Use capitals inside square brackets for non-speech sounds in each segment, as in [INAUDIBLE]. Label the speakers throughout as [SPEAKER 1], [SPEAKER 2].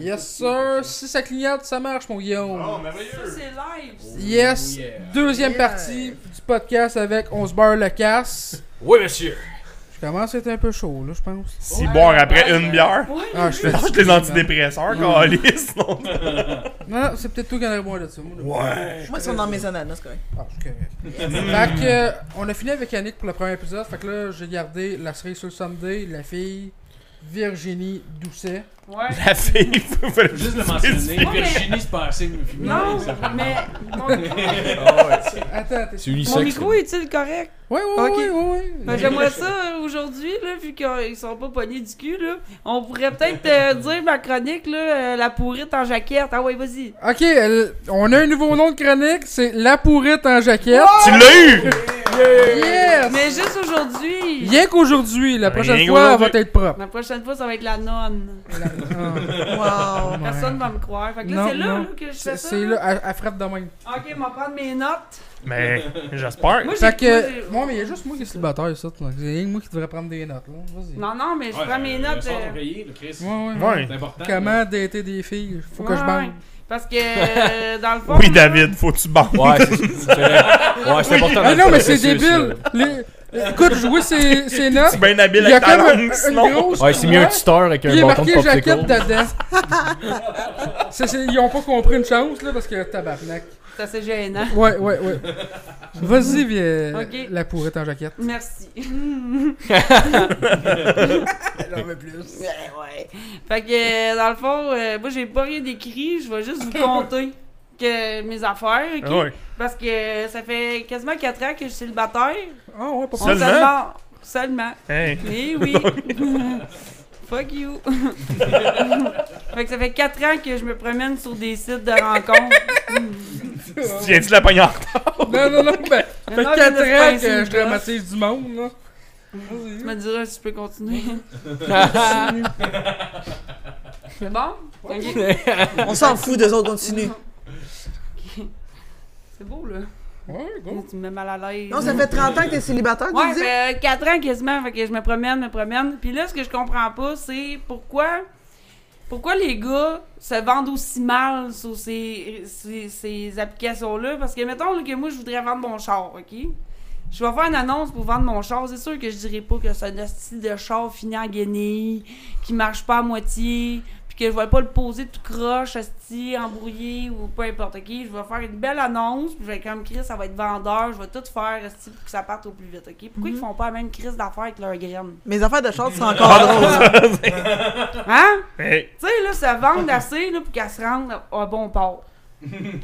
[SPEAKER 1] Yes, sir. Si ça clignote, ça marche, mon Guillaume.
[SPEAKER 2] Oh,
[SPEAKER 3] Ça,
[SPEAKER 2] merveilleux!
[SPEAKER 3] c'est live. ça.
[SPEAKER 1] Yes.
[SPEAKER 2] Yeah.
[SPEAKER 1] Deuxième
[SPEAKER 4] Yeah.
[SPEAKER 1] partie du podcast avec On se beurre le casse.
[SPEAKER 2] Oui, monsieur!
[SPEAKER 1] Je commence à être un peu chaud, là, je pense.
[SPEAKER 5] Si boire après
[SPEAKER 3] ouais,
[SPEAKER 5] une
[SPEAKER 3] ouais.
[SPEAKER 5] bière,
[SPEAKER 3] Ouais,
[SPEAKER 1] Ah, je fais
[SPEAKER 5] lâche les antidépresseurs, câlisse, non?
[SPEAKER 1] Non, non, c'est peut-être toi qui en aurais moins de ça. Moi, là.
[SPEAKER 5] Ouais.
[SPEAKER 4] Moi, ils sont dans mes ananas, c'est correct.
[SPEAKER 1] Ah, je suis correct. fait que, euh, on a fini avec Yannick pour le premier épisode. Fait que là, j'ai gardé la série sur le Sunday, la fille Virginie Doucet.
[SPEAKER 3] ouais.
[SPEAKER 5] La fille, faut faut-
[SPEAKER 2] Juste le mentionner,
[SPEAKER 3] Ouais, mais-
[SPEAKER 2] Virginie, c'est pas assez une fille.
[SPEAKER 3] Non,
[SPEAKER 2] Ça-
[SPEAKER 3] mais mon,
[SPEAKER 1] Attends, t'es.
[SPEAKER 6] C'est
[SPEAKER 3] mon
[SPEAKER 6] unisexe.
[SPEAKER 3] micro est-il correct?
[SPEAKER 1] Ouais, ouais,
[SPEAKER 3] Ok.
[SPEAKER 1] ouais, ouais,
[SPEAKER 3] Ben,
[SPEAKER 1] ouais.
[SPEAKER 3] J'aimerais ça euh, aujourd'hui, là, vu qu'ils sont pas pognés du cul. Là, on pourrait peut-être euh, dire ma chronique, là, euh, la pourrite en jaquette. Ah ouais, vas-y.
[SPEAKER 1] Ok, elle- on a un nouveau nom de chronique, c'est La pourrite en jaquette.
[SPEAKER 5] Tu l'as eu!
[SPEAKER 1] Yes!
[SPEAKER 3] Mais juste aujourd'hui.
[SPEAKER 1] Rien qu'aujourd'hui, la prochaine
[SPEAKER 5] Rien
[SPEAKER 1] fois, on va
[SPEAKER 5] qu'aujourd'hui.
[SPEAKER 1] être propre.
[SPEAKER 3] La prochaine fois, ça va être la nonne.
[SPEAKER 1] Ah,
[SPEAKER 4] Wow.
[SPEAKER 3] Personne va me croire. Fait que là,
[SPEAKER 1] Non,
[SPEAKER 3] [LAUGHS] c'est là,
[SPEAKER 1] non.
[SPEAKER 3] là, que je
[SPEAKER 1] c'est-
[SPEAKER 3] fais ça.
[SPEAKER 1] C'est là, elle, elle frappe de même.
[SPEAKER 3] Ok, on va prendre mes notes.
[SPEAKER 5] Mais j'espère.
[SPEAKER 3] Moi, j'ai-
[SPEAKER 1] Fait
[SPEAKER 3] moi,
[SPEAKER 1] que,
[SPEAKER 3] j'ai-
[SPEAKER 1] moi, mais il y a juste moi qui est célibataire, ça. donc C'est rien que moi qui devrais prendre des notes, là. Vas-y.
[SPEAKER 3] Non, non, mais je
[SPEAKER 2] Ouais,
[SPEAKER 3] prends mes
[SPEAKER 2] le
[SPEAKER 3] notes.
[SPEAKER 2] centre
[SPEAKER 3] euh,
[SPEAKER 2] ouvrier, le Chris.
[SPEAKER 1] Ouais, ouais.
[SPEAKER 5] Ouais.
[SPEAKER 2] C'est important.
[SPEAKER 1] Comment dater des filles? Faut que
[SPEAKER 3] ouais,
[SPEAKER 1] je bande.
[SPEAKER 3] ouais. Parce que, euh, dans le fond.
[SPEAKER 5] Oui,
[SPEAKER 3] là,
[SPEAKER 5] David, faut que tu bandes.
[SPEAKER 6] Ouais, c'est ouais, c'est important. euh,
[SPEAKER 1] Ah
[SPEAKER 6] dans le
[SPEAKER 1] non, mais c'est
[SPEAKER 6] processus,
[SPEAKER 1] débile! Les- Écoute, jouer ses, ses notes,
[SPEAKER 5] [LAUGHS] C'est bien habile
[SPEAKER 1] il y a
[SPEAKER 5] avec ta
[SPEAKER 1] comme un-
[SPEAKER 5] langue,
[SPEAKER 1] une
[SPEAKER 5] sinon.
[SPEAKER 1] grosse.
[SPEAKER 6] là. Ouais, c'est mis un
[SPEAKER 1] couleur,
[SPEAKER 6] tuteur avec
[SPEAKER 1] puis Il est
[SPEAKER 6] un bâton de
[SPEAKER 1] marqué jaquette
[SPEAKER 6] popsicle.
[SPEAKER 1] dedans. [LAUGHS] C'est- c'est- ils ont pas compris une chance, là, parce que tabarnak.
[SPEAKER 3] C'est assez gênant.
[SPEAKER 1] Ouais, ouais, ouais. Vas-y, viens.
[SPEAKER 3] Ok.
[SPEAKER 1] La pourrite en jaquette.
[SPEAKER 3] Merci. [LAUGHS]
[SPEAKER 1] J'en veux plus.
[SPEAKER 3] Ouais, [LAUGHS] ouais. Fait que, euh, dans le fond, euh, moi, j'ai pas rien d'écrit. Je vais juste vous compter que mes affaires. ok?
[SPEAKER 5] Ah ouais.
[SPEAKER 3] Parce que euh, ça fait quasiment 4 ans que je suis célibataire.
[SPEAKER 1] Ah ouais, pas
[SPEAKER 3] On
[SPEAKER 1] possible.
[SPEAKER 5] Seulement?
[SPEAKER 3] se demande- Seulement.
[SPEAKER 5] Hey.
[SPEAKER 3] Eh oui. [LAUGHS] Fuck you. [LAUGHS] fait que ça fait 4 ans que je me promène sur des sites de rencontres.
[SPEAKER 5] Tu viens-tu de la pogner en retard?
[SPEAKER 1] Non, non, non, ben, ça fait
[SPEAKER 3] Maintenant,
[SPEAKER 1] 4
[SPEAKER 3] je viens de
[SPEAKER 1] ans
[SPEAKER 3] se
[SPEAKER 1] que
[SPEAKER 3] pincer une
[SPEAKER 1] je
[SPEAKER 3] brosse.
[SPEAKER 1] dramatise du monde, là.
[SPEAKER 3] Tu me diras si je peux continuer. C'est bon? Ok.
[SPEAKER 4] On s'en fout d'eux autres, continue.
[SPEAKER 3] C'est beau, là.
[SPEAKER 1] Ouais, go.
[SPEAKER 3] Tu me mets mal à l'aise.
[SPEAKER 4] Non, ça fait 30 ans que t'es célibataire, tu
[SPEAKER 3] Ouais, ben-
[SPEAKER 4] dis?
[SPEAKER 3] fait 4 ans quasiment, fait que je me promène, me promène. Puis là, ce que je comprends pas, c'est pourquoi pourquoi les gars se vendent aussi mal sur ces, ces, ces applications-là. Parce que, mettons là, que moi, je voudrais vendre mon char, OK? Je vais faire une annonce pour vendre mon char. C'est sûr que je dirais pas que c'est un style de char fini en guenille, qui marche pas à moitié, puis que je vais pas le poser tout croche, asti, embrouillé ou peu importe. OK? Je vais faire une belle annonce, puis je vais comme Chris, ça va être vendeur, je vais tout faire, asti, pour que ça parte au plus vite. OK? Pourquoi ils font pas la même crise d'affaires avec leurs graines?
[SPEAKER 4] Mes affaires de chance, c'est encore drôle.
[SPEAKER 3] Hein?
[SPEAKER 5] Hey.
[SPEAKER 3] Tu sais, là, ça vend assez là, pour qu'elle se rende à bon port.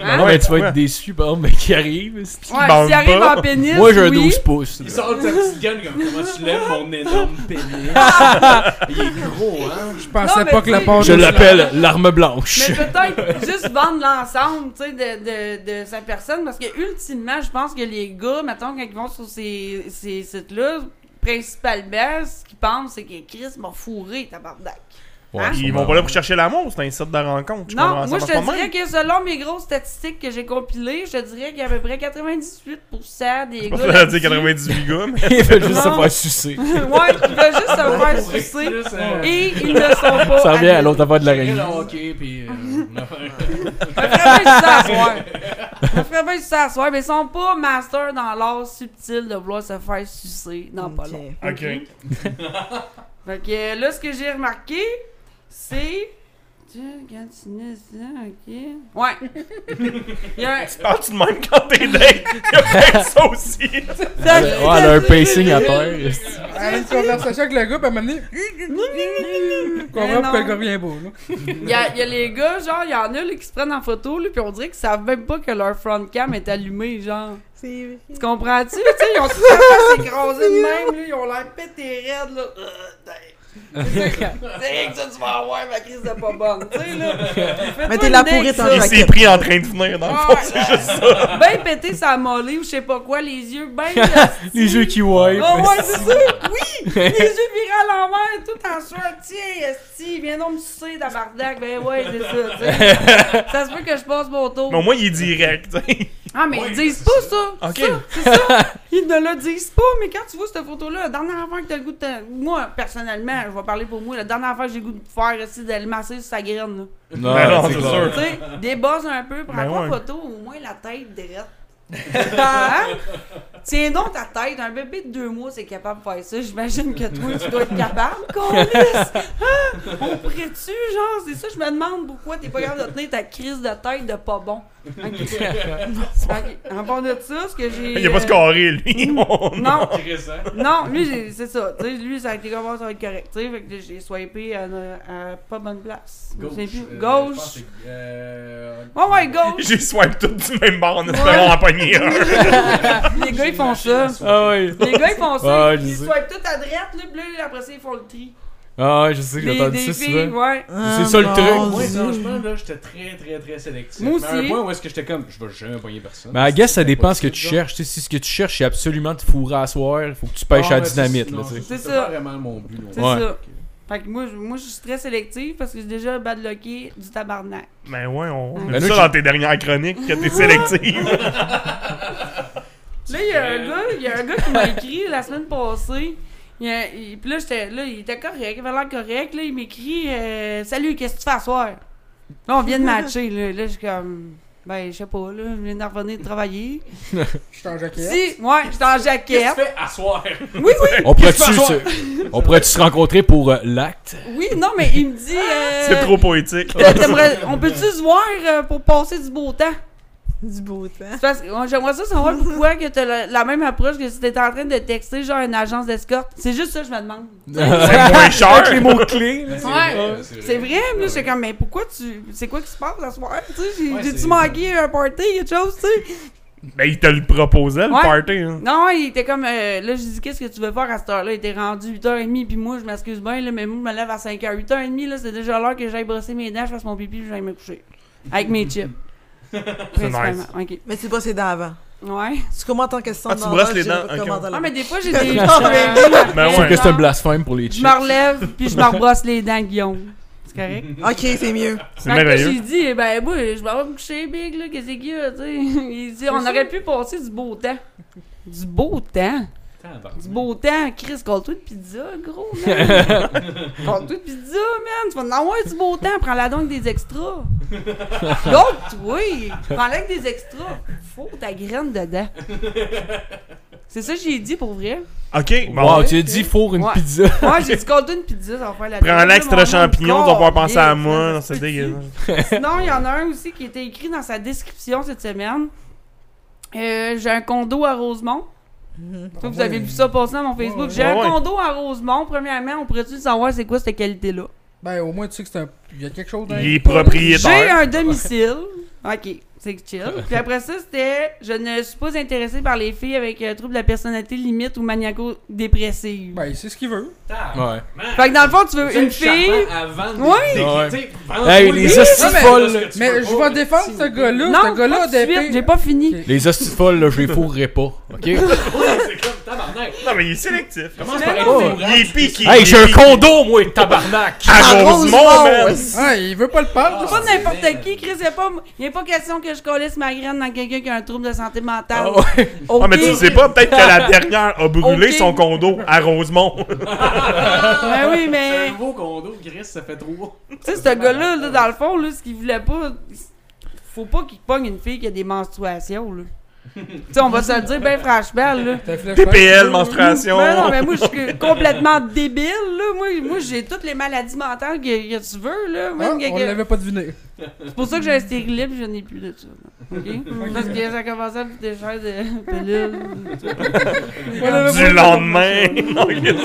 [SPEAKER 6] Non, non, mais tu vas être déçu, par exemple, mais qui arrive. c'est-
[SPEAKER 3] Ouais,
[SPEAKER 5] bande
[SPEAKER 3] s'il arrive
[SPEAKER 5] pas.
[SPEAKER 3] en pénis,
[SPEAKER 6] bah, Moi, j'ai un
[SPEAKER 3] oui.
[SPEAKER 6] 12 pouces. là.
[SPEAKER 2] Il sort sa petite gueule comme comment tu lèves mon énorme pénis. Il est gros, hein?
[SPEAKER 1] Je pensais
[SPEAKER 3] mais
[SPEAKER 1] pas que la
[SPEAKER 3] dis-
[SPEAKER 1] part
[SPEAKER 6] Je
[SPEAKER 1] de-
[SPEAKER 6] l'appelle l'arme
[SPEAKER 5] [LAUGHS]
[SPEAKER 6] blanche.
[SPEAKER 3] Mais peut-être juste vendre l'ensemble, tu sais, de, de, de sa personne, parce que ultimement, je pense que les gars, mettons, quand ils vont sur ces, ces sites-là, principalement, ce qu'ils pensent, c'est que Chris m'a fourré, tabarnak.
[SPEAKER 6] Ouais,
[SPEAKER 3] Hein?
[SPEAKER 5] Ils vont pas là pour chercher l'amour, c'est un site de rencontre. Je
[SPEAKER 3] Non,
[SPEAKER 5] comprends, ça
[SPEAKER 3] moi je
[SPEAKER 5] marche pas de
[SPEAKER 3] te
[SPEAKER 5] même.
[SPEAKER 3] dirais que selon mes grosses statistiques que j'ai compilées, je te dirais qu'il y a à peu près 98% des
[SPEAKER 5] Pas ça
[SPEAKER 3] gars.
[SPEAKER 5] à dire
[SPEAKER 3] là-dessus-
[SPEAKER 5] 98 gars, mais
[SPEAKER 6] Il veut juste se
[SPEAKER 3] Non.
[SPEAKER 6] faire
[SPEAKER 3] [LAUGHS] ouais,
[SPEAKER 6] sucer.
[SPEAKER 3] ils veulent juste
[SPEAKER 6] [LAUGHS]
[SPEAKER 3] se faire
[SPEAKER 2] C'est
[SPEAKER 3] sucer.
[SPEAKER 2] juste, euh,
[SPEAKER 3] Et ils ne sont pas.
[SPEAKER 6] Ça revient à
[SPEAKER 3] adultes.
[SPEAKER 6] l'autre affaire de la
[SPEAKER 2] le
[SPEAKER 6] réunion.
[SPEAKER 2] hockey, puis... euh,
[SPEAKER 3] On ferait bien ça à soir. On ferait bien ça à soir, mais ils sont pas masters dans l'art subtil de vouloir se faire sucer. Non, pas long.
[SPEAKER 4] Ok.
[SPEAKER 5] [LAUGHS] Ok.
[SPEAKER 3] Fait que euh, là, ce que j'ai remarqué, c'est. Tu regardes, tu n'es- ok. Ouais. Il y a un-
[SPEAKER 5] Parles-tu de même quand t'es date? Il y a peut-être ça aussi.
[SPEAKER 3] Ça-
[SPEAKER 6] Ouais, elle a un pacing à terre.
[SPEAKER 1] Elle a une conversation avec le gars, puis elle m'a amené.
[SPEAKER 3] Mais
[SPEAKER 1] Comprends pourquoi
[SPEAKER 3] non.
[SPEAKER 1] le gars revient beau, là.
[SPEAKER 3] Il y, a, il y a les gars, genre, il y en a là, qui se prennent en photo, là, puis on dirait qu'ils savent même pas que leur front cam est allumé, genre.
[SPEAKER 4] C'est
[SPEAKER 3] Tu comprends-tu? Tu sais, ils ont tout la face écrasée de même, là, ils ont l'air pété raide,
[SPEAKER 4] [LAUGHS]
[SPEAKER 3] là. Euh, damn. C'est sûr que- c'est rien que ça, tu vas avoir ma crise de pas bonne, tu sais,
[SPEAKER 4] [LAUGHS]
[SPEAKER 3] là. Fais-toi
[SPEAKER 4] Mais t'es la
[SPEAKER 3] une idée
[SPEAKER 4] pourrite
[SPEAKER 3] que
[SPEAKER 4] en
[SPEAKER 3] ça.
[SPEAKER 5] Il s'est pris en train de venir dans le fond.
[SPEAKER 3] [LAUGHS] Ouais. Ben pété sa mollée ou je sais [LAUGHS] pas quoi, les yeux Ah ben...
[SPEAKER 6] Les yeux qui wipe.
[SPEAKER 3] [LAUGHS] Oh ouais, c'est ça! Oui! Les yeux virés à mon verre, tout en soi. Tiens, esti, viens donc me sucer, tabarnak. Ben ouais, c'est ça, tu [LAUGHS] sais. Ça se peut que je passe mon tour.
[SPEAKER 5] Mais au moins, il est direct, tu sais.
[SPEAKER 3] Ah, mais
[SPEAKER 2] Oui,
[SPEAKER 3] ils disent
[SPEAKER 2] c'est
[SPEAKER 3] pas ça!
[SPEAKER 5] Ok.
[SPEAKER 3] C'est ça, c'est ça! Ils ne le disent pas, mais quand tu vois cette photo-là, la dernière fois que t'as le goût de. te- Moi, personnellement, je vais parler pour moi, la dernière fois que j'ai le goût de faire, c'est de le masser sur sa graine, là.
[SPEAKER 6] Non,
[SPEAKER 5] Ben non,
[SPEAKER 6] c'est
[SPEAKER 5] c'est
[SPEAKER 6] clair.
[SPEAKER 5] sûr.
[SPEAKER 3] Tu sais, débosse un peu, prends
[SPEAKER 5] Ben
[SPEAKER 3] pas
[SPEAKER 5] ouais.
[SPEAKER 3] photo, au moins la tête droite. Hein? Tiens donc ta tête, un bébé de deux mois c'est capable de faire ça, j'imagine que toi tu dois être capable, [LAUGHS] câlisse. Hein? On pourrait-tu, genre, c'est ça, je me demande pourquoi t'es pas capable de tenir ta crise de tête de pas bon. Ok. Ok, En part de ça, ce que j'ai...
[SPEAKER 5] Il a pas
[SPEAKER 3] euh,
[SPEAKER 5] scoré, lui. mon-
[SPEAKER 3] Non,
[SPEAKER 2] Intéressant.
[SPEAKER 3] non, lui, j'ai- c'est ça. Tu sais, lui, ça a été comment ça va être correct. Tu sais, fait que j'ai swipé à, à pas bonne place. Je sais plus.
[SPEAKER 2] euh, je pense
[SPEAKER 3] Gauche.
[SPEAKER 2] que c'est, euh,
[SPEAKER 3] Ouais, ouais, gauche.
[SPEAKER 5] J'ai swipe tout du même bord en espérant en pogner un.
[SPEAKER 6] [LAUGHS]
[SPEAKER 3] Les gars, ils font ça.
[SPEAKER 6] Ah ouais.
[SPEAKER 3] Les gars, ils font ça.
[SPEAKER 6] Ouais, je
[SPEAKER 3] ils
[SPEAKER 6] sais.
[SPEAKER 3] swipent tout à droite, là, puis là, après ça, ils font le tri.
[SPEAKER 6] Ah ouais, je sais que j'ai
[SPEAKER 3] Des,
[SPEAKER 6] entendu
[SPEAKER 3] des
[SPEAKER 6] ça
[SPEAKER 3] filles,
[SPEAKER 6] souvent.
[SPEAKER 3] ouais.
[SPEAKER 6] C'est ça, le
[SPEAKER 4] mon
[SPEAKER 6] truc.
[SPEAKER 2] Moi,
[SPEAKER 4] Dieu.
[SPEAKER 2] franchement, là, j'étais très, très, très sélectif.
[SPEAKER 3] Moi
[SPEAKER 2] Mais à un
[SPEAKER 3] aussi.
[SPEAKER 2] point où est-ce que j'étais comme, je vais jamais poigner personne.
[SPEAKER 6] Mais I guess ça
[SPEAKER 2] C'est
[SPEAKER 6] dépend ce que
[SPEAKER 2] impossible,
[SPEAKER 6] tu
[SPEAKER 2] genre.
[SPEAKER 6] cherches. Tu sais, si ce que tu cherches, c'est absolument te fourrer à soir, faut que tu pêches
[SPEAKER 2] Ah,
[SPEAKER 6] à la
[SPEAKER 2] mais
[SPEAKER 6] dynamite.
[SPEAKER 2] c'est-
[SPEAKER 6] Là,
[SPEAKER 2] non,
[SPEAKER 6] tu sais.
[SPEAKER 3] C'est
[SPEAKER 2] C'est
[SPEAKER 3] ça.
[SPEAKER 2] pas vraiment mon but. non.
[SPEAKER 3] C'est
[SPEAKER 6] Ouais.
[SPEAKER 3] ça. Fait que moi, je- moi, je suis très sélective parce que j'ai déjà badlocké du tabarnak.
[SPEAKER 5] Ben ouais, on.
[SPEAKER 6] Ben
[SPEAKER 5] Mais
[SPEAKER 6] là,
[SPEAKER 5] ça
[SPEAKER 6] j'ai-
[SPEAKER 5] dans tes dernières chroniques que t'es sélective.
[SPEAKER 3] Là, il y a un gars, il y a un gars qui m'a écrit la semaine passée. Il, y a- il- puis là, j'étais, là, il était correct, il avait l'air correct. Là, il m'écrit euh, Salut, qu'est-ce que tu fais à soir Là, on vient de matcher. Là, là je suis comme Ben, je sais pas, là, je viens de revenir de travailler.
[SPEAKER 1] Je suis en jaquette.
[SPEAKER 3] Si, ouais, j'étais en
[SPEAKER 2] Qu'est-ce que
[SPEAKER 3] jaquette.
[SPEAKER 2] tu fais à soir?
[SPEAKER 3] Oui, oui,
[SPEAKER 6] On
[SPEAKER 2] [LAUGHS]
[SPEAKER 6] pourrait-tu
[SPEAKER 2] Qu'est-ce que tu
[SPEAKER 6] se... on pourrait-tu se rencontrer pour euh, l'acte?
[SPEAKER 3] oui, non, mais il me dit. euh,
[SPEAKER 5] C'est trop poétique.
[SPEAKER 3] Là, [LAUGHS] t'aimerais- on peut-tu se voir euh, pour passer du beau temps?
[SPEAKER 4] Du beau temps.
[SPEAKER 3] C'est parce que, euh, J'aimerais ça [LAUGHS] savoir pourquoi que t'as la, la même approche que si t'étais en train de texter genre une agence d'escorte. C'est juste ça que je me demande.
[SPEAKER 5] C'est moins cher.
[SPEAKER 6] Avec les mots-clés. là.
[SPEAKER 3] Ouais.
[SPEAKER 2] Ben, C'est
[SPEAKER 3] C'est vrai, mais là, j'étais
[SPEAKER 2] Ouais.
[SPEAKER 3] comme, mais pourquoi tu. C'est quoi qui se passe à ce soir? Tu sais, j'ai-
[SPEAKER 2] Ouais,
[SPEAKER 3] j'ai-tu
[SPEAKER 2] c'est-
[SPEAKER 3] manqué un party, quelque chose, tu sais?
[SPEAKER 5] Ben il te le proposait, le
[SPEAKER 3] Ouais.
[SPEAKER 5] party. hein.
[SPEAKER 3] Non, il était comme, euh, là, je dis, qu'est-ce que tu veux faire à cette heure-là? Il était rendu 8h30, puis moi, je m'excuse bien, là, mais moi, je me lève à 5h. 8h30, là, c'est déjà l'heure que j'aille brosser mes dents, je fasse mon pipi, puis j'aille me coucher. Avec mes chips. Principalement. Ok.
[SPEAKER 4] Mais tu brosses les dents avant.
[SPEAKER 3] Ouais.
[SPEAKER 4] Tu commences en question
[SPEAKER 5] Ah,
[SPEAKER 4] de
[SPEAKER 5] tu
[SPEAKER 4] dents,
[SPEAKER 5] brosses
[SPEAKER 4] là,
[SPEAKER 5] les
[SPEAKER 4] j'ai
[SPEAKER 5] dents,
[SPEAKER 4] pas
[SPEAKER 5] ok.
[SPEAKER 4] comment dans la-
[SPEAKER 3] Ah, mais des fois, j'ai des.
[SPEAKER 4] Non, mais-
[SPEAKER 5] Ben
[SPEAKER 6] Je trouve
[SPEAKER 5] ouais.
[SPEAKER 6] que c'est un blasphème pour les
[SPEAKER 3] Je
[SPEAKER 6] chips.
[SPEAKER 3] me relève, puis je me rebrosse les dents, Guillaume. C'est correct?
[SPEAKER 4] Ok, c'est mieux.
[SPEAKER 5] C'est
[SPEAKER 3] Fait que là,
[SPEAKER 5] merveilleux.
[SPEAKER 3] J'ai dit, eh ben, moi, je m'en vais me coucher, Big, là, qu'est-ce qu'il y a, tu sais. [LAUGHS] Il dit, on aurait pu passer du beau temps. Du beau temps? Du beau temps, Chris, colle-toi de pizza, gros, man. colle-toi de pizza, man. Tu vas en avoir du beau temps, prends-la donc avec des extras. L'autre, oui, prends-la avec des extras. Faut ta graine dedans. C'est ça que j'ai dit pour vrai.
[SPEAKER 5] Ok, bon.
[SPEAKER 6] Wow, Ah, tu as dit four une
[SPEAKER 3] Ouais.
[SPEAKER 6] pizza.
[SPEAKER 3] Moi, j'ai dit, colle-toi une pizza, ça va faire la
[SPEAKER 5] Prends
[SPEAKER 3] job. Mon
[SPEAKER 5] l'extra champignon,
[SPEAKER 3] corps,
[SPEAKER 5] tu vas pouvoir penser à
[SPEAKER 3] yes,
[SPEAKER 5] moi.
[SPEAKER 3] man,
[SPEAKER 5] Non,
[SPEAKER 3] ça se
[SPEAKER 5] C'est
[SPEAKER 3] peut-tu? [LAUGHS]
[SPEAKER 5] dégueulasse.
[SPEAKER 3] Sinon, il y en a un aussi qui était écrit dans sa description cette semaine. Euh, j'ai un condo à Rosemont.
[SPEAKER 1] Mhm.
[SPEAKER 3] Ça,
[SPEAKER 1] Ah
[SPEAKER 3] vous avez vu ça passer dans mon Facebook. J'ai
[SPEAKER 5] Ouais,
[SPEAKER 3] un
[SPEAKER 5] ouais.
[SPEAKER 3] condo à Rosemont. Premièrement, on pourrait-tu savoir c'est quoi cette qualité-là?
[SPEAKER 1] Ben, au moins, tu sais que c'est un. Il y a quelque chose dans
[SPEAKER 5] Il est
[SPEAKER 3] J'ai
[SPEAKER 5] propriétaire.
[SPEAKER 3] un domicile. OK, c'est chill.
[SPEAKER 5] [LAUGHS]
[SPEAKER 3] Puis après ça, c'était « Je ne suis pas intéressée par les filles avec euh, troubles de la personnalité limite ou maniaco-dépressive.
[SPEAKER 1] Ben, il sait ce qu'il veut.
[SPEAKER 6] Ouais.
[SPEAKER 3] Fait que dans le fond, tu veux une fille...
[SPEAKER 2] Avant de
[SPEAKER 3] Oui.
[SPEAKER 6] Ouais.
[SPEAKER 2] Tu sais,
[SPEAKER 6] Hey,
[SPEAKER 2] vends-toi
[SPEAKER 6] les
[SPEAKER 2] les
[SPEAKER 6] hosties
[SPEAKER 1] mais-
[SPEAKER 6] folles, là.
[SPEAKER 2] Tu
[SPEAKER 1] Mais
[SPEAKER 2] veux
[SPEAKER 1] je
[SPEAKER 2] pas-
[SPEAKER 1] vais défendre ce gars-là.
[SPEAKER 3] Non,
[SPEAKER 1] ce gars-là
[SPEAKER 3] pas tout de
[SPEAKER 1] d'épée-
[SPEAKER 3] suite, j'ai pas fini.
[SPEAKER 1] Ok.
[SPEAKER 6] Les hosties folles, là, je les fourrerai pas.
[SPEAKER 2] [LAUGHS]
[SPEAKER 6] OK? hey,
[SPEAKER 2] C'est comme tabarnak.
[SPEAKER 5] Non, mais il est sélectif.
[SPEAKER 2] Commence
[SPEAKER 3] Mais
[SPEAKER 2] par être
[SPEAKER 3] non.
[SPEAKER 2] moral,
[SPEAKER 5] Il est
[SPEAKER 2] tu
[SPEAKER 5] piqué. il est
[SPEAKER 6] j'ai un
[SPEAKER 5] piqué.
[SPEAKER 6] condo, moi, tabarnak!
[SPEAKER 5] À
[SPEAKER 4] Ah,
[SPEAKER 5] Rosemont, man.
[SPEAKER 1] Ah, il veut pas le perdre.
[SPEAKER 3] C'est
[SPEAKER 5] Ah,
[SPEAKER 3] pas n'importe qui, Chris. Il pas, y a pas question que je colisse ma graine dans quelqu'un qui a un trouble de santé mentale.
[SPEAKER 6] Ah ouais.
[SPEAKER 3] [LAUGHS] Ok.
[SPEAKER 5] Ah, mais tu sais pas, peut-être que
[SPEAKER 3] [LAUGHS]
[SPEAKER 5] la dernière a brûlé
[SPEAKER 3] Ok.
[SPEAKER 5] son condo à
[SPEAKER 3] [LAUGHS]
[SPEAKER 5] Rosemont.
[SPEAKER 3] Ben oui,
[SPEAKER 2] C'est
[SPEAKER 5] [LAUGHS]
[SPEAKER 2] un
[SPEAKER 3] mais.
[SPEAKER 2] nouveau condo, Chris, ça fait trop.
[SPEAKER 3] Tu sais, ce gars-là, là, dans le fond, là, ce qu'il voulait pas. Faut pas qu'il pogne une fille qui a des menstruations, là. tu sais, on va se le dire, ben franchement, là.
[SPEAKER 1] T'as un flashback,
[SPEAKER 5] PPL,
[SPEAKER 1] tu veux, là?
[SPEAKER 5] menstruation.
[SPEAKER 3] Ben non, mais moi, je suis complètement débile, là. Moi, moi j'ai toutes les maladies mentales que, que tu veux, là.
[SPEAKER 1] Ah,
[SPEAKER 3] Même que-
[SPEAKER 1] on
[SPEAKER 3] que-
[SPEAKER 1] l'avait pas deviné.
[SPEAKER 3] C'est pour ça que j'ai un stérilet pis je n'ai plus de ça. là. OK? Parce que j'ai commencé à me déchirer de pilules. Voilà,
[SPEAKER 5] Du
[SPEAKER 3] voilà. [LAUGHS]
[SPEAKER 5] lendemain. Non, il est-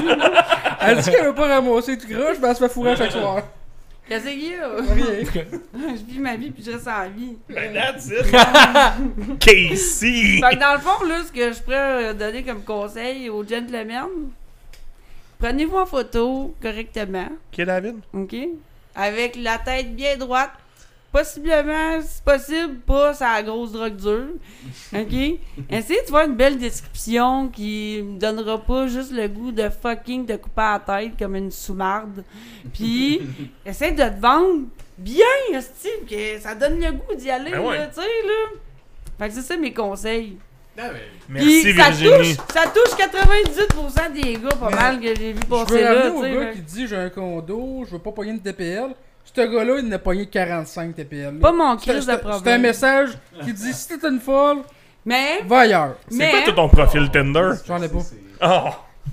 [SPEAKER 1] Elle dit qu'elle veut pas ramasser du gras, je vais se faire fourrer à chaque soir.
[SPEAKER 3] Qu'est-ce qu'il y a?
[SPEAKER 1] Rien.
[SPEAKER 3] [LAUGHS] Je vis ma vie puis je reste en vie.
[SPEAKER 5] Ben, that's it.
[SPEAKER 3] [LAUGHS]
[SPEAKER 5] Casey.
[SPEAKER 3] Fait que dans le fond, là, ce que je pourrais euh, donner comme conseil aux gentlemen, prenez-vous en photo correctement,
[SPEAKER 5] Ok, David?
[SPEAKER 3] OK? Avec la tête bien droite, Possiblement, si possible, pas sa grosse drogue dure.
[SPEAKER 1] [LAUGHS]
[SPEAKER 3] OK? Essayez de faire une belle description qui me donnera pas juste le goût de fucking te couper la tête comme une sous-marde.
[SPEAKER 1] [LAUGHS]
[SPEAKER 3] Puis, essaye de te vendre bien, estime, que ça donne le goût d'y aller,
[SPEAKER 5] Ben ouais.
[SPEAKER 3] là, tu sais, là. Fait que c'est ça mes conseils.
[SPEAKER 2] Non, mais.
[SPEAKER 5] Merci
[SPEAKER 3] Puis ça
[SPEAKER 5] Virginie.
[SPEAKER 3] touche, ça touche 98% des gars, pas
[SPEAKER 1] Mais
[SPEAKER 3] mal, que j'ai vu
[SPEAKER 1] Je
[SPEAKER 3] passer
[SPEAKER 1] veux
[SPEAKER 3] là,
[SPEAKER 1] ramener
[SPEAKER 3] tu
[SPEAKER 1] au
[SPEAKER 3] sais.
[SPEAKER 1] gars
[SPEAKER 3] là.
[SPEAKER 1] qui dit j'ai un condo, je veux pas pogner une TPL. Ce gars-là, il n'a pogné 45 TPL. là.
[SPEAKER 3] Pas mon
[SPEAKER 1] C'est-
[SPEAKER 3] crise
[SPEAKER 1] c'est-
[SPEAKER 3] de
[SPEAKER 1] C'est un
[SPEAKER 3] problème.
[SPEAKER 1] message qui dit si t'es une folle,
[SPEAKER 3] Mais,
[SPEAKER 1] va ailleurs.
[SPEAKER 5] C'est
[SPEAKER 3] mais, hein?
[SPEAKER 5] quoi tout ton profil Tinder?
[SPEAKER 1] J'en ai pas.
[SPEAKER 5] Oh!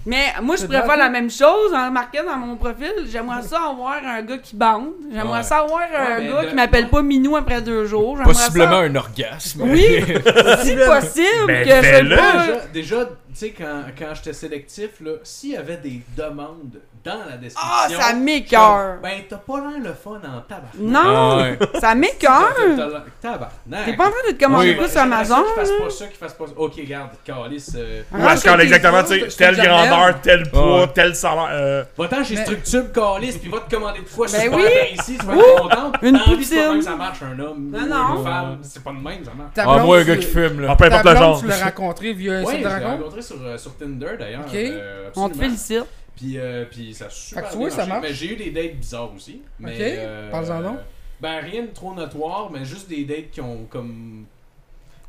[SPEAKER 3] mais moi, je
[SPEAKER 1] C'est
[SPEAKER 3] pourrais
[SPEAKER 1] de
[SPEAKER 3] faire
[SPEAKER 1] la-
[SPEAKER 3] la même chose en marquant dans mon profil. J'aimerais ça avoir un gars qui bande. J'aimerais
[SPEAKER 6] Ouais.
[SPEAKER 3] ça avoir un
[SPEAKER 2] mais
[SPEAKER 3] gars
[SPEAKER 2] de-
[SPEAKER 3] qui m'appelle pas Minou après deux jours. J'aimerais
[SPEAKER 6] Possiblement un Ben, orgasme. [LAUGHS]
[SPEAKER 3] Oui. ça, si
[SPEAKER 4] Possiblement.
[SPEAKER 3] possible,
[SPEAKER 5] Mais
[SPEAKER 3] que je
[SPEAKER 5] fais-le.
[SPEAKER 3] pas...
[SPEAKER 2] Déjà, déjà, tu sais, quand, quand j'étais sélectif, là, s'il y avait des demandes dans la description.
[SPEAKER 3] Ah, ça
[SPEAKER 2] j'étais comme,
[SPEAKER 3] m'écoeure.
[SPEAKER 2] Ben, t'as pas l'air le fun en tabac.
[SPEAKER 3] Non,
[SPEAKER 6] Ah, Ouais.
[SPEAKER 3] ça m'écoeure.
[SPEAKER 2] Tabarnak. ben,
[SPEAKER 3] T'es pas en train de te commander
[SPEAKER 6] Oui.
[SPEAKER 3] quoi sur Amazon?
[SPEAKER 2] Qu'il fasse pas ça, qu'il fasse pas ça. Ok, garde, calice. euh,
[SPEAKER 5] Parce qu'on a exactement, tu sais,
[SPEAKER 1] c'est
[SPEAKER 5] telle
[SPEAKER 1] une jardin.
[SPEAKER 5] grandeur, tel poids,
[SPEAKER 6] Ouais.
[SPEAKER 5] tel salaire. euh,
[SPEAKER 2] Va-t'en chez
[SPEAKER 1] Mais-
[SPEAKER 2] Structube, calice, puis va te commander de fois
[SPEAKER 3] Ben
[SPEAKER 2] super
[SPEAKER 3] oui.
[SPEAKER 2] bien ici, tu vas être contente.
[SPEAKER 3] Une
[SPEAKER 2] Dans la vie, C'est pas
[SPEAKER 3] poutine.
[SPEAKER 2] de même que ça marche, un homme.
[SPEAKER 3] Non,
[SPEAKER 2] ou
[SPEAKER 3] non.
[SPEAKER 2] Une femme, c'est pas de même, ça marche.
[SPEAKER 1] Ta
[SPEAKER 6] Ah,
[SPEAKER 1] blonde,
[SPEAKER 6] moi, un
[SPEAKER 1] tu-
[SPEAKER 6] gars qui fume, là.
[SPEAKER 5] ah, peu
[SPEAKER 1] ta
[SPEAKER 5] importe le
[SPEAKER 1] blonde,
[SPEAKER 5] genre.
[SPEAKER 1] tu l'as rencontré
[SPEAKER 3] Euh,
[SPEAKER 1] via un
[SPEAKER 2] Ouais,
[SPEAKER 1] site
[SPEAKER 2] je
[SPEAKER 1] de
[SPEAKER 2] l'ai
[SPEAKER 1] rencontre.
[SPEAKER 2] rencontré sur, euh, sur Tinder d'ailleurs.
[SPEAKER 1] Ok.
[SPEAKER 2] euh,
[SPEAKER 3] On te
[SPEAKER 2] absolument.
[SPEAKER 3] félicite.
[SPEAKER 2] Puis, euh, puis ça a super
[SPEAKER 1] Fait que tu
[SPEAKER 2] bien
[SPEAKER 1] vois, ça
[SPEAKER 2] marché.
[SPEAKER 1] marche.
[SPEAKER 2] Mais j'ai eu des dates bizarres aussi. Mais,
[SPEAKER 1] Ok,
[SPEAKER 2] euh,
[SPEAKER 1] parle-en donc.
[SPEAKER 2] Ben rien de trop notoire, mais juste des dates qui ont comme.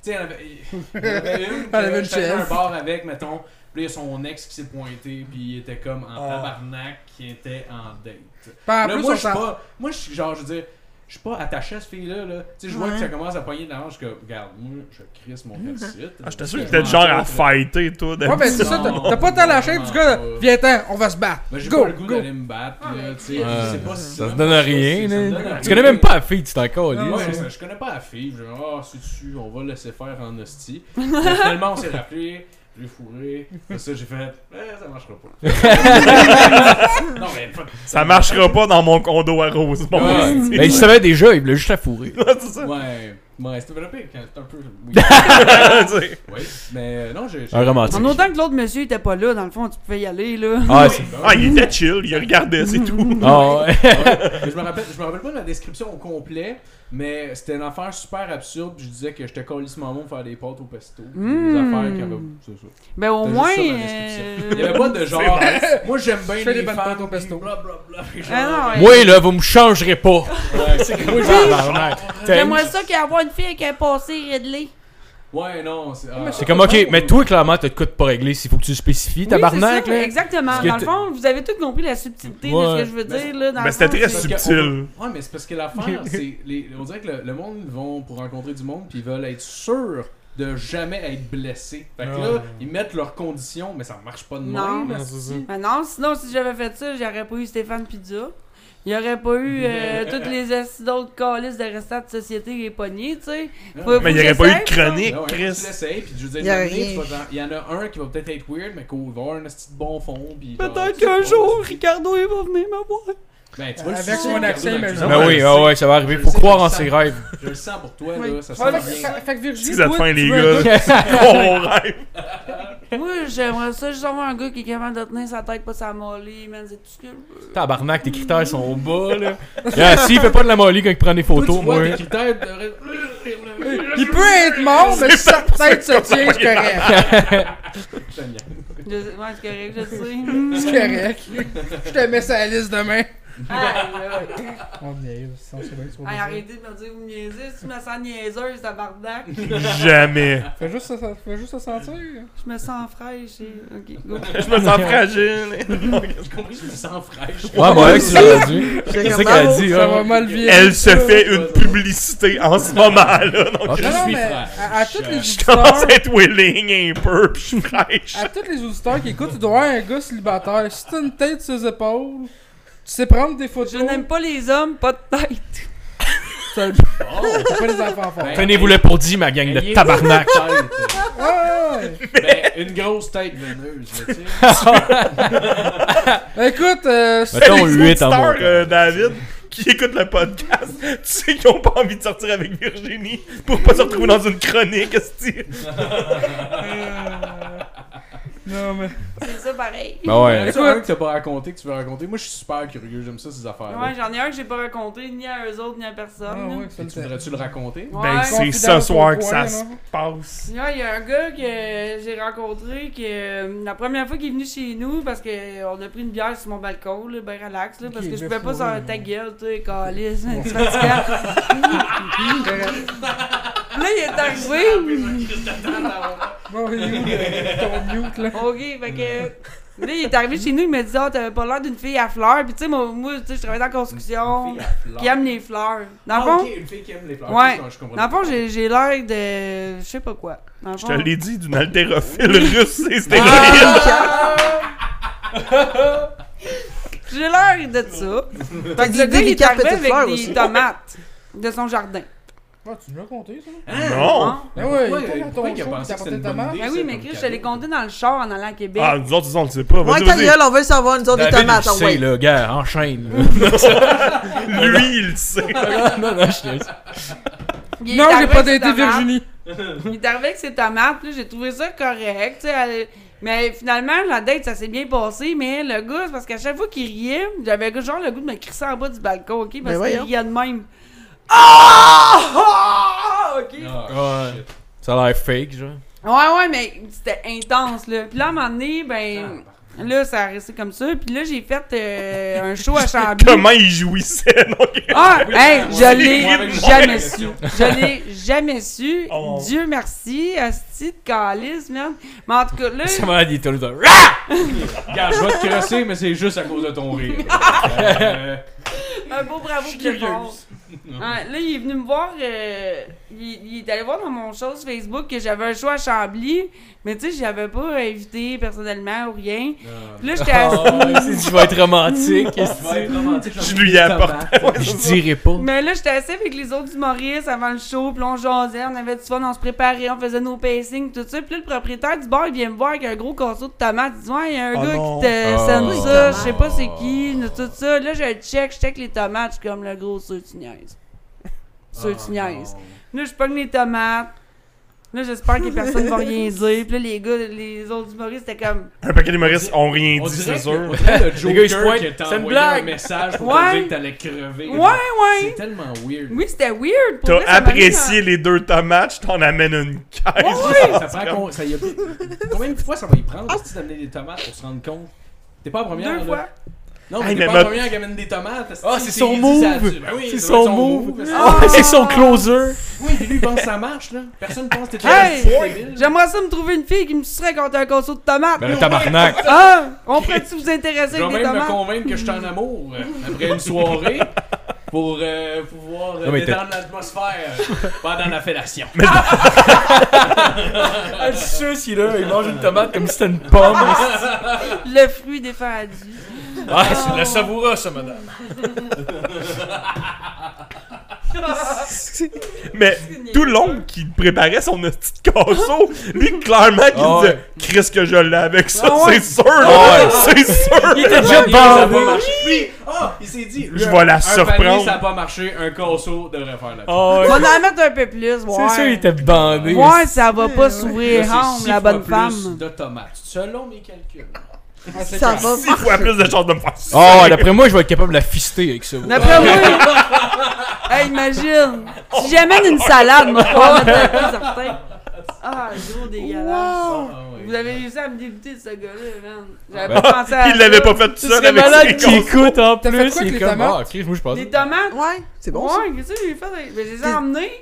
[SPEAKER 2] Tu sais,
[SPEAKER 1] [LAUGHS]
[SPEAKER 2] il y en avait une.
[SPEAKER 1] Elle avait une
[SPEAKER 2] que j'étais allé à un
[SPEAKER 1] chef.
[SPEAKER 2] bar avec, mettons. Puis là, il y a son ex qui s'est pointé, puis il était comme en
[SPEAKER 5] Ah.
[SPEAKER 2] tabarnak, qui était en date.
[SPEAKER 1] Puis en
[SPEAKER 2] Là,
[SPEAKER 1] Ah, plus,
[SPEAKER 2] moi,
[SPEAKER 1] on
[SPEAKER 2] je suis
[SPEAKER 1] s'en-
[SPEAKER 2] pas. Moi, je suis genre, je veux dire, je suis pas attaché à cette fille-là. Là. Tu sais, je vois
[SPEAKER 4] Ouais.
[SPEAKER 2] que ça commence à poigner de l'avance. Je suis comme, regarde, moi, je crisse mon petit
[SPEAKER 5] Ah, J'étais sûr que t'étais le genre à fighter, toi. de-
[SPEAKER 1] Ouais, ben c'est ça, t'as- t'as pas tant la chaîne du gars, viens-t'en, on va se battre.
[SPEAKER 2] Ben, j'ai
[SPEAKER 1] Go,
[SPEAKER 2] pas le goût
[SPEAKER 1] go.
[SPEAKER 2] d'aller me battre,
[SPEAKER 3] Ah,
[SPEAKER 2] là,
[SPEAKER 3] mais
[SPEAKER 2] tu sais,
[SPEAKER 6] Ouais,
[SPEAKER 2] je sais pas si
[SPEAKER 6] Euh, Ça
[SPEAKER 2] c'est
[SPEAKER 6] se
[SPEAKER 2] même
[SPEAKER 6] donne
[SPEAKER 2] pas
[SPEAKER 6] à
[SPEAKER 2] ça,
[SPEAKER 6] rien,
[SPEAKER 2] c'est- ça me donne
[SPEAKER 6] là.
[SPEAKER 2] à
[SPEAKER 6] Tu
[SPEAKER 2] rien.
[SPEAKER 6] connais même pas la fille, tu t'en calises.
[SPEAKER 1] Ah,
[SPEAKER 2] Ouais, ça, je connais pas la fille, je dis, ah, c'est tu on va le laisser faire en hostie. Mais finalement, on s'est rappelé, je l'ai fourré, après ça, j'ai fait, eh, ça marchera pas.
[SPEAKER 6] [LAUGHS]
[SPEAKER 2] non, mais pas-
[SPEAKER 5] Ça marchera pas dans mon condo à Rosemont.
[SPEAKER 2] Ouais.
[SPEAKER 5] c'est- [LAUGHS]
[SPEAKER 6] Mais il savait déjà, il voulait juste la fourrer.
[SPEAKER 5] c'est ça. [LAUGHS]
[SPEAKER 2] Ouais, ouais, c'était développé quand c'était un peu. Oui, [LAUGHS]
[SPEAKER 5] Tu sais.
[SPEAKER 2] Ouais, mais euh, non, j'ai. j'ai-
[SPEAKER 6] Un romantique.
[SPEAKER 3] En autant que l'autre monsieur était pas là, dans le fond, tu pouvais y aller, là.
[SPEAKER 6] Ah,
[SPEAKER 2] Oui,
[SPEAKER 6] c'est.
[SPEAKER 2] ben,
[SPEAKER 5] Ah, il était chill, il regardait, c'est
[SPEAKER 6] [LAUGHS]
[SPEAKER 5] tout.
[SPEAKER 6] Ah, ouais.
[SPEAKER 2] Mais je me rappelle, je me rappelle pas de la description au complet, mais c'était une affaire super absurde. puis Je disais que j'étais colissement bon pour faire des pâtes au pesto. puis Des
[SPEAKER 6] Hmm.
[SPEAKER 3] Mm.
[SPEAKER 2] affaires qui avaient. C'est ça.
[SPEAKER 3] Ben au
[SPEAKER 2] T'as
[SPEAKER 3] moins.
[SPEAKER 2] juste ça dans la
[SPEAKER 3] euh, [LAUGHS]
[SPEAKER 2] description. Il y avait pas de genre. Moi j'aime bien
[SPEAKER 1] Je fais
[SPEAKER 2] les
[SPEAKER 1] des bonnes
[SPEAKER 2] femmes
[SPEAKER 1] pâtes au pesto.
[SPEAKER 2] puis blablabla, puis genre,
[SPEAKER 3] Ah non,
[SPEAKER 6] Moi, là, vous me changerez pas.
[SPEAKER 2] ouais,
[SPEAKER 3] [LAUGHS]
[SPEAKER 2] c'est comme-
[SPEAKER 6] Tabarnak.
[SPEAKER 3] J'aimerais ça qu'il y ait avoir une fille qui est passée Ridley.
[SPEAKER 2] Ouais, non, c'est. ah.
[SPEAKER 6] C'est comme, ok, mais toi, clairement, t'as de quoi de pas réglé. S'il faut que tu le spécifies,
[SPEAKER 3] Oui,
[SPEAKER 6] tabarnak,
[SPEAKER 3] c'est ça,
[SPEAKER 6] là.
[SPEAKER 3] Exactement.
[SPEAKER 6] Parce que
[SPEAKER 3] Dans le
[SPEAKER 6] t'es-
[SPEAKER 3] fond, vous avez tous compris la subtilité de ce
[SPEAKER 6] Ouais.
[SPEAKER 3] que je veux
[SPEAKER 2] Mais-
[SPEAKER 3] dire, là. Dans
[SPEAKER 5] Mais Ben,
[SPEAKER 3] le
[SPEAKER 5] c'était
[SPEAKER 3] fond,
[SPEAKER 5] très
[SPEAKER 3] c'est-
[SPEAKER 2] Parce
[SPEAKER 5] subtil.
[SPEAKER 2] que on va- Ouais, mais c'est parce que l'affaire, c'est. les- On dirait que le, le monde, ils vont pour rencontrer du monde, puis ils veulent être sûrs de jamais être blessés. Fait que là, ils mettent leurs conditions, mais ça marche pas de
[SPEAKER 3] Non.
[SPEAKER 2] même.
[SPEAKER 3] Non,
[SPEAKER 2] asti.
[SPEAKER 3] Mais Ben non, sinon, si j'avais fait ça, j'aurais pas eu Stéphane Pizza. Il y aurait pas eu
[SPEAKER 5] [LAUGHS]
[SPEAKER 3] euh, toutes les assis d'autres calices de restants de société qui est pogné, tu sais. Faut-
[SPEAKER 5] Mais il n'y
[SPEAKER 3] faut
[SPEAKER 5] aurait
[SPEAKER 3] que
[SPEAKER 5] pas eu
[SPEAKER 3] j'essaie,
[SPEAKER 5] de chronique,
[SPEAKER 2] Ah ouais,
[SPEAKER 5] Chris.
[SPEAKER 2] Tu l'essayes, puis je veux dire,
[SPEAKER 4] Y a
[SPEAKER 2] un moment donné,
[SPEAKER 4] rien.
[SPEAKER 2] tu vas dans- il y en a un qui va peut-être être weird, mais qui va avoir un petit bon fond. puis genre,
[SPEAKER 3] Peut-être
[SPEAKER 2] tu sais
[SPEAKER 3] qu'un
[SPEAKER 2] pas.
[SPEAKER 3] jour, Ricardo, il va venir me voir.
[SPEAKER 2] Ben, tu vas le
[SPEAKER 1] Avec
[SPEAKER 2] sentir,
[SPEAKER 1] mon
[SPEAKER 2] Ricardo,
[SPEAKER 1] accent,
[SPEAKER 2] dans le
[SPEAKER 1] mais
[SPEAKER 2] cuisine.
[SPEAKER 5] non.
[SPEAKER 6] Ben oui,
[SPEAKER 5] Je
[SPEAKER 6] ah
[SPEAKER 5] sais.
[SPEAKER 6] ouais, ça va
[SPEAKER 2] Je
[SPEAKER 6] arriver.
[SPEAKER 2] le
[SPEAKER 6] Faut
[SPEAKER 2] sais,
[SPEAKER 6] croire
[SPEAKER 2] je
[SPEAKER 6] en
[SPEAKER 2] le
[SPEAKER 6] ses
[SPEAKER 2] sens.
[SPEAKER 6] rêves.
[SPEAKER 2] Je le sens pour toi,
[SPEAKER 1] Oui.
[SPEAKER 2] là. Ça sent
[SPEAKER 1] Ouais, fait-
[SPEAKER 2] bien.
[SPEAKER 1] fait- Fait que Virginie,
[SPEAKER 5] C'est ça de
[SPEAKER 1] toi,
[SPEAKER 5] fin,
[SPEAKER 1] tu
[SPEAKER 5] les
[SPEAKER 1] veux un
[SPEAKER 5] gars. [LAUGHS] On rêve.
[SPEAKER 3] Moi, j'aimerais ça, juste avoir un gars qui est capable de tenir sa tête, pas sa molly, man, c'est tout ce que je veux.
[SPEAKER 6] Tabarnak, tes critères sont au bas, là. Ah, S'il fait pas de la molly quand il prend des
[SPEAKER 2] Toi,
[SPEAKER 6] photos,
[SPEAKER 2] tu vois,
[SPEAKER 6] moi.
[SPEAKER 2] tes critères devraient-
[SPEAKER 1] Il peut être
[SPEAKER 5] [LAUGHS]
[SPEAKER 1] mort, mais si sa tête se tient, c'est correct.
[SPEAKER 2] Génial.
[SPEAKER 3] Je- Ouais, c'est correct, je sais.
[SPEAKER 1] [LAUGHS] C'est correct. Je te mets sur la liste demain.
[SPEAKER 3] Aïe, aïe.
[SPEAKER 1] On est, euh, on sait bien que tu vas
[SPEAKER 3] Hey,
[SPEAKER 1] dire
[SPEAKER 3] arrêtez de me dire vous me niaisez, si tu me sens niaiseuse, tabarnak.
[SPEAKER 5] Jamais.
[SPEAKER 1] ça. Fais juste, se- fais juste se sentir.
[SPEAKER 3] Je me sens fraîche et... Ok, go.
[SPEAKER 5] Je me sens fragile.
[SPEAKER 2] J'ai compris, je me sens fraîche.
[SPEAKER 6] Ouais, bah ouais, c'est ça qu'elle a dit.
[SPEAKER 4] J'ai
[SPEAKER 6] C'est
[SPEAKER 4] comme,
[SPEAKER 6] ça qu'elle a
[SPEAKER 4] bravo.
[SPEAKER 6] dit,
[SPEAKER 1] Ça
[SPEAKER 6] ouais.
[SPEAKER 1] va mal vivre.
[SPEAKER 5] Elle se fait une publicité en ce moment, là. Donc,
[SPEAKER 6] Ah,
[SPEAKER 1] Non, non,
[SPEAKER 2] suis
[SPEAKER 1] mais
[SPEAKER 2] fraîche.
[SPEAKER 1] à, à tous les
[SPEAKER 5] [LAUGHS] je commence
[SPEAKER 1] auditeurs,
[SPEAKER 5] à être willing un peu, puis je suis fraîche.
[SPEAKER 1] à tous les auditeurs qui écoutent, tu dois avoir un gars célibataire. Si t'as une tête sur ses épaules, tu sais prendre des photos.
[SPEAKER 3] Je n'aime pas les hommes, pas de tête.
[SPEAKER 1] T'as
[SPEAKER 2] Oh,
[SPEAKER 1] t'as pas les enfants forts.
[SPEAKER 2] Ben,
[SPEAKER 6] Tenez-vous-le pour dit, ma gang de
[SPEAKER 2] Ayez- [LAUGHS]
[SPEAKER 6] tabarnak.
[SPEAKER 2] tête.
[SPEAKER 1] Ouais, ouais.
[SPEAKER 2] Ben, une grosse tête veineuse, là, tu
[SPEAKER 6] [LAUGHS]
[SPEAKER 2] sais.
[SPEAKER 1] Écoute, euh, c'est-
[SPEAKER 6] Mettons
[SPEAKER 5] les
[SPEAKER 6] 8 en
[SPEAKER 5] auditeurs,
[SPEAKER 6] montant.
[SPEAKER 5] euh, David, qui écoutent le podcast, [LAUGHS] tu sais qu'ils ont pas envie de sortir avec Virginie pour pas se retrouver dans une chronique, esti.
[SPEAKER 1] euh, Non, mais.
[SPEAKER 3] C'est ça pareil.
[SPEAKER 2] Bah,
[SPEAKER 5] Ben ouais.
[SPEAKER 2] Écoute, un que t'as pas raconté que tu veux raconter. Moi, je suis super curieux, j'aime ça ces affaires.
[SPEAKER 3] Ouais, j'en ai un que j'ai pas raconté ni à eux autres ni à personne.
[SPEAKER 1] Ah, ouais,
[SPEAKER 3] là.
[SPEAKER 1] que ça le
[SPEAKER 2] tu
[SPEAKER 1] fait.
[SPEAKER 2] voudrais-tu le raconter
[SPEAKER 3] Ouais.
[SPEAKER 5] Ben, c'est ce
[SPEAKER 1] Confidence
[SPEAKER 5] soir
[SPEAKER 1] au
[SPEAKER 5] que ça
[SPEAKER 1] poil,
[SPEAKER 5] se
[SPEAKER 1] non?
[SPEAKER 5] passe.
[SPEAKER 3] Sinon, il y a un gars que j'ai rencontré que euh, la première fois qu'il est venu chez nous, parce qu'on a pris une bière sur mon balcon, là, ben relax, là, parce
[SPEAKER 1] Ok,
[SPEAKER 3] que je
[SPEAKER 1] ben
[SPEAKER 3] pouvais pas
[SPEAKER 1] fourré,
[SPEAKER 3] sur
[SPEAKER 1] là.
[SPEAKER 3] ta gueule, tu sais, calice, [LAUGHS] c'est fatigant. Puis là, il est arrivé.
[SPEAKER 1] Bon, il est où le- ton mute, là?
[SPEAKER 3] ok, fait que. Là, il est arrivé chez nous, il m'a dit Ah, t'avais pas l'air d'une fille à fleurs. Puis, tu sais, moi, moi, tu sais, je travaille dans la construction,
[SPEAKER 2] Une fille à fleurs.
[SPEAKER 3] qui aime les fleurs. Dans le
[SPEAKER 2] Ah,
[SPEAKER 3] fond,
[SPEAKER 2] ok, une fille qui aime les fleurs.
[SPEAKER 3] Ouais.
[SPEAKER 2] Ok, je comprends.
[SPEAKER 3] dans le fond, j'ai j'ai l'air de. Je sais pas quoi. Dans le
[SPEAKER 5] Je te
[SPEAKER 3] fond-
[SPEAKER 5] l'ai dit, d'une haltérophile russe, c'est
[SPEAKER 4] Ah,
[SPEAKER 5] [LAUGHS] stérile.
[SPEAKER 3] J'ai l'air de ça.
[SPEAKER 4] Fait
[SPEAKER 3] Le gars, il est arrivé
[SPEAKER 4] petites
[SPEAKER 3] avec
[SPEAKER 4] fleurs
[SPEAKER 3] des
[SPEAKER 4] aussi.
[SPEAKER 3] tomates de son jardin.
[SPEAKER 1] Ah, tu nous l'as compté, ça?
[SPEAKER 5] Non!
[SPEAKER 3] Hein?
[SPEAKER 1] Ah ouais,
[SPEAKER 2] Pourquoi-
[SPEAKER 1] il était dans
[SPEAKER 2] pourquoi
[SPEAKER 1] ton
[SPEAKER 2] il a
[SPEAKER 1] show,
[SPEAKER 2] pensé
[SPEAKER 1] il
[SPEAKER 2] que c'était
[SPEAKER 1] apportait
[SPEAKER 2] une
[SPEAKER 1] ta
[SPEAKER 2] bonne
[SPEAKER 1] marque.
[SPEAKER 2] idée?
[SPEAKER 3] Ben
[SPEAKER 2] C'est
[SPEAKER 3] oui, mais
[SPEAKER 2] comme
[SPEAKER 3] Chris, je te
[SPEAKER 2] cadeau.
[SPEAKER 3] l'ai compté dans le char en allant à Québec.
[SPEAKER 5] Ah, nous autres, ils ont, le sait pas.
[SPEAKER 4] Ouais,
[SPEAKER 5] Vas-y,
[SPEAKER 4] ta
[SPEAKER 5] vas-y.
[SPEAKER 4] gueule, on veut le savoir, nous autres, les
[SPEAKER 6] David,
[SPEAKER 4] tomates, Ah,
[SPEAKER 6] tu
[SPEAKER 4] on
[SPEAKER 6] sais,
[SPEAKER 4] wait.
[SPEAKER 6] là, gars, enchaîne. là.
[SPEAKER 5] Lui, il le sait.
[SPEAKER 6] non, non, je te
[SPEAKER 3] Il est
[SPEAKER 1] Non, j'ai
[SPEAKER 3] arrivé
[SPEAKER 1] pas
[SPEAKER 3] avec
[SPEAKER 1] daté
[SPEAKER 3] ses tomates.
[SPEAKER 1] Virginie.
[SPEAKER 3] Il est arrivé avec ses tomates, là, j'ai trouvé ça correct. tu sais, elle- Mais finalement, la date, ça s'est bien passé, mais le gars, c'est parce qu'à chaque fois qu'il riait, j'avais genre le goût de me crisser en bas du balcon, OK? Parce qu'il
[SPEAKER 4] voyons.
[SPEAKER 3] riait de même. Ah! Ah! OK?
[SPEAKER 2] Ah,
[SPEAKER 6] Ouais.
[SPEAKER 2] shit.
[SPEAKER 6] Ça a l'air fake, genre.
[SPEAKER 3] Ouais, ouais, mais c'était intense, là. Puis là, à un moment donné, ben... Là, ça a resté comme ça. Puis là, j'ai fait euh, un show à Chambly.
[SPEAKER 5] Comment il jouissait, [LAUGHS] non?
[SPEAKER 3] Ah, hey,
[SPEAKER 2] [LAUGHS]
[SPEAKER 3] je l'ai
[SPEAKER 2] avec moi, la
[SPEAKER 3] jamais su.
[SPEAKER 2] question.
[SPEAKER 3] Je l'ai jamais su.
[SPEAKER 5] Oh.
[SPEAKER 3] Dieu merci. Asti de calice, merde. Mais en tout cas, là,
[SPEAKER 6] Ça m'a dit tout le temps. Ah,
[SPEAKER 2] Regarde, je vais te crosser, mais c'est juste à cause de ton rire. Euh,
[SPEAKER 3] un beau bravo qui est fort. Ouais, Là, il est venu me voir. euh, il, il est allé voir dans mon show sur Facebook que j'avais un show à Chambly. Mais tu sais, j'avais pas invité personnellement ou rien.
[SPEAKER 2] euh,
[SPEAKER 3] Puis là, j'étais assis.
[SPEAKER 6] Oh, Je vais être romantique.
[SPEAKER 2] tu vas être romantique,
[SPEAKER 5] Je lui ai apporté. Ouais,
[SPEAKER 6] Je dirais pas.
[SPEAKER 3] Mais là, j'étais assis avec les autres humoristes avant le show, puis on jasait, on avait du fun, on se préparait, on faisait nos pacings, tout ça. Puis là, le propriétaire du bar, il vient me voir avec un gros corseau de tomates. Il dit Ouais, il y a un
[SPEAKER 5] Oh
[SPEAKER 3] gars
[SPEAKER 5] non.
[SPEAKER 3] qui te
[SPEAKER 6] Ah.
[SPEAKER 3] sème
[SPEAKER 6] Oui,
[SPEAKER 3] ça,
[SPEAKER 4] tomates.
[SPEAKER 3] je sais pas c'est qui, tout ça. Là, je le check, je check les tomates, je suis comme le gros, ceux tu niaises. Ceux tu niaises. Là, je pogne les tomates. Là, j'espère que personne va rien dire. Puis là, les gars, les autres humoristes étaient comme
[SPEAKER 5] Un paquet d'humoristes ont rien
[SPEAKER 2] On
[SPEAKER 5] dit,
[SPEAKER 2] dirait
[SPEAKER 5] c'est
[SPEAKER 2] que- on
[SPEAKER 5] sûr.
[SPEAKER 2] dirait le
[SPEAKER 6] [LAUGHS] Les gars, ils se
[SPEAKER 2] Joker
[SPEAKER 6] pointent.
[SPEAKER 2] qui t'a
[SPEAKER 6] C'est une
[SPEAKER 2] envoyé un
[SPEAKER 6] blague.
[SPEAKER 2] message pour
[SPEAKER 3] Ouais.
[SPEAKER 2] te dire que t'allais crever.
[SPEAKER 3] Ouais, ouais.
[SPEAKER 2] C'est tellement weird.
[SPEAKER 3] Oui, c'était weird. Pour
[SPEAKER 5] T'as
[SPEAKER 3] vrai, ça m'a mis
[SPEAKER 5] apprécié les deux tomates, je t'en amène une caisse.
[SPEAKER 2] Ça prend con- ça y a- Combien de fois ça va y prendre
[SPEAKER 6] Ah.
[SPEAKER 2] si tu d'amener des tomates pour se rendre compte? T'es pas la
[SPEAKER 3] en-
[SPEAKER 2] première.
[SPEAKER 3] Deux
[SPEAKER 2] là.
[SPEAKER 3] fois.
[SPEAKER 2] Non, mais
[SPEAKER 5] Hey, mais
[SPEAKER 2] t'es pas
[SPEAKER 5] ma-
[SPEAKER 2] la première qui amène des tomates.
[SPEAKER 6] Ah,
[SPEAKER 2] si,
[SPEAKER 6] c'est son
[SPEAKER 2] il dit ça
[SPEAKER 6] move.
[SPEAKER 2] là-dessus. Ben oui,
[SPEAKER 6] C'est
[SPEAKER 2] ça doit être
[SPEAKER 6] son move.
[SPEAKER 2] mais ça-
[SPEAKER 3] Ah.
[SPEAKER 6] Ah, c'est son closer.
[SPEAKER 2] Oui, puis lui, il pense que ça marche, là. Personne pense que t'es
[SPEAKER 3] Hey!
[SPEAKER 2] très débile.
[SPEAKER 3] J'aimerais ça me trouver une fille qui me sucerait quand t'as un conso de tomates.
[SPEAKER 6] Ben, le tabarnak.
[SPEAKER 3] Ah! On pourrait-tu vous intéresser
[SPEAKER 2] Je vais
[SPEAKER 3] avec des
[SPEAKER 2] même me
[SPEAKER 3] tomates?
[SPEAKER 2] convaincre que je suis en amour euh, après une soirée pour euh, pouvoir euh,
[SPEAKER 6] Non, mais t'as-
[SPEAKER 2] détendre l'atmosphère euh, pendant la fellation.
[SPEAKER 6] Ah, je suis sûr, s'il est là, il mange une tomate comme si c'était une pomme.
[SPEAKER 3] Le fruit défendu.
[SPEAKER 6] Ah, c'est la savoura, ça, madame.
[SPEAKER 5] Mais tout le long qu'il préparait son petit casseau, lui, clairement, qu'il
[SPEAKER 6] Ah ouais.
[SPEAKER 5] disait Chris, que je l'ai avec ça,
[SPEAKER 3] Ah ouais.
[SPEAKER 5] c'est sûr,
[SPEAKER 6] Ah
[SPEAKER 5] là, c'est sûr.
[SPEAKER 6] Il était déjà
[SPEAKER 2] Il a pas
[SPEAKER 6] bandé.
[SPEAKER 2] marché. Lui, ah, il s'est dit. lui,
[SPEAKER 5] Je
[SPEAKER 2] un-
[SPEAKER 5] vais la
[SPEAKER 2] Un panier,
[SPEAKER 5] surprendre.
[SPEAKER 2] ça a pas marché. Un conso devrait faire la
[SPEAKER 6] Ah,
[SPEAKER 3] On
[SPEAKER 6] ouais.
[SPEAKER 3] va en mettre un peu plus, ouais.
[SPEAKER 6] C'est sûr, il était bandé. Ah,
[SPEAKER 3] Ouais, ça va pas
[SPEAKER 2] Là,
[SPEAKER 3] s'ouvrir
[SPEAKER 2] c'est
[SPEAKER 3] home,
[SPEAKER 2] six
[SPEAKER 3] la
[SPEAKER 2] fois
[SPEAKER 3] bonne
[SPEAKER 2] plus
[SPEAKER 3] femme.
[SPEAKER 2] de tomates, selon mes calculs.
[SPEAKER 1] Ah, c'est
[SPEAKER 4] Ça
[SPEAKER 1] clair.
[SPEAKER 4] va.
[SPEAKER 5] Six fois plus de chances de me faire sucer.
[SPEAKER 6] Oh, ouais, d'après moi, je vais être capable de la fister avec ça.
[SPEAKER 3] D'après moi, hey, imagine. Si j'amène une salade, moi, je vais en mettre un peu, certain. Ah, gros dégueulasse.
[SPEAKER 2] Ah, oui.
[SPEAKER 3] Vous avez réussi à me dégoûter de ce gars-là, man. J'avais
[SPEAKER 6] Ben,
[SPEAKER 3] pas pensé à
[SPEAKER 5] Il l'avait
[SPEAKER 3] ça.
[SPEAKER 5] pas fait tout
[SPEAKER 6] C'est
[SPEAKER 5] seul avec ses
[SPEAKER 6] malade qui
[SPEAKER 5] casseaux.
[SPEAKER 6] écoute en
[SPEAKER 1] T'as fait
[SPEAKER 6] plus.
[SPEAKER 1] quoi
[SPEAKER 6] il
[SPEAKER 1] avec
[SPEAKER 6] est
[SPEAKER 1] les
[SPEAKER 6] comme,
[SPEAKER 1] tomates?
[SPEAKER 6] ah, ok, moi je pense.
[SPEAKER 3] Des tomates.
[SPEAKER 4] Ouais, c'est bon. ça.
[SPEAKER 3] Ouais, qu'est-ce que j'ai fait? avec- Ben, je les ai emmenés.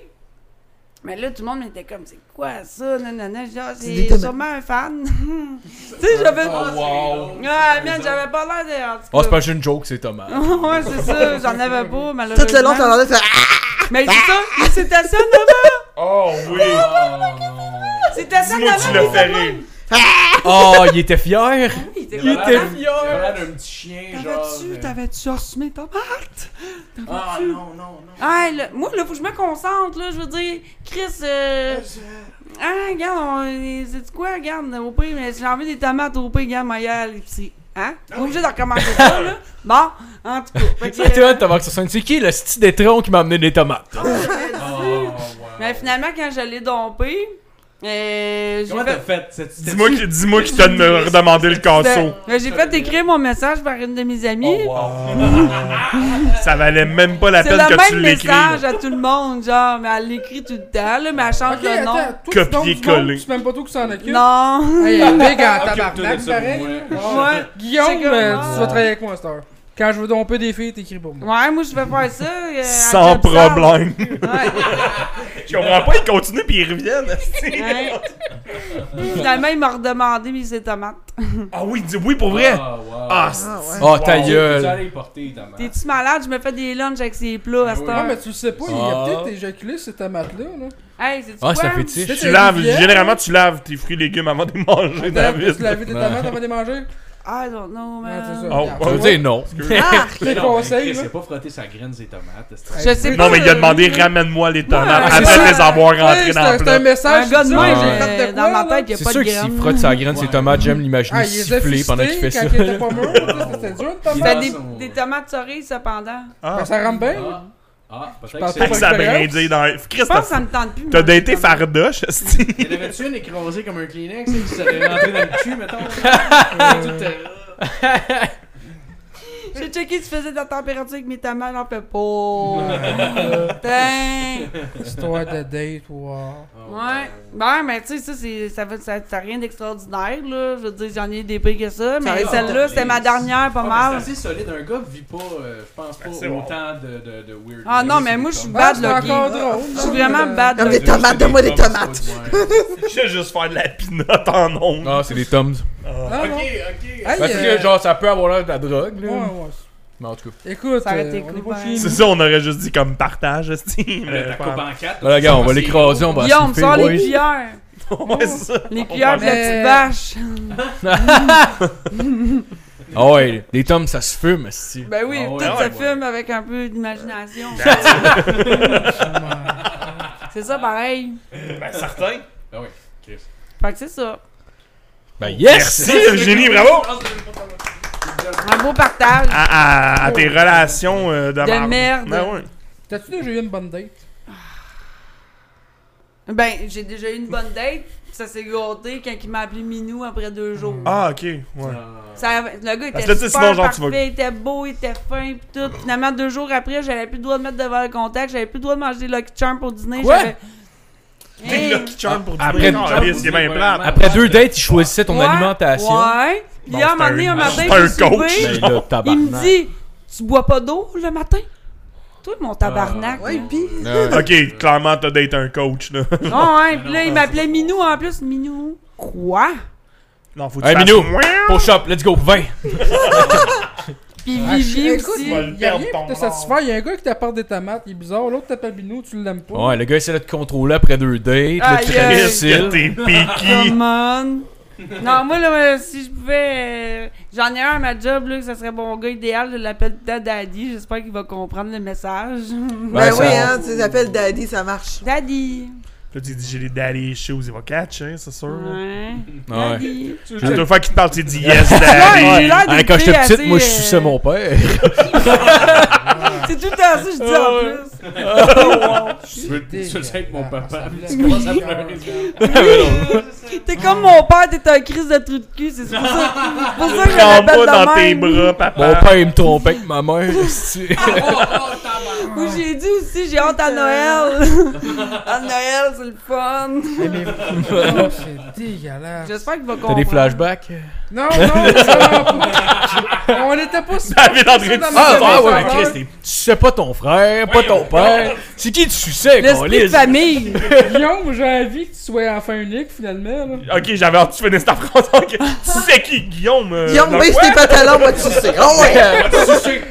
[SPEAKER 3] Mais là, tout le monde m'était comme, c'est quoi ça? Nanana, genre,
[SPEAKER 4] des
[SPEAKER 3] c'est
[SPEAKER 4] tomates.
[SPEAKER 3] sûrement un fan. [LAUGHS] tu sais, j'avais.
[SPEAKER 2] Oh, wow.
[SPEAKER 3] Ah, merde, j'avais pas l'air de. en tout
[SPEAKER 6] Oh, c'est
[SPEAKER 3] cas.
[SPEAKER 6] pas juste une joke, c'est tomates.
[SPEAKER 3] [LAUGHS] ouais, c'est ça, j'en avais pas, malheureusement.
[SPEAKER 4] Tout le long, t'as l'air de faire Ah!
[SPEAKER 3] Mais c'est ça, mais c'était ça, Nova!
[SPEAKER 5] Oh oui.
[SPEAKER 3] C'était ça,
[SPEAKER 5] Dis-moi
[SPEAKER 3] Nova!
[SPEAKER 5] que tu l'as fait rire.
[SPEAKER 6] Oh, il était fier.
[SPEAKER 3] Ah
[SPEAKER 2] Il était fier! d'un petit chien, genre.
[SPEAKER 3] hein? T'avais-tu,
[SPEAKER 2] euh,
[SPEAKER 3] t'avais-tu reçu mes tomates?
[SPEAKER 2] Ah non, non, non.
[SPEAKER 3] Hey, là, moi, là, faut que je me concentre, là, je veux dire, Chris, euh... Ah, regarde, on... c'est quoi, regarde, au pire, mais j'ai envie des tomates au pire, regarde, ma gueule, à l'épicerie. Hein? T'es obligé de recommencer ça, là? Bon, en tout cas. fait que- euh,
[SPEAKER 6] C'était hot,
[SPEAKER 3] [LAUGHS]
[SPEAKER 6] t'as marqué sur scène. C'est qui le style d'étron qui m'a amené des tomates?
[SPEAKER 2] Oh, wow.
[SPEAKER 3] mais finalement, quand je l'ai dompé, Euh, j'ai
[SPEAKER 2] Comment
[SPEAKER 3] fait-
[SPEAKER 2] t'as fait
[SPEAKER 5] [LAUGHS]
[SPEAKER 2] cette
[SPEAKER 5] Dis-moi qui, dis-moi qui t'a de- redemandé le casseau.
[SPEAKER 3] Ben, J'ai fait écrire mon message par une de mes amies.
[SPEAKER 5] Ça valait même pas la
[SPEAKER 3] c'est
[SPEAKER 5] peine
[SPEAKER 3] le
[SPEAKER 5] que tu
[SPEAKER 3] même
[SPEAKER 5] l'écris.
[SPEAKER 3] message à tout le monde, genre, mais elle l'écrit tout le temps, là, mais elle change
[SPEAKER 1] Ok,
[SPEAKER 3] de nom.
[SPEAKER 1] attends, toi, tu tombes du
[SPEAKER 5] Copier-coller.
[SPEAKER 1] monde, tu sais même pas tout qui s'en occupe.
[SPEAKER 3] Non.
[SPEAKER 1] Hey, elle est big en
[SPEAKER 2] Occupe-toi de
[SPEAKER 1] tabarnak,
[SPEAKER 2] ça,
[SPEAKER 1] pareil.
[SPEAKER 2] moi.
[SPEAKER 3] [LAUGHS] ouais. C'est
[SPEAKER 1] Guillaume,
[SPEAKER 3] comme-
[SPEAKER 1] euh, tu vas travailler avec moi, Star. Quand je veux domper des filles, t'écris pour moi.
[SPEAKER 3] Ouais, moi, je vais faire ça. euh, à
[SPEAKER 5] Sans
[SPEAKER 3] Job Star.
[SPEAKER 5] problème. [LAUGHS]
[SPEAKER 3] Ouais.
[SPEAKER 5] Je comprends pas, ils continuent puis ils reviennent. esti.
[SPEAKER 3] Ouais. Finalement, il m'a redemandé mes tomates.
[SPEAKER 5] Ah oui, dis oui pour vrai.
[SPEAKER 2] Ah, wow.
[SPEAKER 5] Ah,
[SPEAKER 4] Ah ouais.
[SPEAKER 6] Oh, ta
[SPEAKER 2] Wow. Tu
[SPEAKER 6] gueule.
[SPEAKER 2] allais y porter ta main.
[SPEAKER 3] T'es-tu malade? Je me fais des lunchs avec ces plats à cette
[SPEAKER 2] Ouais,
[SPEAKER 1] Non,
[SPEAKER 3] heure.
[SPEAKER 1] mais tu le sais pas, il a
[SPEAKER 6] Ah.
[SPEAKER 1] peut-être éjaculé ces tomates-là. Là.
[SPEAKER 3] Hey, c'est-tu
[SPEAKER 6] Ah,
[SPEAKER 3] quoi?
[SPEAKER 6] ça fétiche.
[SPEAKER 5] tu laves, généralement tu laves tes fruits et légumes avant de les manger dans la
[SPEAKER 1] Tu l'as
[SPEAKER 5] ville.
[SPEAKER 1] vu des tomates avant de les manger?
[SPEAKER 3] I don't know,
[SPEAKER 1] Ouais, c'est
[SPEAKER 3] man.
[SPEAKER 1] ça.
[SPEAKER 5] Oh,
[SPEAKER 6] Je veux dire non.
[SPEAKER 4] Ah,
[SPEAKER 1] Je te
[SPEAKER 2] Non, mais
[SPEAKER 1] conseille,
[SPEAKER 2] Chris,
[SPEAKER 1] là.
[SPEAKER 2] il a pas frotté sa graine ses tomates. esti.
[SPEAKER 3] Je sais pas.
[SPEAKER 5] Non, mais il a demandé ramène-moi les tomates
[SPEAKER 3] euh, Ouais,
[SPEAKER 5] après
[SPEAKER 1] c'est
[SPEAKER 5] les
[SPEAKER 3] ça.
[SPEAKER 5] avoir
[SPEAKER 1] Hey,
[SPEAKER 5] rentrées
[SPEAKER 1] C'est
[SPEAKER 5] dans
[SPEAKER 1] un
[SPEAKER 5] le
[SPEAKER 1] c'est un
[SPEAKER 5] plat.
[SPEAKER 1] message.
[SPEAKER 3] Un gars de
[SPEAKER 1] tu sais,
[SPEAKER 3] même,
[SPEAKER 1] j'ai
[SPEAKER 3] euh,
[SPEAKER 1] fait de
[SPEAKER 3] dans
[SPEAKER 1] quoi,
[SPEAKER 3] ma tête, il
[SPEAKER 1] là?
[SPEAKER 3] y a
[SPEAKER 6] C'est
[SPEAKER 3] pas
[SPEAKER 6] sûr
[SPEAKER 3] de
[SPEAKER 6] que s'il
[SPEAKER 3] graines.
[SPEAKER 6] frotte sa graine, ses
[SPEAKER 2] Ouais.
[SPEAKER 6] tomates, j'aime l'imaginer
[SPEAKER 1] Ah, il les a
[SPEAKER 6] siffler pendant qu'il fait
[SPEAKER 1] fistés
[SPEAKER 6] ça.
[SPEAKER 1] Quand il était pas mûr, là, c'était dur une tomate.
[SPEAKER 3] C'était
[SPEAKER 2] Ah,
[SPEAKER 3] des,
[SPEAKER 2] son-
[SPEAKER 3] des tomates cerises, cependant.
[SPEAKER 1] Ben, Ça rentre bien.
[SPEAKER 2] Ah, ah, peut-être que
[SPEAKER 1] pense
[SPEAKER 5] Fait que
[SPEAKER 2] c'est...
[SPEAKER 5] ça brindille dans.
[SPEAKER 3] Je pense que
[SPEAKER 5] Christophe,
[SPEAKER 3] ça me tente plus.
[SPEAKER 5] t'as
[SPEAKER 3] moi, les
[SPEAKER 5] daté
[SPEAKER 3] tomates.
[SPEAKER 5] Fardoche, esti.
[SPEAKER 2] Il y en avait-tu une écrasée comme un Kleenex et qui serait rentrée dans le cul, mettons? Tout, euh,
[SPEAKER 3] J'ai checké si tu faisais de la température avec mes tomates, j'en
[SPEAKER 1] [LAUGHS]
[SPEAKER 3] fais pas. Putain.
[SPEAKER 1] Histoire de date, wow.
[SPEAKER 3] Ouais. Ben, mais tu sais, ça, c'est, ça, fait- ça, ça a rien d'extraordinaire, là. Je veux dire, j'en ai des prix que ça, mais
[SPEAKER 2] va,
[SPEAKER 3] celle-là,
[SPEAKER 2] mais-
[SPEAKER 3] c'était ma dernière, pas
[SPEAKER 2] Ah, mais
[SPEAKER 3] mal.
[SPEAKER 2] C'est assez solide. Un gars vit pas, euh, je pense pas,
[SPEAKER 5] c'est
[SPEAKER 2] autant de, de, de weird.
[SPEAKER 3] Ah non, mais moi, je suis
[SPEAKER 1] Ah,
[SPEAKER 3] bad
[SPEAKER 1] c'est encore
[SPEAKER 3] lucky.
[SPEAKER 1] drôle.
[SPEAKER 3] Je suis vraiment bad
[SPEAKER 4] Euh, Comme des
[SPEAKER 3] lucky.
[SPEAKER 4] tomates, donne-moi des tomates.
[SPEAKER 2] Ouais.
[SPEAKER 5] Je vais juste faire de la pinotte en ondes.
[SPEAKER 6] Ah, c'est des Toms.
[SPEAKER 1] Ah, non.
[SPEAKER 2] ok, ok.
[SPEAKER 1] Hey,
[SPEAKER 6] Parce que,
[SPEAKER 1] euh,
[SPEAKER 6] genre, ça peut avoir l'air de la drogue,
[SPEAKER 1] ouais,
[SPEAKER 6] là.
[SPEAKER 1] ouais.
[SPEAKER 6] Mais en tout cas.
[SPEAKER 1] Écoute,
[SPEAKER 3] Ça aurait
[SPEAKER 1] euh,
[SPEAKER 3] été
[SPEAKER 1] on
[SPEAKER 3] cool,
[SPEAKER 1] est pas
[SPEAKER 3] ben.
[SPEAKER 1] chez
[SPEAKER 5] C'est
[SPEAKER 1] nous.
[SPEAKER 5] ça, on aurait juste dit comme partage, esti.
[SPEAKER 2] Là,
[SPEAKER 5] mais
[SPEAKER 2] ta coupe en quatre.
[SPEAKER 6] Là, gars, on va
[SPEAKER 2] C'est-
[SPEAKER 6] l'écraser, on va
[SPEAKER 3] Guillaume,
[SPEAKER 6] sniffer,
[SPEAKER 3] sors les
[SPEAKER 6] boys.
[SPEAKER 3] cuillères.
[SPEAKER 5] Ouais, c'est ça.
[SPEAKER 3] Les cuillères de la
[SPEAKER 1] Mais-
[SPEAKER 3] petite vache.
[SPEAKER 6] Ah ouais, les Toms, ça se fume, si.
[SPEAKER 3] Ben oui,
[SPEAKER 2] Ah ouais,
[SPEAKER 3] tout se
[SPEAKER 2] ouais.
[SPEAKER 3] filme avec un peu d'imagination.
[SPEAKER 5] Ben,
[SPEAKER 3] c'est ça, pareil.
[SPEAKER 5] Ben, certain.
[SPEAKER 2] Ah oui, Chris.
[SPEAKER 3] Fait que c'est ça.
[SPEAKER 6] Ben yes!
[SPEAKER 5] Merci, Eugénie, bravo!
[SPEAKER 3] Un beau partage.
[SPEAKER 5] À, à- à tes relations euh, de, marde.
[SPEAKER 3] merde.
[SPEAKER 5] Ben ouais.
[SPEAKER 1] T'as-tu déjà eu une bonne date?
[SPEAKER 3] Ben, j'ai déjà eu une bonne date. Ça s'est gâté quand il m'a appelé Minou après deux jours.
[SPEAKER 5] Ah, ok. Ouais.
[SPEAKER 2] Ah,
[SPEAKER 3] Ça, le gars était
[SPEAKER 5] Parce que là, tu sais,
[SPEAKER 3] super
[SPEAKER 5] sinon, genre, tu
[SPEAKER 3] parfait,
[SPEAKER 5] vas-
[SPEAKER 3] il était beau, il était fin, pis tout. Finalement, deux jours après, j'avais plus le droit de mettre devant le contact, j'avais plus le droit de manger des Lucky Charm pour dîner.
[SPEAKER 6] Quoi?
[SPEAKER 3] j'avais-
[SPEAKER 5] T'es
[SPEAKER 3] Hey.
[SPEAKER 5] Lucky Charm pour
[SPEAKER 6] Après-
[SPEAKER 5] dîner. Ah, Alice, c'est bien plate.
[SPEAKER 6] Après deux dates, il choisissait ton
[SPEAKER 3] Ouais,
[SPEAKER 6] alimentation.
[SPEAKER 3] Ouais. Puis
[SPEAKER 5] Bon,
[SPEAKER 3] hier, à un
[SPEAKER 5] c'est
[SPEAKER 3] moment donné,
[SPEAKER 5] un-
[SPEAKER 3] un matin,
[SPEAKER 5] c'est
[SPEAKER 3] j'ai
[SPEAKER 5] un coach.
[SPEAKER 3] souper,
[SPEAKER 6] Ben là,
[SPEAKER 3] il me
[SPEAKER 6] tabarnak.
[SPEAKER 3] dit Tu bois pas d'eau le matin Toi, mon tabarnak.
[SPEAKER 4] Ah, Ouais,
[SPEAKER 3] là.
[SPEAKER 4] pis.
[SPEAKER 6] Ouais.
[SPEAKER 5] Ok, clairement, t'as date un coach, là.
[SPEAKER 3] Ah ouais, puis là, il m'appelait Minou en plus. Minou, quoi?
[SPEAKER 5] Non, faut que
[SPEAKER 6] Hey,
[SPEAKER 5] tu fasses-
[SPEAKER 6] Minou!
[SPEAKER 5] Mouin.
[SPEAKER 6] Pour shop, let's go, 20!
[SPEAKER 3] Puis
[SPEAKER 1] Ah,
[SPEAKER 3] Vivi
[SPEAKER 1] écoute,
[SPEAKER 3] aussi.
[SPEAKER 5] moi,
[SPEAKER 1] Il y a rien
[SPEAKER 5] Perdre
[SPEAKER 1] pour te
[SPEAKER 5] ton nom.
[SPEAKER 1] satisfaire. Il y a un gars qui t'apporte des tomates, il est bizarre. L'autre t'appelle Binou, tu l'aimes pas.
[SPEAKER 6] Ouais, le gars essaie de te contrôler après deux dates, là,
[SPEAKER 3] Aïe,
[SPEAKER 6] tu
[SPEAKER 3] aïe.
[SPEAKER 5] Qu'est-ce que
[SPEAKER 1] Ben
[SPEAKER 6] réussis.
[SPEAKER 5] t'es piqué?
[SPEAKER 3] [LAUGHS] Come on. Non, moi, là, euh, si je pouvais. euh, J'en ai un à ma job, là, que ça serait mon gars idéal. Je l'appelle Da- Daddy. J'espère qu'il va comprendre le message.
[SPEAKER 4] Ben
[SPEAKER 6] ça-
[SPEAKER 4] oui, hein, tu les appelles Daddy, ça marche.
[SPEAKER 3] Daddy.
[SPEAKER 5] Là, tu dis, j'ai les daddy issues, il va catcher, c'est sûr.
[SPEAKER 3] Ouais.
[SPEAKER 6] Ouais.
[SPEAKER 3] Daddy.
[SPEAKER 5] La deux fois qu'il te parle, tu dis
[SPEAKER 6] [LAUGHS]
[SPEAKER 5] yes, daddy.
[SPEAKER 3] j'ai l'air
[SPEAKER 6] Hein,
[SPEAKER 3] d'une
[SPEAKER 6] quand j'étais
[SPEAKER 3] fille
[SPEAKER 6] petite,
[SPEAKER 3] assez,
[SPEAKER 6] moi je
[SPEAKER 3] euh,
[SPEAKER 6] suçais mon père.
[SPEAKER 3] C'est tout le temps ça, que je dis en plus.
[SPEAKER 2] Tu veux tu le sais avec mon papa.
[SPEAKER 1] Ah,
[SPEAKER 2] Tu commences à
[SPEAKER 1] oui.
[SPEAKER 2] pleurer.
[SPEAKER 3] T'es comme mon père, t'es un crise de trou de cul. C'est pour ça, c'est pour ça que je
[SPEAKER 5] Prends pas
[SPEAKER 3] l'appelle de
[SPEAKER 5] dans tes
[SPEAKER 3] même.
[SPEAKER 5] bras,
[SPEAKER 6] Mon
[SPEAKER 5] papa.
[SPEAKER 6] père, il me trompait avec ma mère. [LAUGHS] esti.
[SPEAKER 3] Moi, j'ai dit aussi, j'ai hâte à Noël. à Noël, c'est le fun.
[SPEAKER 1] Mais- mais- Oh, C'est dégueulasse.
[SPEAKER 3] J'espère qu'il va comprendre.
[SPEAKER 6] T'as des flashbacks?
[SPEAKER 1] Non, non, non, non. On était pas si.
[SPEAKER 5] [LAUGHS] David André, tu
[SPEAKER 1] Ah,
[SPEAKER 6] Ah,
[SPEAKER 1] ah,
[SPEAKER 6] ouais,
[SPEAKER 1] ouais.
[SPEAKER 6] ouais, Chris, t'es- tu sais pas ton frère, pas ton père. C'est qui tu suçais,
[SPEAKER 3] L'esprit de
[SPEAKER 6] [LAUGHS] Colis?
[SPEAKER 3] famille.
[SPEAKER 1] Guillaume, j'ai envie que tu sois enfin unique finalement. Là.
[SPEAKER 5] Ok, j'avais entendu finir cette phrase. [LAUGHS] ok. Tu sais qui, Guillaume? euh,
[SPEAKER 4] Guillaume,
[SPEAKER 5] dans
[SPEAKER 4] baisse
[SPEAKER 5] quoi?
[SPEAKER 4] tes pantalons, moi tu sais. Oh ouais!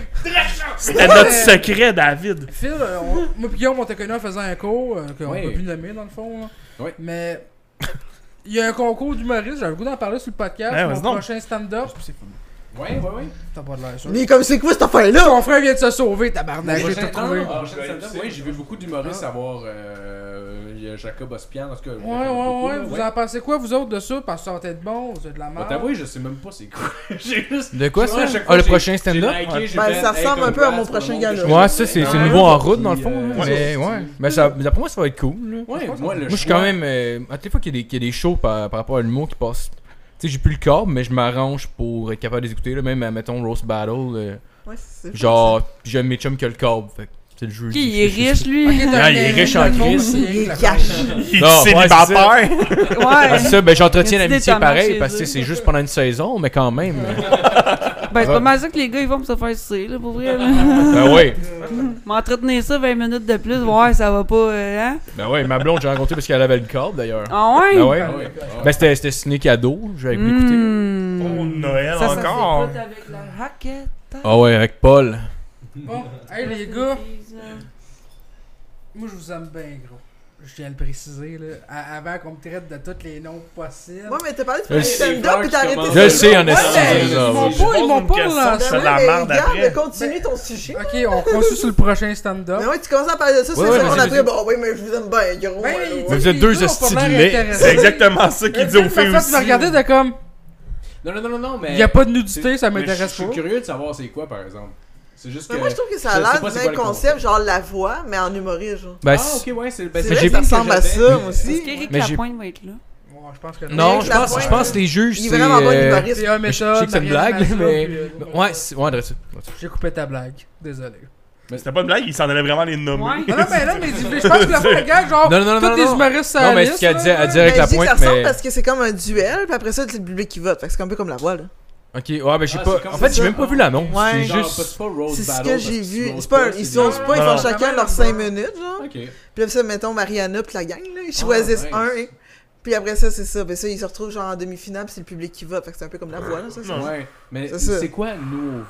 [SPEAKER 5] C'était notre secret, David.
[SPEAKER 1] Phil, euh, on- [LAUGHS] moi pis Guillaume, on t'a connu en faisant un cours euh, qu'on
[SPEAKER 2] Ouais.
[SPEAKER 1] peut plus nommer dans le fond. là.
[SPEAKER 2] Ouais.
[SPEAKER 1] Mais il y a un concours d'humoristes, j'avais le goût d'en parler sur le podcast.
[SPEAKER 5] Ben,
[SPEAKER 1] mon
[SPEAKER 5] vas-y donc.
[SPEAKER 1] prochain stand-up. C'est-
[SPEAKER 2] Ouais, ouais, ouais.
[SPEAKER 1] T'as pas de l'air sûr.
[SPEAKER 4] Mais comme c'est quoi cette affaire-là?
[SPEAKER 1] Ton frère vient de se sauver, tabarnak, j'ai tout
[SPEAKER 2] Prochain- Ah, non,
[SPEAKER 1] trouvé.
[SPEAKER 2] non, prochain stand-up, ouais, j'ai vu beaucoup d'humoristes avoir euh, puis euh, Jacob Ospian, en tout cas. je
[SPEAKER 1] Ouais,
[SPEAKER 2] connais
[SPEAKER 1] ouais,
[SPEAKER 2] beaucoup,
[SPEAKER 1] ouais.
[SPEAKER 2] là,
[SPEAKER 1] Vous en pensez quoi, vous autres, de ça? Parce que ça va être bon, vous êtes de la
[SPEAKER 2] Bah,
[SPEAKER 1] merde.
[SPEAKER 2] t'avouer, je sais même pas c'est quoi. J'ai juste.
[SPEAKER 6] De quoi
[SPEAKER 2] Tu vois, à
[SPEAKER 6] ça
[SPEAKER 2] chaque fois,
[SPEAKER 6] Ah, le
[SPEAKER 2] j'ai-
[SPEAKER 6] prochain
[SPEAKER 2] j'ai
[SPEAKER 6] stand-up
[SPEAKER 2] liké, j'ai
[SPEAKER 4] Ben,
[SPEAKER 2] fait,
[SPEAKER 4] ça
[SPEAKER 2] hey,
[SPEAKER 4] ressemble
[SPEAKER 2] comme
[SPEAKER 4] un peu à
[SPEAKER 2] quoi,
[SPEAKER 4] mon
[SPEAKER 2] c'est pas
[SPEAKER 4] prochain
[SPEAKER 2] bon
[SPEAKER 4] gala.
[SPEAKER 2] que je
[SPEAKER 6] Ouais,
[SPEAKER 2] fais.
[SPEAKER 6] ça, c'est c'est
[SPEAKER 2] Ouais.
[SPEAKER 6] nouveau en route, dans le fond.
[SPEAKER 2] Puis,
[SPEAKER 6] là.
[SPEAKER 2] euh,
[SPEAKER 6] Mais
[SPEAKER 2] ouais.
[SPEAKER 6] ouais. Mais ça, mais pour moi, ça va être cool. là.
[SPEAKER 2] Ouais, moi, le
[SPEAKER 6] Moi, je suis
[SPEAKER 2] choix-
[SPEAKER 6] quand même. euh, à toutes les fois qu'il y, a des- qu'il y a des shows par, par rapport à l'humour qui passent, tu sais, j'ai plus le corps, mais je m'arrange pour être capable de les écouter. Là, même, euh, mettons, Roast Battle. euh,
[SPEAKER 4] Ouais, c'est
[SPEAKER 6] genre, j'aime mes chums qui ont le corps. Fait que c'est le jeu.
[SPEAKER 3] Qui il est riche, lui?
[SPEAKER 1] Ok, t'as
[SPEAKER 6] Ah,
[SPEAKER 1] une
[SPEAKER 6] il est
[SPEAKER 1] erreur
[SPEAKER 6] riche
[SPEAKER 1] dans
[SPEAKER 6] en
[SPEAKER 1] le fond,
[SPEAKER 6] crise.
[SPEAKER 1] c'est rien que la
[SPEAKER 4] Il cache.
[SPEAKER 1] corde.
[SPEAKER 5] Il
[SPEAKER 6] [LAUGHS] Non,
[SPEAKER 5] est
[SPEAKER 6] ouais,
[SPEAKER 5] célibataire.
[SPEAKER 6] Ah, c'est
[SPEAKER 3] Ouais.
[SPEAKER 6] ça, ben j'entretiens
[SPEAKER 3] Y a-tu des
[SPEAKER 6] l'amitié
[SPEAKER 3] tomates
[SPEAKER 6] pareil
[SPEAKER 3] chez
[SPEAKER 6] parce que tu sais,
[SPEAKER 3] eux?
[SPEAKER 6] c'est juste pendant une saison, mais quand même.
[SPEAKER 3] Ben, c'est pas mal ça que les gars, ils vont pour se faire sucer, là, pour vrai. là. [LAUGHS]
[SPEAKER 6] ben ouais,
[SPEAKER 3] M'entretenir ça 20 minutes de plus, ouais, ça va pas, euh, hein?
[SPEAKER 6] ben ouais, ma blonde, j'ai rencontré parce qu'elle avait le corps d'ailleurs.
[SPEAKER 3] Ah Hmm. ouais?
[SPEAKER 6] Ben ouais.
[SPEAKER 2] Ah ouais. Ah.
[SPEAKER 6] Ben c'était c'était ciné cadeau, je vais l'écouter.
[SPEAKER 5] Oh,
[SPEAKER 3] Mmh.
[SPEAKER 5] Noël
[SPEAKER 3] Ça, ça
[SPEAKER 5] encore.
[SPEAKER 3] s'écoute avec la raquette.
[SPEAKER 6] Ah ouais, avec Paul.
[SPEAKER 1] Bon, hey les gars, moi je vous aime bien gros. Je tiens à le préciser là, à- avant qu'on me traite de tous les noms possibles.
[SPEAKER 4] Ouais, mais t'as parlé de
[SPEAKER 6] Je
[SPEAKER 4] premier
[SPEAKER 6] sais,
[SPEAKER 4] stand-up puis t'as
[SPEAKER 2] je
[SPEAKER 4] arrêté
[SPEAKER 2] commence-
[SPEAKER 6] Je le sais, en
[SPEAKER 4] Ouais, mais
[SPEAKER 6] estime.
[SPEAKER 4] ils
[SPEAKER 1] m'ont
[SPEAKER 6] désolé.
[SPEAKER 5] Je
[SPEAKER 1] pas- ils
[SPEAKER 5] pose
[SPEAKER 1] m'ont
[SPEAKER 5] une
[SPEAKER 1] pas
[SPEAKER 5] question,
[SPEAKER 1] relancé.
[SPEAKER 5] C'est
[SPEAKER 4] Ben
[SPEAKER 5] de la
[SPEAKER 4] oui, mais
[SPEAKER 5] merde après.
[SPEAKER 4] Regarde, continue ton sujet.
[SPEAKER 1] Ok, on continue sur le prochain
[SPEAKER 4] Mais
[SPEAKER 1] stand-up.
[SPEAKER 4] ouais, tu commences à parler de ça,
[SPEAKER 6] Ouais, ouais,
[SPEAKER 4] c'est ça qu'on
[SPEAKER 6] vas-y,
[SPEAKER 4] a
[SPEAKER 6] vas-y.
[SPEAKER 4] pris. Bon, oui, mais je vous aime bien, gros.
[SPEAKER 1] Ben,
[SPEAKER 4] allô.
[SPEAKER 6] Vous
[SPEAKER 1] tu sais,
[SPEAKER 6] êtes
[SPEAKER 1] les
[SPEAKER 6] deux
[SPEAKER 1] gars ont pas
[SPEAKER 6] hosties de
[SPEAKER 1] l'air
[SPEAKER 6] lait.
[SPEAKER 1] intéressés.
[SPEAKER 5] C'est exactement ça qu'il dit
[SPEAKER 1] Le
[SPEAKER 5] aux filles
[SPEAKER 1] fait, tu me regardais
[SPEAKER 5] aussi.
[SPEAKER 1] de comme,
[SPEAKER 2] Non, non, non, non, non, mais.
[SPEAKER 1] il y a pas de
[SPEAKER 2] C'est-
[SPEAKER 1] nudité, ça
[SPEAKER 2] mais
[SPEAKER 1] m'intéresse
[SPEAKER 2] je-
[SPEAKER 1] pas.
[SPEAKER 2] Je suis curieux de savoir c'est quoi, par exemple. C'est juste que.
[SPEAKER 4] Mais Ben, moi, je trouve que ça
[SPEAKER 2] je
[SPEAKER 4] a
[SPEAKER 2] sais
[SPEAKER 4] l'air
[SPEAKER 2] pas
[SPEAKER 4] du
[SPEAKER 2] c'est quoi
[SPEAKER 4] même
[SPEAKER 2] le
[SPEAKER 4] concept, genre la voix, mais en humoriste, genre.
[SPEAKER 6] Ben,
[SPEAKER 2] Ah, ok, ouais, c'est ben,
[SPEAKER 4] C'est
[SPEAKER 6] mais
[SPEAKER 4] vrai
[SPEAKER 6] j'ai
[SPEAKER 4] que ça
[SPEAKER 6] vu
[SPEAKER 4] ressemble à ça, moi
[SPEAKER 3] Est-ce
[SPEAKER 4] aussi.
[SPEAKER 3] qu'Éric
[SPEAKER 6] Mais j'ai-
[SPEAKER 3] Lapointe va être là?
[SPEAKER 1] Ouais, je pense que euh,
[SPEAKER 6] Non,
[SPEAKER 4] Eric
[SPEAKER 6] je pense,
[SPEAKER 4] Lapointe,
[SPEAKER 6] je pense que les juges,
[SPEAKER 4] Il est
[SPEAKER 6] c'est.
[SPEAKER 4] vraiment bon
[SPEAKER 6] euh,
[SPEAKER 4] humoriste.
[SPEAKER 1] C'est un
[SPEAKER 6] mais je je sais que c'est une blague, là, mais.
[SPEAKER 1] euh,
[SPEAKER 6] Ouais, c'est- ouais, adresse ça.
[SPEAKER 1] J'ai coupé ta blague, désolé.
[SPEAKER 5] C'était pas une blague, il s'en allait vraiment les nommer.
[SPEAKER 3] Ouais.
[SPEAKER 1] Non, non, mais là, mais dis- je pense que la fois, le gars, genre,
[SPEAKER 6] Non, non, non,
[SPEAKER 1] tous
[SPEAKER 6] non,
[SPEAKER 1] les
[SPEAKER 6] non.
[SPEAKER 1] humoristes, ça hein?
[SPEAKER 6] Non, mais ce qu'elle dit, elle dit avec
[SPEAKER 4] Ben,
[SPEAKER 6] la
[SPEAKER 4] je dis que
[SPEAKER 6] pointe,
[SPEAKER 4] ça ressemble
[SPEAKER 6] mais.
[SPEAKER 4] parce que c'est comme un duel, puis après ça, c'est le public qui vote. Fait que c'est un peu comme la voix, là.
[SPEAKER 6] Ok, ouais, ben j'ai
[SPEAKER 2] Ah,
[SPEAKER 6] pas.
[SPEAKER 2] c'est comme
[SPEAKER 6] En fait,
[SPEAKER 4] ça.
[SPEAKER 6] j'ai même pas vu l'annonce.
[SPEAKER 4] Ouais.
[SPEAKER 6] C'est
[SPEAKER 2] Genre,
[SPEAKER 6] juste.
[SPEAKER 2] C'est pas road
[SPEAKER 4] C'est ce
[SPEAKER 2] battle,
[SPEAKER 4] que
[SPEAKER 2] parce
[SPEAKER 4] j'ai vu.
[SPEAKER 2] tu
[SPEAKER 4] C'est pas,
[SPEAKER 2] oses
[SPEAKER 4] ils
[SPEAKER 2] c'est
[SPEAKER 4] se osent
[SPEAKER 2] bien.
[SPEAKER 4] pas, ils font
[SPEAKER 5] Non.
[SPEAKER 4] chacun leurs 5 minutes, genre.
[SPEAKER 2] Ok.
[SPEAKER 4] Puis là, ça, mettons Mariana puis la gang, là, ils choisissent
[SPEAKER 2] Ah, nice.
[SPEAKER 4] un. hein. Puis après ça, c'est ça. Ben ça, ils se retrouvent genre en demi-finale, puis c'est le public qui vote. Fait que c'est un peu comme la voix, là, ça. c'est-
[SPEAKER 2] Ouais, mais
[SPEAKER 4] C'est ça.
[SPEAKER 2] c'est quoi nouveau?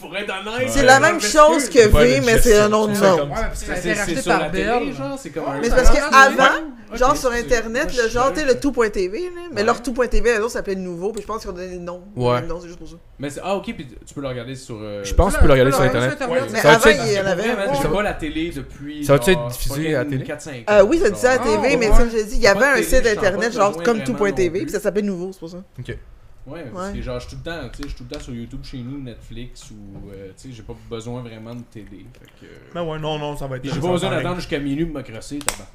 [SPEAKER 2] Pour être honnête, euh,
[SPEAKER 4] C'est la même chose que
[SPEAKER 5] Ouais,
[SPEAKER 4] V,
[SPEAKER 5] le
[SPEAKER 4] mais
[SPEAKER 5] geste,
[SPEAKER 4] c'est un autre
[SPEAKER 5] c'est
[SPEAKER 4] nom.
[SPEAKER 5] comme-
[SPEAKER 1] Ouais, parce que ça a été
[SPEAKER 2] C'est c'est
[SPEAKER 1] racheté
[SPEAKER 2] sur la
[SPEAKER 1] par
[SPEAKER 2] télé,
[SPEAKER 1] Bell.
[SPEAKER 2] genre, c'est comme un-
[SPEAKER 4] Mais c'est parce
[SPEAKER 1] Ouais,
[SPEAKER 4] qu'avant,
[SPEAKER 2] Ok,
[SPEAKER 4] genre sur
[SPEAKER 2] c'est- moi,
[SPEAKER 4] Internet,
[SPEAKER 2] je
[SPEAKER 4] le
[SPEAKER 2] suis
[SPEAKER 4] genre, tu
[SPEAKER 2] sûr
[SPEAKER 4] sais,
[SPEAKER 2] que-
[SPEAKER 4] le tout.tv, là, mais
[SPEAKER 2] Ouais.
[SPEAKER 4] leur tout.tv, les autres s'appelait Nouveau, puis je pense qu'ils ont donné le nom.
[SPEAKER 6] Ouais.
[SPEAKER 4] Le nom, c'est juste pour ça.
[SPEAKER 2] Mais c'est- ah, ok, puis tu peux le regarder sur. euh,
[SPEAKER 6] Je pense que tu peux le regarder sur internet.
[SPEAKER 5] Ouais.
[SPEAKER 4] Mais
[SPEAKER 6] Ça va
[SPEAKER 4] avant,
[SPEAKER 6] être-
[SPEAKER 4] il y en
[SPEAKER 2] Pour vrai,
[SPEAKER 4] avait.
[SPEAKER 2] man,
[SPEAKER 4] Ouais.
[SPEAKER 2] J'ai pas la télé depuis.
[SPEAKER 6] Ça va-tu
[SPEAKER 2] genre,
[SPEAKER 6] être diffusé
[SPEAKER 2] fucking
[SPEAKER 6] à la télé?
[SPEAKER 2] 4-5
[SPEAKER 4] Euh, oui, ça disait à la
[SPEAKER 2] genre.
[SPEAKER 1] Ah,
[SPEAKER 4] TV, mais
[SPEAKER 1] ouais.
[SPEAKER 4] comme je l'ai dit, il y avait
[SPEAKER 2] Pas de
[SPEAKER 4] un
[SPEAKER 2] télé,
[SPEAKER 4] site
[SPEAKER 2] je sens pas
[SPEAKER 4] internet,
[SPEAKER 2] besoin
[SPEAKER 4] genre comme
[SPEAKER 2] vraiment non
[SPEAKER 4] tout.tv,
[SPEAKER 2] plus.
[SPEAKER 4] puis ça s'appelait Nouveau, c'est pour ça.
[SPEAKER 2] Ouais, parce que
[SPEAKER 4] Ouais.
[SPEAKER 2] genre, je suis tout le temps, tu sais, je suis tout le temps sur YouTube chez nous, Netflix, ou. euh, Tu sais, j'ai pas besoin vraiment de télé. Fait que.
[SPEAKER 5] [LAUGHS] Ben ouais, non, non, ça va être.
[SPEAKER 2] Puis j'ai pas besoin d'attendre jusqu'à minuit pour me crosser, tabarnak.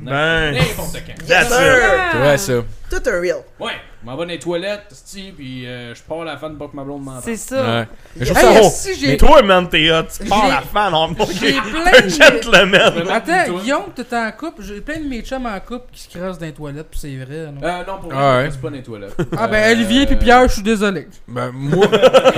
[SPEAKER 5] Ben.
[SPEAKER 2] N'importe quand.
[SPEAKER 5] That's it.
[SPEAKER 3] Ah!
[SPEAKER 6] C'est vrai, ça.
[SPEAKER 4] Tout un real.
[SPEAKER 2] Ouais, je m'en vais dans les toilettes, sti, puis euh, je pars à la fin de Boc ma blonde m'entend.
[SPEAKER 3] Ah, C'est ça.
[SPEAKER 6] Ouais. Mais je trouve ça
[SPEAKER 1] Hey,
[SPEAKER 6] drôle.
[SPEAKER 1] si
[SPEAKER 5] Mais
[SPEAKER 1] j'ai
[SPEAKER 5] toi, man, t'es hot. Tu pars
[SPEAKER 1] J'ai-
[SPEAKER 5] la fan en mon
[SPEAKER 1] j'ai
[SPEAKER 5] [LAUGHS] Un
[SPEAKER 1] plein de...
[SPEAKER 5] gentleman.
[SPEAKER 1] Attends,
[SPEAKER 2] Toi?
[SPEAKER 1] Guillaume, t'es en couple. J'ai plein de mes chums en couple qui se crassent dans les toilettes, pis c'est vrai. non?
[SPEAKER 2] Euh, non, pour
[SPEAKER 6] Ah
[SPEAKER 2] moi,
[SPEAKER 6] ouais.
[SPEAKER 2] c'est pas dans les toilettes.
[SPEAKER 1] Ah ben, Olivier pis Pierre, je suis désolé.
[SPEAKER 6] Ben, moi,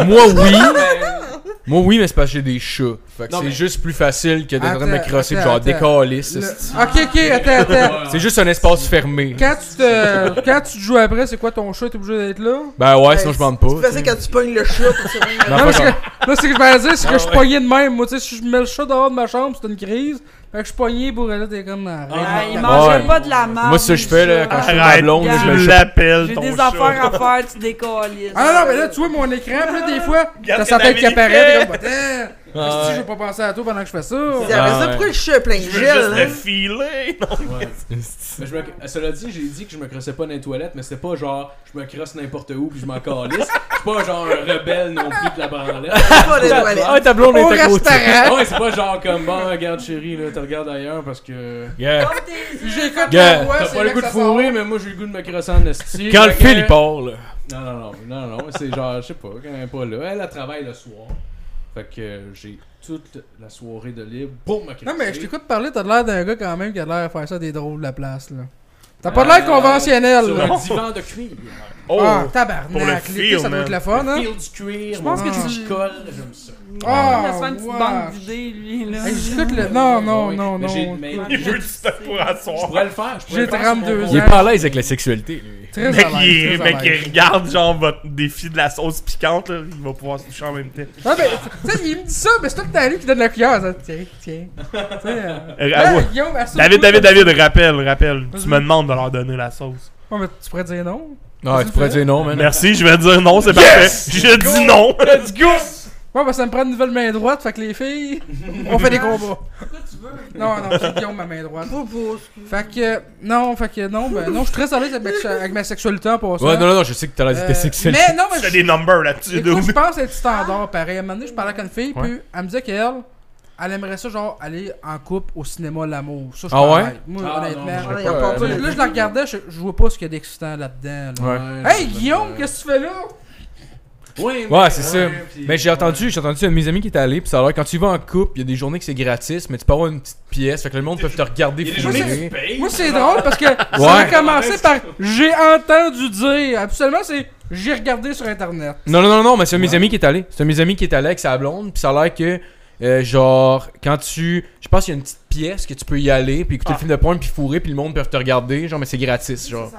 [SPEAKER 6] moi oui.
[SPEAKER 1] Ah,
[SPEAKER 6] moi oui, mais c'est parce que j'ai des chats. Fait que
[SPEAKER 2] Non,
[SPEAKER 6] c'est
[SPEAKER 2] mais-
[SPEAKER 6] juste plus facile que d'être en train de me
[SPEAKER 1] Attends,
[SPEAKER 6] crosser pis
[SPEAKER 1] attends,
[SPEAKER 6] genre
[SPEAKER 1] attends.
[SPEAKER 6] décaler. ça,
[SPEAKER 1] Le- Ah.
[SPEAKER 6] c'est-
[SPEAKER 1] Ok, ok, attends, attends.
[SPEAKER 6] C'est juste un espace fermé.
[SPEAKER 1] Quand tu te, quand tu te joues après, c'est quoi ton chat? T'es obligé d'être là?
[SPEAKER 6] Ben ouais, sinon je demande pas.
[SPEAKER 4] Tu fais
[SPEAKER 6] t'sais.
[SPEAKER 4] quand tu pognes le chat, pour se rendre-
[SPEAKER 6] Non,
[SPEAKER 1] Non,
[SPEAKER 6] pas
[SPEAKER 1] parce que, [LAUGHS]
[SPEAKER 6] genre-
[SPEAKER 1] là, c'est que je Ah, vais dire, c'est que
[SPEAKER 6] Ah
[SPEAKER 1] je suis
[SPEAKER 6] ouais.
[SPEAKER 1] pogné de même. Moi, tu sais, si je mets le chat dehors de ma chambre, c'est une crise. Fait que je suis pogné pour aller, t'es comme dans la
[SPEAKER 3] Ah,
[SPEAKER 1] reine.
[SPEAKER 3] il mangeait
[SPEAKER 6] Ouais.
[SPEAKER 3] pas de la merde.
[SPEAKER 6] Moi, ça je fais là, quand je suis ma
[SPEAKER 5] Arrête,
[SPEAKER 6] blonde, je me
[SPEAKER 5] tu
[SPEAKER 6] jette.
[SPEAKER 5] l'appelles
[SPEAKER 3] J'ai
[SPEAKER 5] ton
[SPEAKER 3] des
[SPEAKER 5] chat.
[SPEAKER 3] affaires à faire, tu décolles.
[SPEAKER 1] Ah non, non, mais là, tu vois mon écran, pis là, des fois, t'as
[SPEAKER 5] Regarde
[SPEAKER 1] sa
[SPEAKER 5] que
[SPEAKER 1] tête qui
[SPEAKER 5] t'avais
[SPEAKER 1] apparaît, t'es
[SPEAKER 5] dit.
[SPEAKER 1] comme, attends, eh, si
[SPEAKER 6] Ah
[SPEAKER 1] je
[SPEAKER 6] ouais.
[SPEAKER 1] veux pas penser à toi pendant que je fais ça.
[SPEAKER 4] Puis après
[SPEAKER 6] Ah,
[SPEAKER 4] ça,
[SPEAKER 6] ouais.
[SPEAKER 4] pourquoi le chat est plein de
[SPEAKER 5] Je veux juste le
[SPEAKER 4] gel, hein?
[SPEAKER 5] filer. Non,
[SPEAKER 6] [LAUGHS]
[SPEAKER 2] Ouais. Mais je me- Cela dit, j'ai dit que je me crossais pas dans les toilettes, mais c'était pas genre je me crosse n'importe où puis je m'en calisse. Je suis pas genre un rebelle non plus de la branlette.
[SPEAKER 4] Pas de toilettes.
[SPEAKER 6] Ah, ta blonde
[SPEAKER 1] Au
[SPEAKER 6] est à côté.
[SPEAKER 1] restaurant.
[SPEAKER 2] Ouais, c'est pas genre comme bon, regarde chérie, là, te regardes ailleurs parce que.
[SPEAKER 6] Yeah.
[SPEAKER 1] Ah, J'écoute
[SPEAKER 6] Yeah.
[SPEAKER 1] la voix,
[SPEAKER 2] T'as
[SPEAKER 1] c'est
[SPEAKER 2] pas le
[SPEAKER 1] là
[SPEAKER 2] goût
[SPEAKER 1] que
[SPEAKER 2] de
[SPEAKER 1] ça sort.
[SPEAKER 2] fourrer, mais moi j'ai le goût de me crosser en esti.
[SPEAKER 6] Quand le
[SPEAKER 2] Fait que-
[SPEAKER 6] fil il part là.
[SPEAKER 2] Non, non, non, non, non, c'est genre, je sais pas, quand elle est pas là. Elle, elle travaille le soir. Fait que euh, j'ai toute la soirée de libre pour me crosser.
[SPEAKER 1] Non, mais je t'écoute parler, t'as l'air d'un gars quand même qui a l'air de faire ça des drôles de la place, là. T'as pas l'air
[SPEAKER 2] Euh,
[SPEAKER 1] conventionnel,
[SPEAKER 2] Sur
[SPEAKER 1] là.
[SPEAKER 2] un divan de cuir.
[SPEAKER 1] Ah,
[SPEAKER 5] Oh, pour le
[SPEAKER 1] tabarnak, l'été,
[SPEAKER 5] feel,
[SPEAKER 1] ça doit être
[SPEAKER 5] man.
[SPEAKER 1] le fun, hein?
[SPEAKER 2] Feel du cuir, je
[SPEAKER 3] pense
[SPEAKER 1] que tu-
[SPEAKER 2] je colle, j'aime ça.
[SPEAKER 1] Ah,
[SPEAKER 3] Il a se fait une petite
[SPEAKER 1] ouais.
[SPEAKER 3] bande d'idées, lui. là.
[SPEAKER 1] Hey, j'écoute le... Non, non,
[SPEAKER 2] Oh, Oui,
[SPEAKER 1] non,
[SPEAKER 2] mais j'ai-
[SPEAKER 1] non.
[SPEAKER 2] mais-
[SPEAKER 3] écoute.
[SPEAKER 5] il veut du stuff pour
[SPEAKER 2] Je
[SPEAKER 5] asseoir.
[SPEAKER 2] pourrais le faire. je pourrais
[SPEAKER 1] J'ai
[SPEAKER 2] le faire sur mon
[SPEAKER 1] 32
[SPEAKER 2] compte.
[SPEAKER 6] Il est pas à l'aise avec la sexualité lui.
[SPEAKER 1] Très
[SPEAKER 5] Mec,
[SPEAKER 1] à l'aise,
[SPEAKER 5] il,
[SPEAKER 1] très
[SPEAKER 5] mec,
[SPEAKER 1] à
[SPEAKER 5] il
[SPEAKER 1] l'aise.
[SPEAKER 5] regarde genre votre défi de la sauce piquante, là. il va pouvoir se toucher en même temps.
[SPEAKER 1] Non, mais, tu sais, il me dit ça, mais c'est tout le temps lui qui donne la cuillère, ça. Tiens, tiens. Tu sais,
[SPEAKER 5] [LAUGHS]
[SPEAKER 1] euh,
[SPEAKER 5] Euh, ah
[SPEAKER 1] là,
[SPEAKER 5] ouais.
[SPEAKER 1] Guillaume, assume
[SPEAKER 5] David,
[SPEAKER 1] tout,
[SPEAKER 5] David,
[SPEAKER 1] là.
[SPEAKER 5] David, rappelle, rappelle.
[SPEAKER 1] Vas-y.
[SPEAKER 5] Tu me demandes de leur donner la sauce.
[SPEAKER 1] Ouais, mais tu pourrais dire non.
[SPEAKER 6] Non, tu pourrais dire non, man.
[SPEAKER 5] Merci, je vais dire non, c'est parfait. Je dis non. Let's go!
[SPEAKER 1] Ouais, bah ça me prend une nouvelle main droite, fait que les filles, [LAUGHS] on fait des combats. Non, non, c'est Guillaume ma main droite. Fait que, non, fait que non, ben non, je suis très à l'aise avec, ma se- avec ma sexualité en passant.
[SPEAKER 6] Ouais, non, non, non, je sais que t'as l'air d'être
[SPEAKER 1] Euh,
[SPEAKER 6] sexuel.
[SPEAKER 1] Mais non, mais
[SPEAKER 5] T'as
[SPEAKER 1] je,
[SPEAKER 5] des numbers là-dessus,
[SPEAKER 1] écoute,
[SPEAKER 5] dude. [LAUGHS]
[SPEAKER 1] je pense être
[SPEAKER 2] Ah.
[SPEAKER 1] standard pareil. À un moment donné, je parlais avec une fille,
[SPEAKER 6] Ouais.
[SPEAKER 1] puis elle me disait qu'elle, elle aimerait ça, genre, aller en couple au cinéma L'amour. Ça, je
[SPEAKER 6] Ah
[SPEAKER 1] t'en
[SPEAKER 6] ouais?
[SPEAKER 1] rêve. Moi,
[SPEAKER 2] Ah,
[SPEAKER 1] honnêtement.
[SPEAKER 2] non,
[SPEAKER 4] Ouais,
[SPEAKER 6] Ouais,
[SPEAKER 4] y a pas
[SPEAKER 6] ouais,
[SPEAKER 4] peu
[SPEAKER 1] là,
[SPEAKER 4] de-
[SPEAKER 1] je la regardais, je, je vois pas ce qu'il y a d'excitant là-dedans. là.
[SPEAKER 6] Ouais.
[SPEAKER 1] Hey Guillaume, qu'est-ce que tu fais là?
[SPEAKER 2] que Ouais,
[SPEAKER 6] Ouais, c'est ça.
[SPEAKER 2] puis-
[SPEAKER 6] Mais j'ai entendu, j'ai entendu un de mes amis qui était allé, pis ça a l'air quand tu y vas en couple, il y a des journées que c'est gratis, mais tu peux avoir une petite pièce, fait que le monde peut te regarder
[SPEAKER 2] Il y a des journées que tu
[SPEAKER 6] fourrer.
[SPEAKER 2] payes.
[SPEAKER 1] Moi, c'est drôle parce que ça a commencé par j'ai entendu dire. Absolument, c'est j'ai regardé sur internet.
[SPEAKER 6] Non, non, non, non, mais c'est un de mes amis qui est allé. C'est un de mes amis qui est allé avec sa blonde, pis ça a l'air que, euh, genre, quand tu. Je pense qu'il y a une petite pièce que tu peux y aller, puis
[SPEAKER 2] Ah.
[SPEAKER 6] écouter le film de pointe, puis fourrer, puis le monde peut te regarder, genre, mais c'est gratis, genre.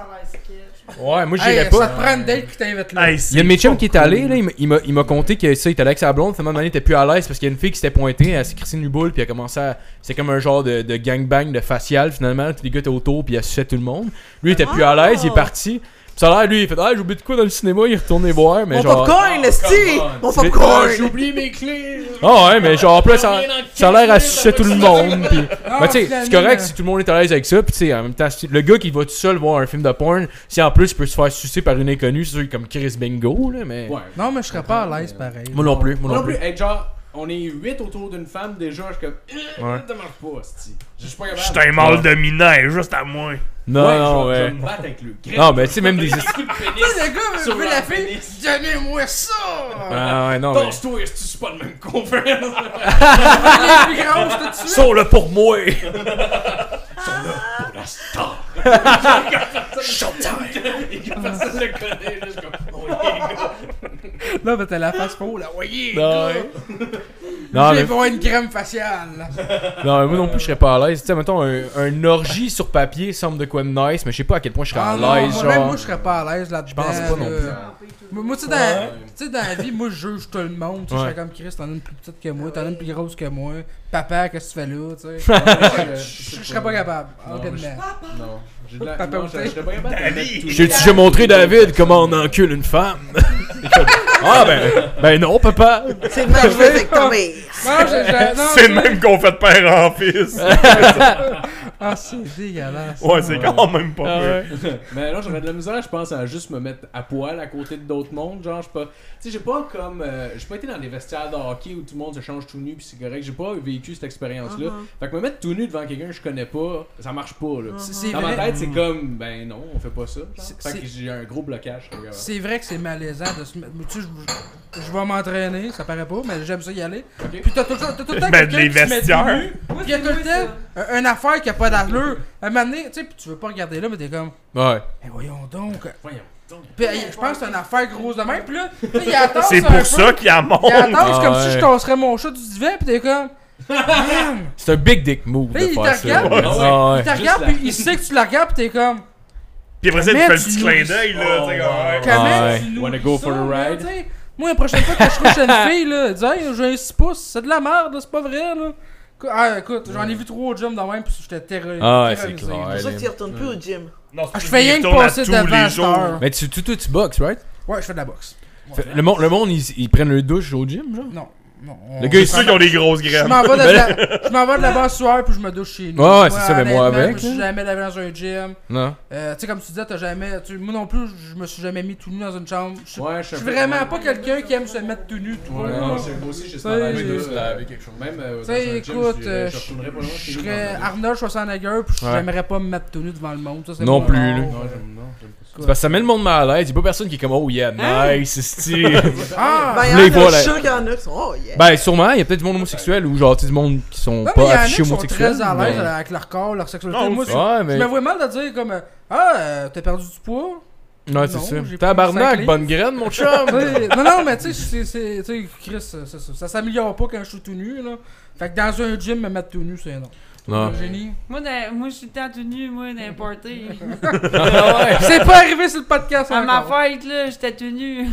[SPEAKER 6] Ouais, moi j'irais
[SPEAKER 1] Hey,
[SPEAKER 6] pas.
[SPEAKER 1] Ça te prend une date qui t'invite là.
[SPEAKER 5] Hey,
[SPEAKER 6] Il y a
[SPEAKER 5] c'est
[SPEAKER 6] un de mes chums qui est allé, là, il m'a- il m'a- il m'a conté que ça, il était allé avec sa blonde, finalement, il était plus à l'aise parce qu'il y a une fille qui s'était pointée, elle s'est crissée une boule, puis elle a commencé à. C'est comme un genre de, de gangbang, de facial, finalement, tous les gars étaient autour, puis elle suçait tout le monde. Lui, il était plus à l'aise, il est parti. Puis ça a l'air, lui, il fait Ah, j'ai oublié de quoi dans le cinéma, il est retourné voir, mais
[SPEAKER 4] Mon
[SPEAKER 6] genre.
[SPEAKER 4] popcorn, le
[SPEAKER 2] come
[SPEAKER 4] style!
[SPEAKER 2] on.
[SPEAKER 4] Mon
[SPEAKER 6] Mais-
[SPEAKER 2] Ah,
[SPEAKER 4] popcorn!
[SPEAKER 2] J'oublie mes clés.
[SPEAKER 6] Ah ouais, mais genre, en plus, ça,
[SPEAKER 2] Reviens dans
[SPEAKER 6] ça a l'air à
[SPEAKER 2] 15
[SPEAKER 6] sucer tout le
[SPEAKER 2] minutes,
[SPEAKER 6] monde, puis.
[SPEAKER 1] Ah,
[SPEAKER 6] Mais tu sais,
[SPEAKER 1] finalement,
[SPEAKER 6] c'est correct si tout le monde est à l'aise avec ça, puis tu sais, en même temps, si- le gars qui va tout seul voir un film de porn, si en plus il peut se faire sucer par une inconnue, c'est sûr, comme Chris Bingo, là, mais.
[SPEAKER 2] Ouais.
[SPEAKER 1] Non, mais je serais pas à l'aise pareil.
[SPEAKER 6] Moi non plus, moi
[SPEAKER 2] Moi
[SPEAKER 6] non plus.
[SPEAKER 2] Hey, genre, on est 8 autour d'une femme déjà, je suis comme. Euh, Ça marche pas, hostie. Je suis pas capable.
[SPEAKER 5] Je suis un mâle dominant, juste à moi.
[SPEAKER 6] Non,
[SPEAKER 2] Ouais,
[SPEAKER 6] Ah non,
[SPEAKER 2] je vais-
[SPEAKER 6] ouais.
[SPEAKER 2] Je vais me battre avec lui.
[SPEAKER 6] Non, mais tu sais, même des. [LAUGHS]
[SPEAKER 2] coups de
[SPEAKER 1] Tu
[SPEAKER 2] pénis.
[SPEAKER 1] sais, le gars
[SPEAKER 2] Sur
[SPEAKER 1] veut la
[SPEAKER 2] leur
[SPEAKER 1] fille,
[SPEAKER 2] pénis.
[SPEAKER 1] donnez-moi
[SPEAKER 2] [LAUGHS]
[SPEAKER 1] ça!
[SPEAKER 6] Ah ouais, non, mais.
[SPEAKER 2] Tasse-toi, est-ce que tu suis pas le même conférence?
[SPEAKER 1] Elle est plus grosse tout de suite!
[SPEAKER 6] Sors-le pour moi!
[SPEAKER 2] La star! Showtime! Et que personne le connaît, là, je suis comme. Oh, les gars.
[SPEAKER 1] Là, ben t'as la face pour là, voyez!
[SPEAKER 6] Non, ouais. non,
[SPEAKER 1] J'ai
[SPEAKER 6] mais,
[SPEAKER 1] pas une crème faciale!
[SPEAKER 6] non, mais moi non plus, je serais pas à l'aise. Tu sais, mettons, un, un orgie sur papier semble de quoi de nice, mais je sais pas à quel point je serais
[SPEAKER 1] Ah
[SPEAKER 6] à
[SPEAKER 1] non,
[SPEAKER 6] l'aise,
[SPEAKER 1] moi, même
[SPEAKER 6] genre.
[SPEAKER 1] moi, je serais pas à l'aise là-dedans.
[SPEAKER 6] Je pense pas non
[SPEAKER 1] là. Moi, moi, tu sais, dans, tu sais, dans la vie, moi, je juge tout le monde. Tu sais, Je
[SPEAKER 6] Ouais.
[SPEAKER 1] fais comme Chris, t'en as une plus petite que moi, t'en as une plus grosse que moi. Papa, qu'est-ce que tu fais là, tu sais?
[SPEAKER 2] [LAUGHS] Ouais,
[SPEAKER 6] [LAUGHS]
[SPEAKER 1] Je je serais pas capable, honnêtement.
[SPEAKER 2] Non, j'ai de la.
[SPEAKER 1] Papa
[SPEAKER 2] non,
[SPEAKER 1] aussi.
[SPEAKER 2] je serais pas capable de la mettre tout-
[SPEAKER 6] J'ai déjà montré David comment on encule une femme. [LAUGHS] ah ben, ben non, papa.
[SPEAKER 4] C'est le même jeu avec ta mère.
[SPEAKER 1] Non, j'ai- j'ai- non,
[SPEAKER 5] C'est
[SPEAKER 1] j'ai-
[SPEAKER 5] le même qu'on fait de père en fils.
[SPEAKER 1] Ah, c'est dégueulasse.
[SPEAKER 5] Ouais, c'est quand même pas
[SPEAKER 6] Ah
[SPEAKER 5] peu.
[SPEAKER 6] ouais.
[SPEAKER 2] Mais là, j'aurais de la misère, je pense, à juste me mettre à poil à côté d'autres mondes. Genre, je sais pas. Tu sais, j'ai pas comme. euh, j'ai pas été dans des vestiaires de hockey où tout le monde se change tout nu, puis c'est correct. J'ai pas vécu cette expérience-là.
[SPEAKER 1] Uh-huh.
[SPEAKER 2] Fait que me mettre tout nu devant quelqu'un que je connais pas, ça marche pas, là.
[SPEAKER 1] C'est- Uh-huh. C'est
[SPEAKER 2] Dans ma
[SPEAKER 1] vrai,
[SPEAKER 2] tête, c'est comme, ben non, on fait pas ça. genre.
[SPEAKER 1] C'est-
[SPEAKER 2] Fait
[SPEAKER 1] c'est-
[SPEAKER 2] que j'ai un gros blocage. je regarde.
[SPEAKER 1] c'est vrai que c'est malaisant de se mettre. mais Tu sais, je- je- je vais m'entraîner, ça paraît pas, mais j'aime ça y aller.
[SPEAKER 2] Ok.
[SPEAKER 1] Puis t'as tout le temps, t'as tout le temps
[SPEAKER 5] Ben,
[SPEAKER 1] quelqu'un
[SPEAKER 5] les
[SPEAKER 1] qui se met
[SPEAKER 5] vestiaires.
[SPEAKER 1] nu, Puis y a tout le temps un- une affaire qui a pas d'allure. À un moment donné, tu sais, puis tu veux pas regarder là, mais t'es comme,
[SPEAKER 6] Ouais.
[SPEAKER 1] mais voyons donc.
[SPEAKER 2] Voyons. donc.
[SPEAKER 1] Puis, hey, je pense que c'est une affaire grosse de même. Puis là, tu sais, il attend.
[SPEAKER 5] C'est pour ça qu'il y a
[SPEAKER 1] Il attend,
[SPEAKER 5] monde.
[SPEAKER 1] c'est
[SPEAKER 6] Ah
[SPEAKER 1] comme
[SPEAKER 6] ouais.
[SPEAKER 1] si je tasserais mon chat du divan. Puis t'es
[SPEAKER 2] [LAUGHS]
[SPEAKER 1] comme. Man!
[SPEAKER 6] C'est un big dick move
[SPEAKER 1] Là,
[SPEAKER 6] de
[SPEAKER 1] il
[SPEAKER 6] faire
[SPEAKER 1] te
[SPEAKER 6] ça.
[SPEAKER 1] regarde.
[SPEAKER 6] Ah
[SPEAKER 1] il te
[SPEAKER 6] ouais.
[SPEAKER 1] regarde,
[SPEAKER 2] la-
[SPEAKER 1] puis il sait que tu la regardes. Puis t'es comme.
[SPEAKER 5] Puis après ça, il te
[SPEAKER 1] Mais
[SPEAKER 5] fait le
[SPEAKER 1] tu
[SPEAKER 5] petit
[SPEAKER 1] nous-
[SPEAKER 5] clin d'œil, là.
[SPEAKER 2] Oh,
[SPEAKER 5] t'sais,
[SPEAKER 2] wow.
[SPEAKER 5] ouais.
[SPEAKER 1] Comment
[SPEAKER 6] Ah Ouais.
[SPEAKER 1] tu
[SPEAKER 2] Wanna
[SPEAKER 1] nourris
[SPEAKER 2] go for
[SPEAKER 1] ça,
[SPEAKER 2] a
[SPEAKER 1] là,
[SPEAKER 2] ride?
[SPEAKER 1] tu sais? Moi, la prochaine fois que je couche
[SPEAKER 6] [LAUGHS]
[SPEAKER 1] une fille, là, elle dit hey, j'ai un 6 pouces, c'est de la merde, là, c'est pas vrai. là. Cou- Ah, écoute, j'en ai vu trois au gym dans même, puis j'étais terrorisé.
[SPEAKER 6] Ah ouais, c'est
[SPEAKER 1] terrorisé.
[SPEAKER 4] C'est
[SPEAKER 6] clair.
[SPEAKER 4] pour ça que tu y retournes plus au gym.
[SPEAKER 5] Non, c'est
[SPEAKER 1] Ah, je fais rien
[SPEAKER 5] il
[SPEAKER 1] que
[SPEAKER 5] tourne à
[SPEAKER 1] passer
[SPEAKER 5] tous
[SPEAKER 1] devant
[SPEAKER 5] les
[SPEAKER 1] à cette heure.
[SPEAKER 5] jours.
[SPEAKER 6] Mais tu, tu, toi, tu boxes, right?
[SPEAKER 1] Ouais, je fais de la boxe.
[SPEAKER 6] Fait- Le, monde, le monde, ils, ils prennent le douche au gym, genre?
[SPEAKER 1] Non, non. on-
[SPEAKER 6] Le gars, il
[SPEAKER 5] C'est ceux qui ont des grosses
[SPEAKER 1] Je
[SPEAKER 5] graines.
[SPEAKER 1] m'en vais de
[SPEAKER 6] [LAUGHS]
[SPEAKER 1] la, je m'en vais de la bassoire puis je me douche chez nous.
[SPEAKER 6] Ouais, ouais, c'est ça, mais moi
[SPEAKER 1] honnêtement,
[SPEAKER 6] avec,
[SPEAKER 1] Je me suis
[SPEAKER 6] là.
[SPEAKER 1] jamais lavé dans un gym.
[SPEAKER 6] Non.
[SPEAKER 1] Euh, tu sais, comme tu disais, t'as jamais. tu- moi non plus, je me suis jamais mis tout nu dans une chambre. Je
[SPEAKER 2] Ouais,
[SPEAKER 1] je
[SPEAKER 2] un
[SPEAKER 1] suis
[SPEAKER 2] peu-
[SPEAKER 1] vraiment pas quelqu'un qui aime se mettre tout nu, toi.
[SPEAKER 2] Ouais,
[SPEAKER 1] là.
[SPEAKER 2] non, c'est- moi aussi, j'ai
[SPEAKER 1] Ouais,
[SPEAKER 2] cette
[SPEAKER 1] je-
[SPEAKER 2] de
[SPEAKER 1] je-
[SPEAKER 2] quelque chose. Même euh,
[SPEAKER 1] Tu
[SPEAKER 2] dans un
[SPEAKER 1] sais,
[SPEAKER 2] gym,
[SPEAKER 1] écoute,
[SPEAKER 2] je,
[SPEAKER 1] euh,
[SPEAKER 2] je retournerais pas loin
[SPEAKER 1] je
[SPEAKER 2] chez nous
[SPEAKER 1] serais
[SPEAKER 2] dans la-
[SPEAKER 1] Arnold Schwarzenegger, puis
[SPEAKER 6] Ouais.
[SPEAKER 1] j'aimerais pas me mettre tout nu devant le monde. Ça, c'est
[SPEAKER 6] Non
[SPEAKER 1] mon
[SPEAKER 6] plus,
[SPEAKER 1] genre.
[SPEAKER 6] là.
[SPEAKER 2] Non, j'aime- non, j'aime pas ça.
[SPEAKER 6] C'est parce que ça met le monde mal à l'aise. Y'a pas personne qui est comme, oh yeah, nice, esti.
[SPEAKER 1] Ah!
[SPEAKER 4] Ben, il y en a,
[SPEAKER 6] les
[SPEAKER 4] je
[SPEAKER 6] voilà.
[SPEAKER 4] suis sûr qu'il y en a qui sont. Oh yeah!
[SPEAKER 6] ben, sûrement, y'a peut-être du monde homosexuel ou genre, tu sais, du monde qui sont
[SPEAKER 1] Non, mais il
[SPEAKER 6] pas
[SPEAKER 1] y en a
[SPEAKER 6] affichés
[SPEAKER 1] qui sont
[SPEAKER 6] homosexuels.
[SPEAKER 1] très à l'aise
[SPEAKER 6] mais-
[SPEAKER 1] avec leur corps, leur sexualité.
[SPEAKER 5] Non,
[SPEAKER 1] Moi,
[SPEAKER 5] c'est-
[SPEAKER 1] je-
[SPEAKER 6] Ouais, mais.
[SPEAKER 1] je me vois mal de dire comme euh, Ah, euh, t'as perdu du poids?
[SPEAKER 6] Ouais, c'est
[SPEAKER 1] Non,
[SPEAKER 6] ça.
[SPEAKER 1] j'ai pris cinq
[SPEAKER 6] Tabarnak,
[SPEAKER 1] livres.
[SPEAKER 6] bonne graine, mon chum!
[SPEAKER 1] [LAUGHS] Tu sais, non, non, mais tu sais, c'est- c'est- tu sais, Chris, ça, ça, ça, ça s'améliore pas quand je suis tout nu, là. Fait que dans un gym, me mettre tout nu, c'est non.
[SPEAKER 6] Non.
[SPEAKER 1] Un
[SPEAKER 6] [LAUGHS]
[SPEAKER 1] Génie.
[SPEAKER 3] Moi, dans- moi je suis tout le temps tout nu, moi, d'importer.
[SPEAKER 1] [LAUGHS]
[SPEAKER 6] Ah ouais!
[SPEAKER 1] C'est pas arrivé sur le podcast
[SPEAKER 3] À Ah, ma
[SPEAKER 1] encore.
[SPEAKER 3] fête, là, j'étais tout nu.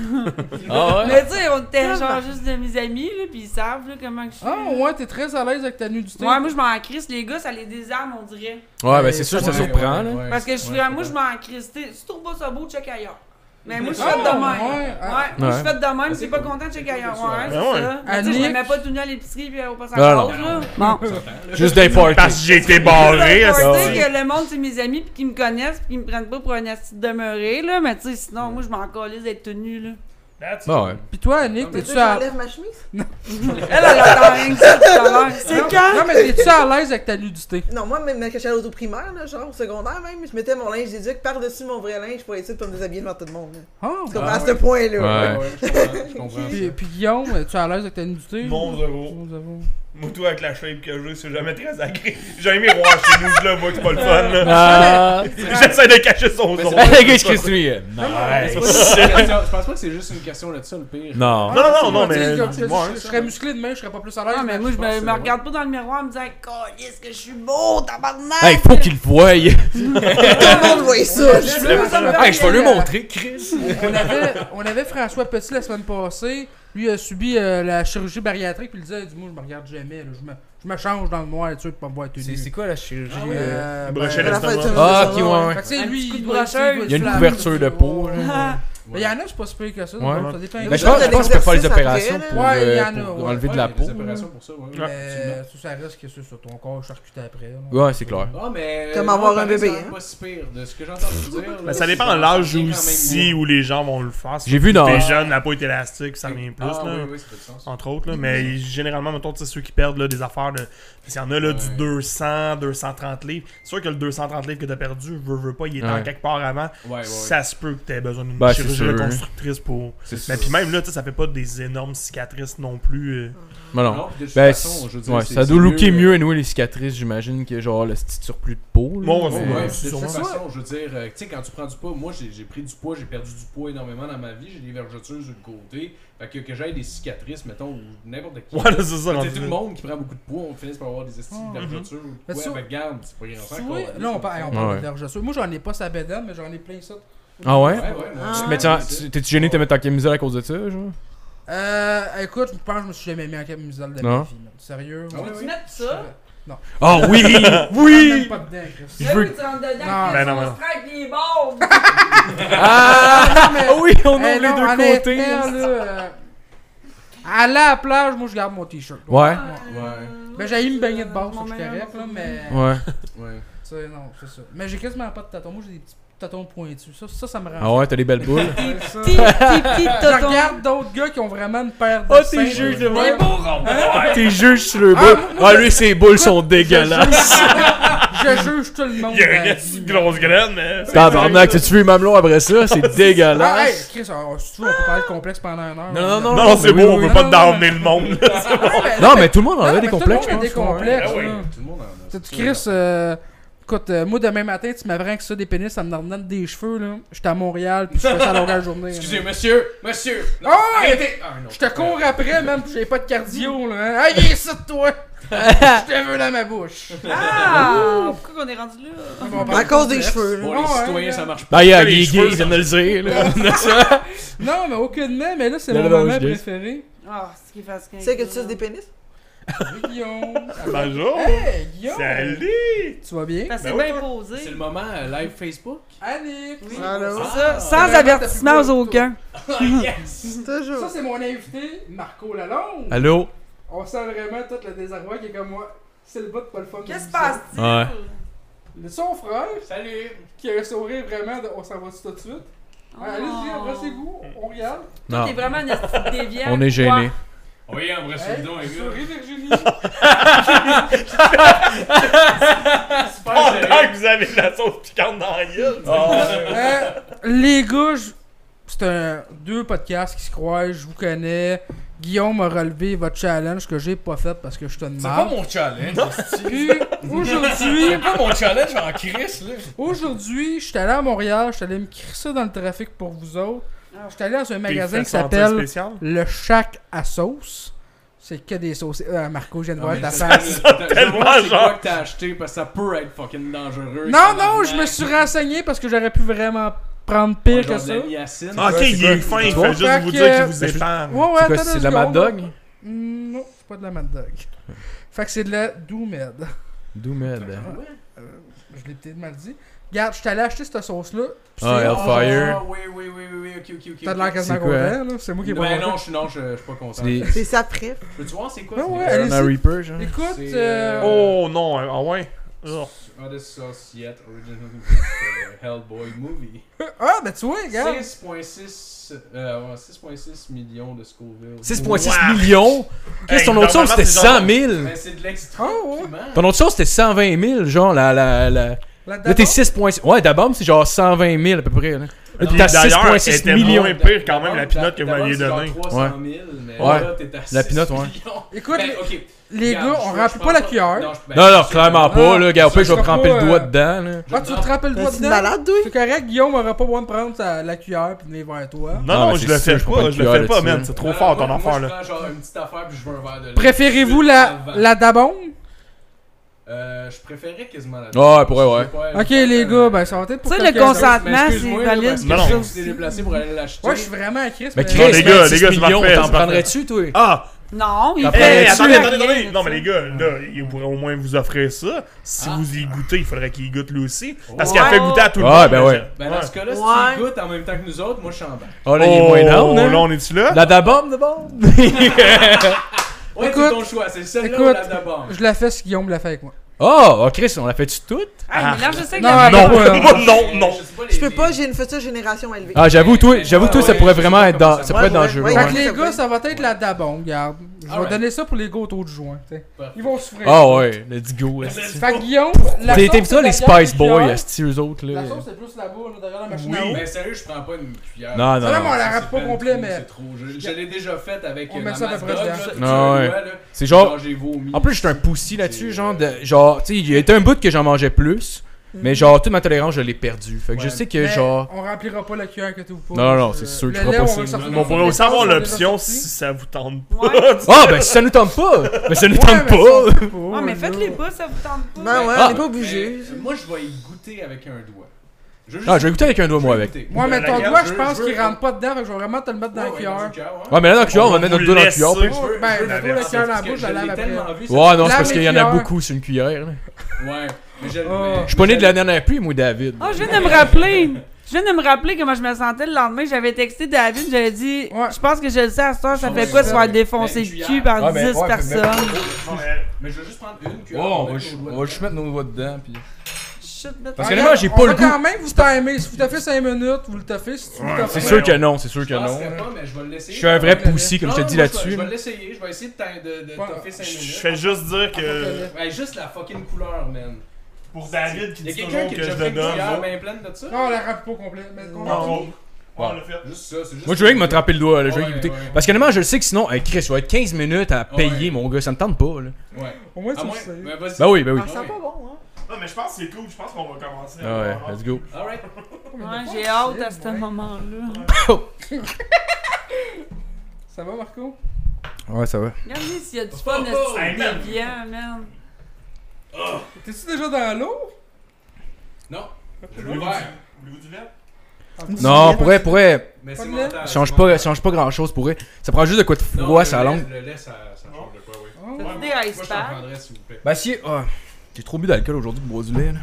[SPEAKER 6] Ah ouais!
[SPEAKER 3] Mais tu sais, on était genre juste de mes amis, là, pis ils savent, là, comment que je suis.
[SPEAKER 1] Ah, ouais, t'es très à l'aise avec ta nudité.
[SPEAKER 3] Ouais, moi, je m'en crisse. Les gars, ça les désarme, on dirait.
[SPEAKER 6] Ouais, ben, c'est sûr, ça
[SPEAKER 1] Ouais,
[SPEAKER 6] surprend, là.
[SPEAKER 3] Parce que je suis
[SPEAKER 2] ouais,
[SPEAKER 3] moi,
[SPEAKER 2] ouais.
[SPEAKER 3] je m'en crisse. Tu- Si tu trouves pas ça beau, check ailleurs. Mais moi, je suis
[SPEAKER 1] Ah,
[SPEAKER 3] faite de même.
[SPEAKER 1] ouais,
[SPEAKER 3] Ouais,
[SPEAKER 1] ah.
[SPEAKER 3] moi, je
[SPEAKER 6] Ouais.
[SPEAKER 3] suis faite de même.
[SPEAKER 2] Ah,
[SPEAKER 3] C'est
[SPEAKER 2] c'est
[SPEAKER 3] pas
[SPEAKER 2] cool.
[SPEAKER 3] content de chez ailleurs.
[SPEAKER 2] Ah,
[SPEAKER 3] Ouais,
[SPEAKER 5] ouais.
[SPEAKER 3] c'est ça. Mais tu sais, je
[SPEAKER 1] Annick.
[SPEAKER 3] me mets pas tout nu à l'épicerie puis au passage
[SPEAKER 6] Ah,
[SPEAKER 3] à
[SPEAKER 6] non.
[SPEAKER 3] cause, là. Bon.
[SPEAKER 6] Juste des parties.
[SPEAKER 5] Parce que j'ai été
[SPEAKER 3] Je
[SPEAKER 5] barré,
[SPEAKER 3] veux pas
[SPEAKER 5] esti.
[SPEAKER 3] dire que le monde, c'est mes amis puis qu'ils me connaissent puis qu'ils me prennent pas pour un asti demeuré, là. Mais tu sais, sinon, moi, je m'en calisse d'être tout nu, là.
[SPEAKER 5] That's
[SPEAKER 6] Ah ouais.
[SPEAKER 1] Pis toi, Annick,
[SPEAKER 2] Non,
[SPEAKER 4] Tu veux
[SPEAKER 1] t'es-tu
[SPEAKER 4] que
[SPEAKER 1] à...
[SPEAKER 4] j'enlève ma chemise?
[SPEAKER 3] Elle, elle entend rien que ça tout à l'heure.
[SPEAKER 1] Non, Non, mais t'es-tu à l'aise avec ta nudité?
[SPEAKER 4] Non, moi, même quand j'étais à l'auto primaire, là, genre au secondaire même, je mettais mon linge d'éduc par-dessus mon vrai linge pour être sûr de pas me déshabiller devant tout le monde. là.
[SPEAKER 1] Ah,
[SPEAKER 4] Tu
[SPEAKER 1] bah.
[SPEAKER 4] comprends?
[SPEAKER 2] Ah
[SPEAKER 4] à ce
[SPEAKER 2] ouais.
[SPEAKER 4] point-là.
[SPEAKER 6] Ouais.
[SPEAKER 2] Ouais, ouais, je comprends, je comprends.
[SPEAKER 1] [LAUGHS] Pis, pis Guillaume, es-tu à l'aise avec ta nudité?
[SPEAKER 5] Mon zéro.
[SPEAKER 1] Nous avons-
[SPEAKER 5] Moi, toi, avec la shape que j'ai, c'est jamais très agréable. J'ai un miroir chez nous, là, moi, c'est pas le fun, là.
[SPEAKER 6] Ah.
[SPEAKER 5] J'essaie de cacher son
[SPEAKER 2] Mais
[SPEAKER 5] son.
[SPEAKER 2] c'est pas-
[SPEAKER 6] [LAUGHS] Hey, excuse me.
[SPEAKER 2] Mais c'est pas juste une question- Je pense pas que c'est juste une question là-dessus, le pire.
[SPEAKER 6] Non.
[SPEAKER 5] Non, non, non, non,
[SPEAKER 1] Tu sais,
[SPEAKER 5] mais.
[SPEAKER 1] je- je-
[SPEAKER 5] dis-moi, hein.
[SPEAKER 1] Je serais musclé demain, je serais pas plus à l'aise.
[SPEAKER 3] Ah, mais moi, je
[SPEAKER 2] pense
[SPEAKER 3] me,
[SPEAKER 2] que
[SPEAKER 3] me
[SPEAKER 2] c'est
[SPEAKER 3] regarde pas dans le miroir en me disant, est-ce que je suis beau, tabarnak!
[SPEAKER 6] Hey, faut qu'il le voie. hey,
[SPEAKER 4] Tout le monde voit ça.
[SPEAKER 1] Je veux, ça me fait
[SPEAKER 6] je vais lui
[SPEAKER 1] rire.
[SPEAKER 6] montrer, Chris.
[SPEAKER 1] on avait, on avait François Petit la semaine passée. Lui a subi euh, la chirurgie bariatrique, puis il disait Dis-moi, je me regarde jamais, là. Je, me, je me change dans le noir, tu sais, pour pas me voir tout nu.
[SPEAKER 6] quoi la chirurgie?
[SPEAKER 1] Euh, ben,
[SPEAKER 5] Brochet,
[SPEAKER 4] la fin de semaine.
[SPEAKER 6] Ah, ok, ouais, ouais.
[SPEAKER 1] fait que, tu sais,
[SPEAKER 3] Un
[SPEAKER 1] lui,
[SPEAKER 3] petit coup de
[SPEAKER 1] doit- doit-
[SPEAKER 3] brocheuse.
[SPEAKER 1] doit-
[SPEAKER 6] Il y a une
[SPEAKER 1] doit-
[SPEAKER 6] couverture de peau, là.
[SPEAKER 1] [LAUGHS]
[SPEAKER 3] Ah,
[SPEAKER 1] Mais Ben, il y en a, c'est pas si pire que ça.
[SPEAKER 6] Ouais.
[SPEAKER 1] donc, ça dépend.
[SPEAKER 6] Ben, je pense, je pense qu'il peut faire les opérations pour,
[SPEAKER 1] Ouais, il y en a,
[SPEAKER 6] euh, pour
[SPEAKER 1] ouais.
[SPEAKER 6] enlever de la
[SPEAKER 2] Ouais,
[SPEAKER 6] peau.
[SPEAKER 2] il y a des opérations pour ça, ouais, ouais.
[SPEAKER 1] Mais Euh, ça, ça risque que ça sur ton corps charcuté après. là.
[SPEAKER 6] Ouais, c'est clair.
[SPEAKER 2] Ah, mais.
[SPEAKER 4] Comme
[SPEAKER 2] non,
[SPEAKER 4] avoir un
[SPEAKER 2] pareil,
[SPEAKER 4] bébé,
[SPEAKER 2] ça va
[SPEAKER 4] hein.
[SPEAKER 2] pas si pire, de ce que j'entends dire.
[SPEAKER 5] Ben,
[SPEAKER 2] là,
[SPEAKER 5] ça dépend
[SPEAKER 2] c'est-
[SPEAKER 5] de l'âge
[SPEAKER 2] c'est quand même
[SPEAKER 5] aussi
[SPEAKER 2] moins.
[SPEAKER 5] où les gens vont le faire.
[SPEAKER 6] J'ai vu dans-
[SPEAKER 5] Les jeunes, la peau est élastique, ça revient plus,
[SPEAKER 2] Ah,
[SPEAKER 5] là.
[SPEAKER 2] oui, oui, ça fait du sens.
[SPEAKER 5] Entre autres, là. Mais généralement, mettons, tu sais, ceux qui perdent là, des affaires de. Parce qu'il y en a là, du
[SPEAKER 2] Ouais.
[SPEAKER 5] 200, 230 livres. C'est sûr que le 230 livres que t'as perdu, veux, veux pas, il est en
[SPEAKER 6] Ouais.
[SPEAKER 5] quelque part avant.
[SPEAKER 2] Ouais, ouais, ouais.
[SPEAKER 5] Ça se peut que t'aies besoin d'une
[SPEAKER 6] Ben, c'est
[SPEAKER 5] chirurgie
[SPEAKER 6] sûr.
[SPEAKER 5] reconstructrice pour. Mais puis même là, tu sais, ça fait pas des énormes cicatrices non plus. euh.
[SPEAKER 6] Mais non.
[SPEAKER 2] Non, puis de toute
[SPEAKER 6] Ben,
[SPEAKER 2] façon, je veux dire,
[SPEAKER 6] ouais,
[SPEAKER 2] c'est-
[SPEAKER 6] ça
[SPEAKER 2] c'est
[SPEAKER 6] doit looker mieux,
[SPEAKER 2] euh,
[SPEAKER 6] et nous les cicatrices, j'imagine, que genre le petit surplus de peau. là.
[SPEAKER 5] Bon,
[SPEAKER 2] Ouais,
[SPEAKER 5] ouais,
[SPEAKER 2] ouais,
[SPEAKER 5] c'est
[SPEAKER 2] puis de
[SPEAKER 5] sûrement.
[SPEAKER 2] toute façon, je veux dire, euh, tu sais, quand tu prends du poids, moi j'ai j'ai pris du poids, j'ai perdu du poids énormément dans ma vie, j'ai des vergetures sur le côté. Fait que, que j'aille des cicatrices, mettons, ou n'importe qui.
[SPEAKER 5] Ouais,
[SPEAKER 2] là,
[SPEAKER 5] là, c'est ça,
[SPEAKER 2] c'est
[SPEAKER 5] rendu
[SPEAKER 2] tout le
[SPEAKER 5] là.
[SPEAKER 2] monde qui prend beaucoup de poids, on finit par avoir des estis
[SPEAKER 1] Ah.
[SPEAKER 2] de vergetures ou
[SPEAKER 1] Mais
[SPEAKER 2] de
[SPEAKER 1] sou-
[SPEAKER 2] poids avec garde, c'est pas grand chose.
[SPEAKER 1] Tu vois, Euh, là, on parle, on parle
[SPEAKER 6] Ouais.
[SPEAKER 1] de vergetures. Moi, j'en ai pas sa bédane, mais j'en ai plein ça.
[SPEAKER 6] Ah ouais?
[SPEAKER 4] Ah.
[SPEAKER 6] Mais tiens, tu- t'es-tu gêné de te mettre en camisole à cause de ça, genre?
[SPEAKER 1] Euh, écoute, je pense que je me suis jamais mis en camisole de ma
[SPEAKER 6] Non.
[SPEAKER 1] vie. man. Sérieux?
[SPEAKER 2] Ah ouais,
[SPEAKER 1] ouais.
[SPEAKER 3] tu mets ça?
[SPEAKER 6] Ah [LAUGHS] oui!
[SPEAKER 1] Même
[SPEAKER 6] oui!
[SPEAKER 1] pas dedans, Chris. Eh,
[SPEAKER 3] Là,
[SPEAKER 6] veux-
[SPEAKER 3] puis tu rentres dedans,
[SPEAKER 1] Non,
[SPEAKER 3] puis
[SPEAKER 5] ben
[SPEAKER 3] tu
[SPEAKER 5] non,
[SPEAKER 3] vas
[SPEAKER 5] ben
[SPEAKER 3] se faire avec les bords.
[SPEAKER 6] Ah! oui, on ouvre
[SPEAKER 1] Eh
[SPEAKER 6] les
[SPEAKER 1] non,
[SPEAKER 6] deux
[SPEAKER 1] honnêtement,
[SPEAKER 6] côtés.
[SPEAKER 1] là, euh, aller à la plage, moi, je garde mon t-shirt.
[SPEAKER 6] Ouais.
[SPEAKER 3] [LAUGHS] Euh,
[SPEAKER 1] Ben, j'ai me baigner de bord, ça,
[SPEAKER 3] mon
[SPEAKER 1] je suis
[SPEAKER 3] meilleur
[SPEAKER 1] correct, là,
[SPEAKER 3] moment.
[SPEAKER 1] mais.
[SPEAKER 6] Ouais.
[SPEAKER 2] Ouais.
[SPEAKER 1] Tu sais, non, c'est ça. Mais j'ai quasiment pas de tatons. Moi, j'ai des petits tatons pointus. Ça, ça, ça me rend.
[SPEAKER 6] Ah ouais, t'as des belles boules.
[SPEAKER 1] fou. Ça,
[SPEAKER 3] Petit, petit, [LAUGHS] petit
[SPEAKER 1] Je
[SPEAKER 3] tonton.
[SPEAKER 1] regarde d'autres gars qui ont vraiment une paire de.
[SPEAKER 6] Ah,
[SPEAKER 1] seins.
[SPEAKER 6] t'es juge de
[SPEAKER 1] Ouais.
[SPEAKER 6] moi.
[SPEAKER 3] Des beaux ronds.
[SPEAKER 6] [LAUGHS] T'es juge sur le
[SPEAKER 1] Ah,
[SPEAKER 6] bout. Ah, lui, ses boules sont dégueulasses.
[SPEAKER 1] Je juge tout le monde.
[SPEAKER 5] [LAUGHS] Il y a
[SPEAKER 1] dans la vie,
[SPEAKER 5] une petite grosse graine, mais.
[SPEAKER 6] Tabarnak, t'as-tu vu les mamelons après ça? [LAUGHS] C'est
[SPEAKER 1] Ah, hey,
[SPEAKER 6] dégueulasse.
[SPEAKER 1] Chris, on, si tu veux, on peut parler de complexe pendant une heure.
[SPEAKER 6] Non, non, non.
[SPEAKER 5] Non, non, c'est
[SPEAKER 6] mais
[SPEAKER 5] beau,
[SPEAKER 6] oui,
[SPEAKER 5] on
[SPEAKER 6] oui,
[SPEAKER 5] veut
[SPEAKER 1] oui.
[SPEAKER 5] pas
[SPEAKER 1] Non,
[SPEAKER 5] down
[SPEAKER 1] non,
[SPEAKER 5] le monde.
[SPEAKER 6] Non, mais tout le monde en
[SPEAKER 1] Non,
[SPEAKER 6] a
[SPEAKER 1] mais
[SPEAKER 6] des
[SPEAKER 1] tout le
[SPEAKER 6] complexes,
[SPEAKER 1] monde a
[SPEAKER 6] je pense.
[SPEAKER 1] des complexes.
[SPEAKER 5] Ah oui.
[SPEAKER 1] là.
[SPEAKER 2] Tout le monde en a.
[SPEAKER 1] T'as
[SPEAKER 2] ça.
[SPEAKER 1] du Chris, euh, écoute, euh, moi demain matin, tu m'avrais que ça des pénis, ça me donne des cheveux, là. J'étais à Montréal, puis je fais ça à longueur de la journée. là.
[SPEAKER 2] Excusez, monsieur, monsieur. Non,
[SPEAKER 1] Ah, ouais.
[SPEAKER 2] arrêtez. Ah, non.
[SPEAKER 1] Je te cours après, même, puis j'ai pas de cardio, là. hein. Hey, viens ici, toi! Je te veux dans ma bouche.
[SPEAKER 3] Ah! Pourquoi qu'on est rendu là?
[SPEAKER 4] À cause des cheveux, là.
[SPEAKER 2] Bon,
[SPEAKER 1] Ouais,
[SPEAKER 2] les citoyens,
[SPEAKER 1] ouais.
[SPEAKER 2] ça marche pas.
[SPEAKER 6] Ah, il y a
[SPEAKER 5] Les
[SPEAKER 6] des
[SPEAKER 5] cheveux,
[SPEAKER 6] gays, ils viennent de le dire. là.
[SPEAKER 1] Non, mais aucunement, mais là, c'est
[SPEAKER 6] Là,
[SPEAKER 1] mon
[SPEAKER 6] là,
[SPEAKER 1] moment
[SPEAKER 6] je dis.
[SPEAKER 1] préféré.
[SPEAKER 3] Ah, c'est ce qui fait ce
[SPEAKER 4] Tu sais que tu suces des pénis?
[SPEAKER 1] Guillaume.
[SPEAKER 5] Bonjour!
[SPEAKER 1] Hey, Guillaume!
[SPEAKER 5] Salut!
[SPEAKER 1] Tu vas bien?
[SPEAKER 3] Parce que c'est
[SPEAKER 5] Ben oui,
[SPEAKER 3] bien
[SPEAKER 5] toi.
[SPEAKER 2] C'est
[SPEAKER 3] posé.
[SPEAKER 2] le moment euh, live Facebook.
[SPEAKER 1] Annick!
[SPEAKER 3] Oui.
[SPEAKER 4] Allô?
[SPEAKER 3] C'est ça, sans
[SPEAKER 1] Vraiment,
[SPEAKER 3] avertissement
[SPEAKER 1] t'as plus beau que
[SPEAKER 3] aucun.
[SPEAKER 1] Ça,
[SPEAKER 4] Toujours.
[SPEAKER 1] c'est mon invité, Marco Lalonde.
[SPEAKER 6] [LAUGHS] Allô?
[SPEAKER 1] On sent vraiment tout le désarroi qui est comme moi. C'est le bout de pas le fun.
[SPEAKER 3] [LAUGHS] Qu'est-ce qui se Ah.
[SPEAKER 1] de
[SPEAKER 3] passe-t-il?
[SPEAKER 6] Ouais.
[SPEAKER 1] Le son frère,
[SPEAKER 2] Salut.
[SPEAKER 1] qui a un sourire vraiment de on s'en va tout de suite.
[SPEAKER 3] Oh.
[SPEAKER 1] Allez, Allez-y, embrassez-vous, on regarde.
[SPEAKER 6] Non.
[SPEAKER 3] T'es vraiment une astuce déviant.
[SPEAKER 6] On est gêné.
[SPEAKER 2] Oui, embrassez-le donc, les
[SPEAKER 1] Hey,
[SPEAKER 2] gars.
[SPEAKER 1] souris Virginie.
[SPEAKER 5] Oh,
[SPEAKER 2] Super
[SPEAKER 5] tant que vous avez de la sauce piquante dans la gueule!
[SPEAKER 1] Euh, les gars, je- c'est un deux podcasts qui se croisent, je vous connais. Guillaume a relevé votre challenge que j'ai pas fait parce que je te
[SPEAKER 7] C'est pas
[SPEAKER 1] demande.
[SPEAKER 7] mon challenge.
[SPEAKER 1] Puis
[SPEAKER 2] [LAUGHS]
[SPEAKER 1] aujourd'hui,
[SPEAKER 7] C'est pas mon challenge en crise, là.
[SPEAKER 1] aujourd'hui, je suis allé à Montréal, je suis allé me crisser dans le trafic pour vous autres. Je suis allé dans un magasin
[SPEAKER 5] T'es
[SPEAKER 1] qui
[SPEAKER 5] fait sentir
[SPEAKER 1] s'appelle
[SPEAKER 5] spécial?
[SPEAKER 1] Le Shack à sauce. C'est que des sauces. Ah, Marco, je viens de voir ta face.
[SPEAKER 5] tellement
[SPEAKER 2] tellement
[SPEAKER 5] genre.
[SPEAKER 2] genre que t'as acheté parce que ça peut être fucking dangereux.
[SPEAKER 1] Non, non, je me suis renseigné parce que j'aurais pu vraiment prendre pire que ça. Ouais,
[SPEAKER 5] Ah, Ok, il est fin, il
[SPEAKER 6] Bon,
[SPEAKER 5] fait juste
[SPEAKER 1] fait
[SPEAKER 5] vous
[SPEAKER 1] que-
[SPEAKER 5] dire qu'il vous
[SPEAKER 6] Juste-
[SPEAKER 5] épargne.
[SPEAKER 1] ouais,
[SPEAKER 6] C'est quoi,
[SPEAKER 1] attends
[SPEAKER 6] c'est
[SPEAKER 1] deux
[SPEAKER 6] de la Mad
[SPEAKER 1] secondes.
[SPEAKER 6] Dog? [LAUGHS]
[SPEAKER 1] Mm, Non, c'est pas de la Mad Dog. Fait que c'est de la Doomed.
[SPEAKER 6] D'où, merde.
[SPEAKER 1] euh, je l'ai peut-être mal dit. Regarde, je t'allais acheter cette sauce-là. pis
[SPEAKER 6] Ah,
[SPEAKER 1] c'est-
[SPEAKER 6] Hellfire. Fire.
[SPEAKER 2] Ah, oui, oui, oui, oui, oui, ok, ok, ok.
[SPEAKER 1] T'as de l'air
[SPEAKER 2] ok.
[SPEAKER 1] quasiment
[SPEAKER 6] C'est quoi?
[SPEAKER 1] content, là. C'est moi qui ai
[SPEAKER 2] Ouais,
[SPEAKER 1] pas
[SPEAKER 2] non,
[SPEAKER 1] mangé.
[SPEAKER 2] je suis non, je je suis pas content.
[SPEAKER 6] C'est des-
[SPEAKER 4] C'est sa préf.
[SPEAKER 2] Peux-tu voir c'est quoi
[SPEAKER 1] Ah
[SPEAKER 2] c'est des-
[SPEAKER 1] ouais, allez-y.
[SPEAKER 6] Carolina Reaper, genre.
[SPEAKER 1] Écoute,
[SPEAKER 2] C'est,
[SPEAKER 1] euh,
[SPEAKER 5] Oh non, hein, ah ouais. Oh.
[SPEAKER 2] Ah, de Societte Original
[SPEAKER 1] [LAUGHS]
[SPEAKER 2] Music for Hellboy Movie.
[SPEAKER 1] ah, ben tu vois, regarde.
[SPEAKER 2] 6.6 euh, ouais, 6.6 millions de Scoville.
[SPEAKER 6] 6,6
[SPEAKER 5] Wow.
[SPEAKER 6] millions. Qu'est-ce
[SPEAKER 5] Hey,
[SPEAKER 6] que ton autre
[SPEAKER 5] normalement,
[SPEAKER 6] sauce, c'était
[SPEAKER 5] c'est genre-
[SPEAKER 6] 100 000.
[SPEAKER 2] Mais c'est de hein. l'extra.
[SPEAKER 1] Ah, ouais.
[SPEAKER 6] Ton autre sauce, c'était 120 000, genre, la, la, la...
[SPEAKER 1] Là,
[SPEAKER 6] Là, t'es
[SPEAKER 1] d'abord,
[SPEAKER 6] 6 Ouais, d'abord, c'est genre 120 000 à peu près, là. Là,
[SPEAKER 5] Puis
[SPEAKER 6] t'as
[SPEAKER 5] d'ailleurs, elle
[SPEAKER 6] 6,6
[SPEAKER 5] était
[SPEAKER 6] millions.
[SPEAKER 5] moins pire quand même, la pinotte que vous m'aviez donnée.
[SPEAKER 2] Ouais. 300 000, mais
[SPEAKER 6] Ouais.
[SPEAKER 2] là, t'es à 6
[SPEAKER 6] La pinotte, ouais.
[SPEAKER 2] millions.
[SPEAKER 1] Écoute,
[SPEAKER 2] Ben,
[SPEAKER 1] les-
[SPEAKER 2] ok,
[SPEAKER 1] les
[SPEAKER 2] regarde,
[SPEAKER 1] gars,
[SPEAKER 2] je-
[SPEAKER 1] on
[SPEAKER 2] je
[SPEAKER 1] remplit
[SPEAKER 2] pense
[SPEAKER 1] pas la cuillère.
[SPEAKER 2] je- ben,
[SPEAKER 6] Non, non,
[SPEAKER 2] je-
[SPEAKER 6] clairement pas, là. Gars, au
[SPEAKER 1] ça,
[SPEAKER 6] pire, je
[SPEAKER 1] je
[SPEAKER 6] vais
[SPEAKER 1] comprends
[SPEAKER 6] tremper le
[SPEAKER 1] pas,
[SPEAKER 6] doigt
[SPEAKER 1] euh,
[SPEAKER 6] dedans, là.
[SPEAKER 1] Ah, tu te rappelles le doigt
[SPEAKER 4] C'est
[SPEAKER 1] dedans?
[SPEAKER 4] malade, oui.
[SPEAKER 1] C'est correct, Guillaume aura pas besoin de prendre sa- la cuillère pis venir vers toi.
[SPEAKER 6] Ah,
[SPEAKER 5] Non, non, je
[SPEAKER 6] mais c'est
[SPEAKER 5] le
[SPEAKER 6] sûr,
[SPEAKER 5] fais
[SPEAKER 6] je prends pas
[SPEAKER 5] pas,
[SPEAKER 6] de
[SPEAKER 5] je le
[SPEAKER 6] cuillère
[SPEAKER 5] fais pas, man.
[SPEAKER 6] là-dessus,
[SPEAKER 5] C'est
[SPEAKER 2] Non,
[SPEAKER 5] trop
[SPEAKER 2] non,
[SPEAKER 5] fort
[SPEAKER 2] moi,
[SPEAKER 5] ton
[SPEAKER 2] moi,
[SPEAKER 5] affaire,
[SPEAKER 2] je
[SPEAKER 5] là.
[SPEAKER 2] prends genre une petite affaire puis je veux un verre de lait.
[SPEAKER 1] Préférez-vous la,
[SPEAKER 2] Avant.
[SPEAKER 1] la dabonne?
[SPEAKER 2] Euh, je préférais quasiment la
[SPEAKER 6] Ouais, pour vrai, ouais.
[SPEAKER 1] Ok, les gars, ben ça va être pour
[SPEAKER 3] Tu sais, le
[SPEAKER 1] quelqu'un d'autre.
[SPEAKER 3] consentement,
[SPEAKER 2] Mais excuse-moi,
[SPEAKER 3] c'est
[SPEAKER 2] là,
[SPEAKER 3] valide.
[SPEAKER 2] parce
[SPEAKER 5] Non,
[SPEAKER 2] que
[SPEAKER 5] non.
[SPEAKER 2] je me suis déplacé pour aller l'acheter.
[SPEAKER 1] Ouais, je suis vraiment à Chris.
[SPEAKER 6] Mais
[SPEAKER 1] mais-
[SPEAKER 6] Chris,
[SPEAKER 5] Non, les gars,
[SPEAKER 6] man,
[SPEAKER 5] les
[SPEAKER 6] 6
[SPEAKER 5] gars, c'est
[SPEAKER 6] millions,
[SPEAKER 5] parfait,
[SPEAKER 6] t'en
[SPEAKER 5] c'est parfait.
[SPEAKER 6] prendrais-tu, toi?
[SPEAKER 5] Ah!
[SPEAKER 3] Non, il
[SPEAKER 6] T'en
[SPEAKER 5] Hey,
[SPEAKER 6] prendrais-tu,
[SPEAKER 3] fait
[SPEAKER 5] attendez,
[SPEAKER 3] rien.
[SPEAKER 5] attendez, attendez! Non, mais les gars, là, ils pourraient au moins vous offrir ça. Si
[SPEAKER 2] Ah.
[SPEAKER 5] vous y goûtez, il faudrait qu'ils y goûtent lui aussi. Parce
[SPEAKER 2] Ouais.
[SPEAKER 5] qu'elle fait goûter à tout le
[SPEAKER 6] Ouais,
[SPEAKER 5] monde.
[SPEAKER 6] ben
[SPEAKER 5] là,
[SPEAKER 6] ouais.
[SPEAKER 5] ça.
[SPEAKER 2] Ben, dans ce cas-là, si
[SPEAKER 4] Ouais.
[SPEAKER 2] tu y goûtes en même temps que nous autres, moi, je suis en bas.
[SPEAKER 6] Oh, là, il est
[SPEAKER 5] Oh,
[SPEAKER 6] moins down,
[SPEAKER 5] là,
[SPEAKER 6] hein?
[SPEAKER 5] on est-tu là?
[SPEAKER 6] La dabombe, d'abord? [LAUGHS]
[SPEAKER 2] Ouais,
[SPEAKER 1] Écoute,
[SPEAKER 2] c'est ton choix, c'est celle-là ou
[SPEAKER 1] écoute,
[SPEAKER 2] la d'abord.
[SPEAKER 1] Je la fais si Guillaume l'a fait avec moi.
[SPEAKER 6] Oh, oh, Chris, on l'a fait-tu toute?
[SPEAKER 3] Ah, mélange ça avec
[SPEAKER 1] Non,
[SPEAKER 3] la-
[SPEAKER 1] non.
[SPEAKER 5] Non,
[SPEAKER 1] Ouais, ouais.
[SPEAKER 5] moi, Oh,
[SPEAKER 2] Euh,
[SPEAKER 5] non, non.
[SPEAKER 4] Je peux pas, j'ai une future génération élevée.
[SPEAKER 6] Ah, j'avoue, toi, j'avoue, toi,
[SPEAKER 2] Ouais,
[SPEAKER 6] ça
[SPEAKER 2] ouais,
[SPEAKER 6] pourrait
[SPEAKER 2] je sais
[SPEAKER 6] vraiment
[SPEAKER 2] pas
[SPEAKER 6] être,
[SPEAKER 2] comment
[SPEAKER 6] dans-
[SPEAKER 2] ça
[SPEAKER 6] ça pourrait être
[SPEAKER 4] marche.
[SPEAKER 6] dangereux, hein.
[SPEAKER 4] Ouais,
[SPEAKER 1] Fait
[SPEAKER 4] ouais.
[SPEAKER 6] ouais.
[SPEAKER 1] que les
[SPEAKER 4] ça
[SPEAKER 1] gars,
[SPEAKER 4] fait.
[SPEAKER 1] ça va être la dabonne, regarde. Je vais
[SPEAKER 2] Alright.
[SPEAKER 1] donner ça pour les gars autour du joint. t'sais. Ils vont souffrir.
[SPEAKER 6] Ah, ouais, let's go, esti.
[SPEAKER 1] Fait que Guillaume, la
[SPEAKER 6] T'es-
[SPEAKER 1] sauce,
[SPEAKER 6] T'inviteras
[SPEAKER 1] c'est
[SPEAKER 6] les
[SPEAKER 1] la cuillère,
[SPEAKER 6] Spice Boys,
[SPEAKER 1] cuillère.
[SPEAKER 6] esti, eux autres, là.
[SPEAKER 1] La sauce, c'est plus là-bas, là, derrière la machine à eau.
[SPEAKER 2] Mais Ben, sérieux, je prends pas une cuillère.
[SPEAKER 6] Non, non,
[SPEAKER 1] Ça, là,
[SPEAKER 6] non.
[SPEAKER 1] on la
[SPEAKER 2] C'est
[SPEAKER 1] rate pas
[SPEAKER 2] ben
[SPEAKER 1] complet,
[SPEAKER 2] trop,
[SPEAKER 1] mais.
[SPEAKER 2] c'est trop. Je, je l'ai déjà faite avec
[SPEAKER 1] On
[SPEAKER 2] euh,
[SPEAKER 1] met
[SPEAKER 2] la
[SPEAKER 1] ça à
[SPEAKER 2] masse
[SPEAKER 1] peu près
[SPEAKER 2] d'orge,
[SPEAKER 1] dedans.
[SPEAKER 2] là, tu
[SPEAKER 6] Ah,
[SPEAKER 2] vois,
[SPEAKER 6] ouais.
[SPEAKER 2] là.
[SPEAKER 6] C'est genre-
[SPEAKER 2] j'ai vomi.
[SPEAKER 6] En plus, j'étais un poussi
[SPEAKER 2] C'est-
[SPEAKER 6] là-dessus, genre, de, genre, tu sais, il y a été un bout que j'en mangeais plus, mais genre, toute ma tolérance, je l'ai perdue. Fait que je
[SPEAKER 2] Ouais.
[SPEAKER 6] sais que,
[SPEAKER 1] mais
[SPEAKER 6] genre,
[SPEAKER 1] On remplira pas la cuillère que tu vous euh,
[SPEAKER 6] Non, non, c'est sûr que je ferai pas ça.
[SPEAKER 5] Mais on pourrait aussi avoir l'option si ça vous tente pas.
[SPEAKER 3] Ouais.
[SPEAKER 6] ah, ben, si ça nous tente pas, mais ça nous tente pas.
[SPEAKER 3] Ah, mais faites-les pas, ça vous tente pas.
[SPEAKER 4] Non, ouais,
[SPEAKER 6] Ah,
[SPEAKER 4] on n'est pas
[SPEAKER 2] Mais,
[SPEAKER 4] obligé.
[SPEAKER 2] euh, Moi, je vais y goûter avec un doigt. Je veux
[SPEAKER 6] Ah,
[SPEAKER 2] juste-
[SPEAKER 6] je vais goûter avec un doigt, moi, avec.
[SPEAKER 2] goûter.
[SPEAKER 1] Moi, mais
[SPEAKER 5] Ben,
[SPEAKER 1] ton
[SPEAKER 5] regarde,
[SPEAKER 1] doigt,
[SPEAKER 2] je
[SPEAKER 1] je
[SPEAKER 2] veux-
[SPEAKER 1] pense
[SPEAKER 2] je veux-
[SPEAKER 1] qu'il rentre pas dedans, fait que je vais vraiment te le mettre dans la
[SPEAKER 2] Ouais, ouais, dans
[SPEAKER 1] cuillère.
[SPEAKER 2] le cœur, ouais.
[SPEAKER 6] Ouais, mais là, dans le cuillère, on va
[SPEAKER 5] On
[SPEAKER 6] mettre notre
[SPEAKER 5] vous
[SPEAKER 6] doigt dans le
[SPEAKER 5] laisse
[SPEAKER 6] cuillard.
[SPEAKER 5] ça.
[SPEAKER 6] puis-
[SPEAKER 2] Je veux-
[SPEAKER 1] Ben,
[SPEAKER 2] je veux
[SPEAKER 1] le
[SPEAKER 2] la
[SPEAKER 1] dos,
[SPEAKER 2] verser,
[SPEAKER 1] le cœur dans la
[SPEAKER 2] parce que
[SPEAKER 1] bouche,
[SPEAKER 2] je
[SPEAKER 1] je
[SPEAKER 2] l'ai
[SPEAKER 1] lave
[SPEAKER 2] tellement
[SPEAKER 1] après.
[SPEAKER 2] vu, ça-
[SPEAKER 6] Ouais, non, c'est
[SPEAKER 1] Lave
[SPEAKER 6] parce
[SPEAKER 1] les
[SPEAKER 6] qu'il y en a
[SPEAKER 1] cuillères.
[SPEAKER 6] beaucoup sur une cuillère. là.
[SPEAKER 2] Ouais, mais je
[SPEAKER 1] Oh.
[SPEAKER 2] mais-
[SPEAKER 6] Je suis pas né
[SPEAKER 2] mais
[SPEAKER 6] de la dernière pluie, moi, David.
[SPEAKER 3] Ah, je viens de me rappeler. Je viens de me rappeler comment je me sentais le lendemain. J'avais texté David, j'avais dit
[SPEAKER 1] Ouais.
[SPEAKER 3] Je pense que je le sais à ce soir, ça
[SPEAKER 2] Ouais,
[SPEAKER 3] fait
[SPEAKER 2] c'est
[SPEAKER 3] quoi de se
[SPEAKER 2] ça,
[SPEAKER 3] faire
[SPEAKER 2] mais-
[SPEAKER 3] défoncer
[SPEAKER 2] mais une
[SPEAKER 3] le cul
[SPEAKER 2] cuillère.
[SPEAKER 3] par
[SPEAKER 6] Ah,
[SPEAKER 3] 10
[SPEAKER 6] ben, ouais, mais-
[SPEAKER 3] personnes
[SPEAKER 2] Mais je veux juste prendre une
[SPEAKER 6] Ouais,
[SPEAKER 2] cuillère.
[SPEAKER 6] on
[SPEAKER 2] pour
[SPEAKER 6] va
[SPEAKER 2] mettre
[SPEAKER 6] ju-
[SPEAKER 2] nos doigts
[SPEAKER 6] on va juste mettre nos doigts dedans, puis.
[SPEAKER 3] Chut, mais-
[SPEAKER 6] Parce que là, j'ai pas le
[SPEAKER 1] On va quand
[SPEAKER 6] goût.
[SPEAKER 1] même vous timer. Si vous taffez 5 minutes, vous le taffez. Si tu le taffes
[SPEAKER 6] C'est
[SPEAKER 1] pas-
[SPEAKER 6] sûr que non, c'est sûr que
[SPEAKER 2] Je
[SPEAKER 6] non.
[SPEAKER 2] penserais pas, mais je vais l'essayer.
[SPEAKER 6] Je suis un vrai
[SPEAKER 1] Ouais.
[SPEAKER 6] poussi, comme
[SPEAKER 2] Non,
[SPEAKER 6] je te
[SPEAKER 2] non,
[SPEAKER 6] dis
[SPEAKER 2] moi, je vais-
[SPEAKER 6] là-dessus.
[SPEAKER 2] Je vais l'essayer, je vais essayer de t'en- de de
[SPEAKER 1] Ouais.
[SPEAKER 2] t'offrir 5
[SPEAKER 5] Je
[SPEAKER 2] minutes.
[SPEAKER 5] fais juste dire que.
[SPEAKER 2] Ouais, juste la fucking couleur, man.
[SPEAKER 5] Pour David qui
[SPEAKER 2] Y'a
[SPEAKER 5] dit
[SPEAKER 2] quelqu'un
[SPEAKER 5] toujours
[SPEAKER 2] qui a ah,
[SPEAKER 5] que je
[SPEAKER 2] déjà
[SPEAKER 5] le
[SPEAKER 2] fait une
[SPEAKER 5] donne.
[SPEAKER 2] cuillère
[SPEAKER 5] non.
[SPEAKER 2] bien pleine de ça?
[SPEAKER 1] Non, on la remplit pas au complet. mais qu'on-
[SPEAKER 5] Non, on l'a fait.
[SPEAKER 2] Juste ça, c'est juste.
[SPEAKER 6] Moi, je veux rien que me trapper le doigt, là, je veux rien
[SPEAKER 2] Ouais,
[SPEAKER 6] goûter.
[SPEAKER 2] ouais.
[SPEAKER 6] Parce que honnêtement, je le sais que sinon, hey, Chris, ça va être 15 minutes à
[SPEAKER 2] Ouais.
[SPEAKER 6] payer, mon gars, ça me tente pas, là.
[SPEAKER 2] Ouais.
[SPEAKER 1] Au moins,
[SPEAKER 2] À
[SPEAKER 1] tu le
[SPEAKER 2] moins.
[SPEAKER 1] sais.
[SPEAKER 2] Ben, vas-y.
[SPEAKER 6] Bah oui, bah oui.
[SPEAKER 4] Ah, ça sent pas bon, hein?
[SPEAKER 5] Non, mais je pense que c'est cool. Je pense qu'on va commencer.
[SPEAKER 6] Ah ouais, let's go.
[SPEAKER 2] Alright.
[SPEAKER 3] Ouais, j'ai hâte à ce moment-là.
[SPEAKER 1] Ça va, Marco?
[SPEAKER 6] Ouais, ça va.
[SPEAKER 3] Regardez s'il y a du
[SPEAKER 2] Oh,
[SPEAKER 3] fun à
[SPEAKER 2] oh,
[SPEAKER 5] hey, man.
[SPEAKER 3] ce déviant, man.
[SPEAKER 1] T'es-tu déjà dans l'eau?
[SPEAKER 2] Non. Je l'ai ouvert.
[SPEAKER 5] Voulez-vous du lait?
[SPEAKER 6] Non, pour vrai, pour vrai,
[SPEAKER 2] Mais
[SPEAKER 1] Pas
[SPEAKER 2] c'est
[SPEAKER 1] de lait?
[SPEAKER 2] mental.
[SPEAKER 6] change
[SPEAKER 2] c'est
[SPEAKER 6] pas,
[SPEAKER 2] mental.
[SPEAKER 6] change pas grand chose pour vrai. Ça prend juste de quoi de
[SPEAKER 2] Non,
[SPEAKER 6] froid,
[SPEAKER 2] le
[SPEAKER 6] ça
[SPEAKER 2] lait-
[SPEAKER 6] langue.
[SPEAKER 2] Le lait, ça ça change de quoi, oui.
[SPEAKER 1] Oh.
[SPEAKER 3] T'as
[SPEAKER 2] Ouais,
[SPEAKER 3] des
[SPEAKER 2] moi-
[SPEAKER 3] ice
[SPEAKER 2] Moi, je t'en
[SPEAKER 3] packs?
[SPEAKER 2] prendrais, s'il vous plaît.
[SPEAKER 6] Bah si, ah, j'ai trop bu d'alcool aujourd'hui pour boire du lait, là.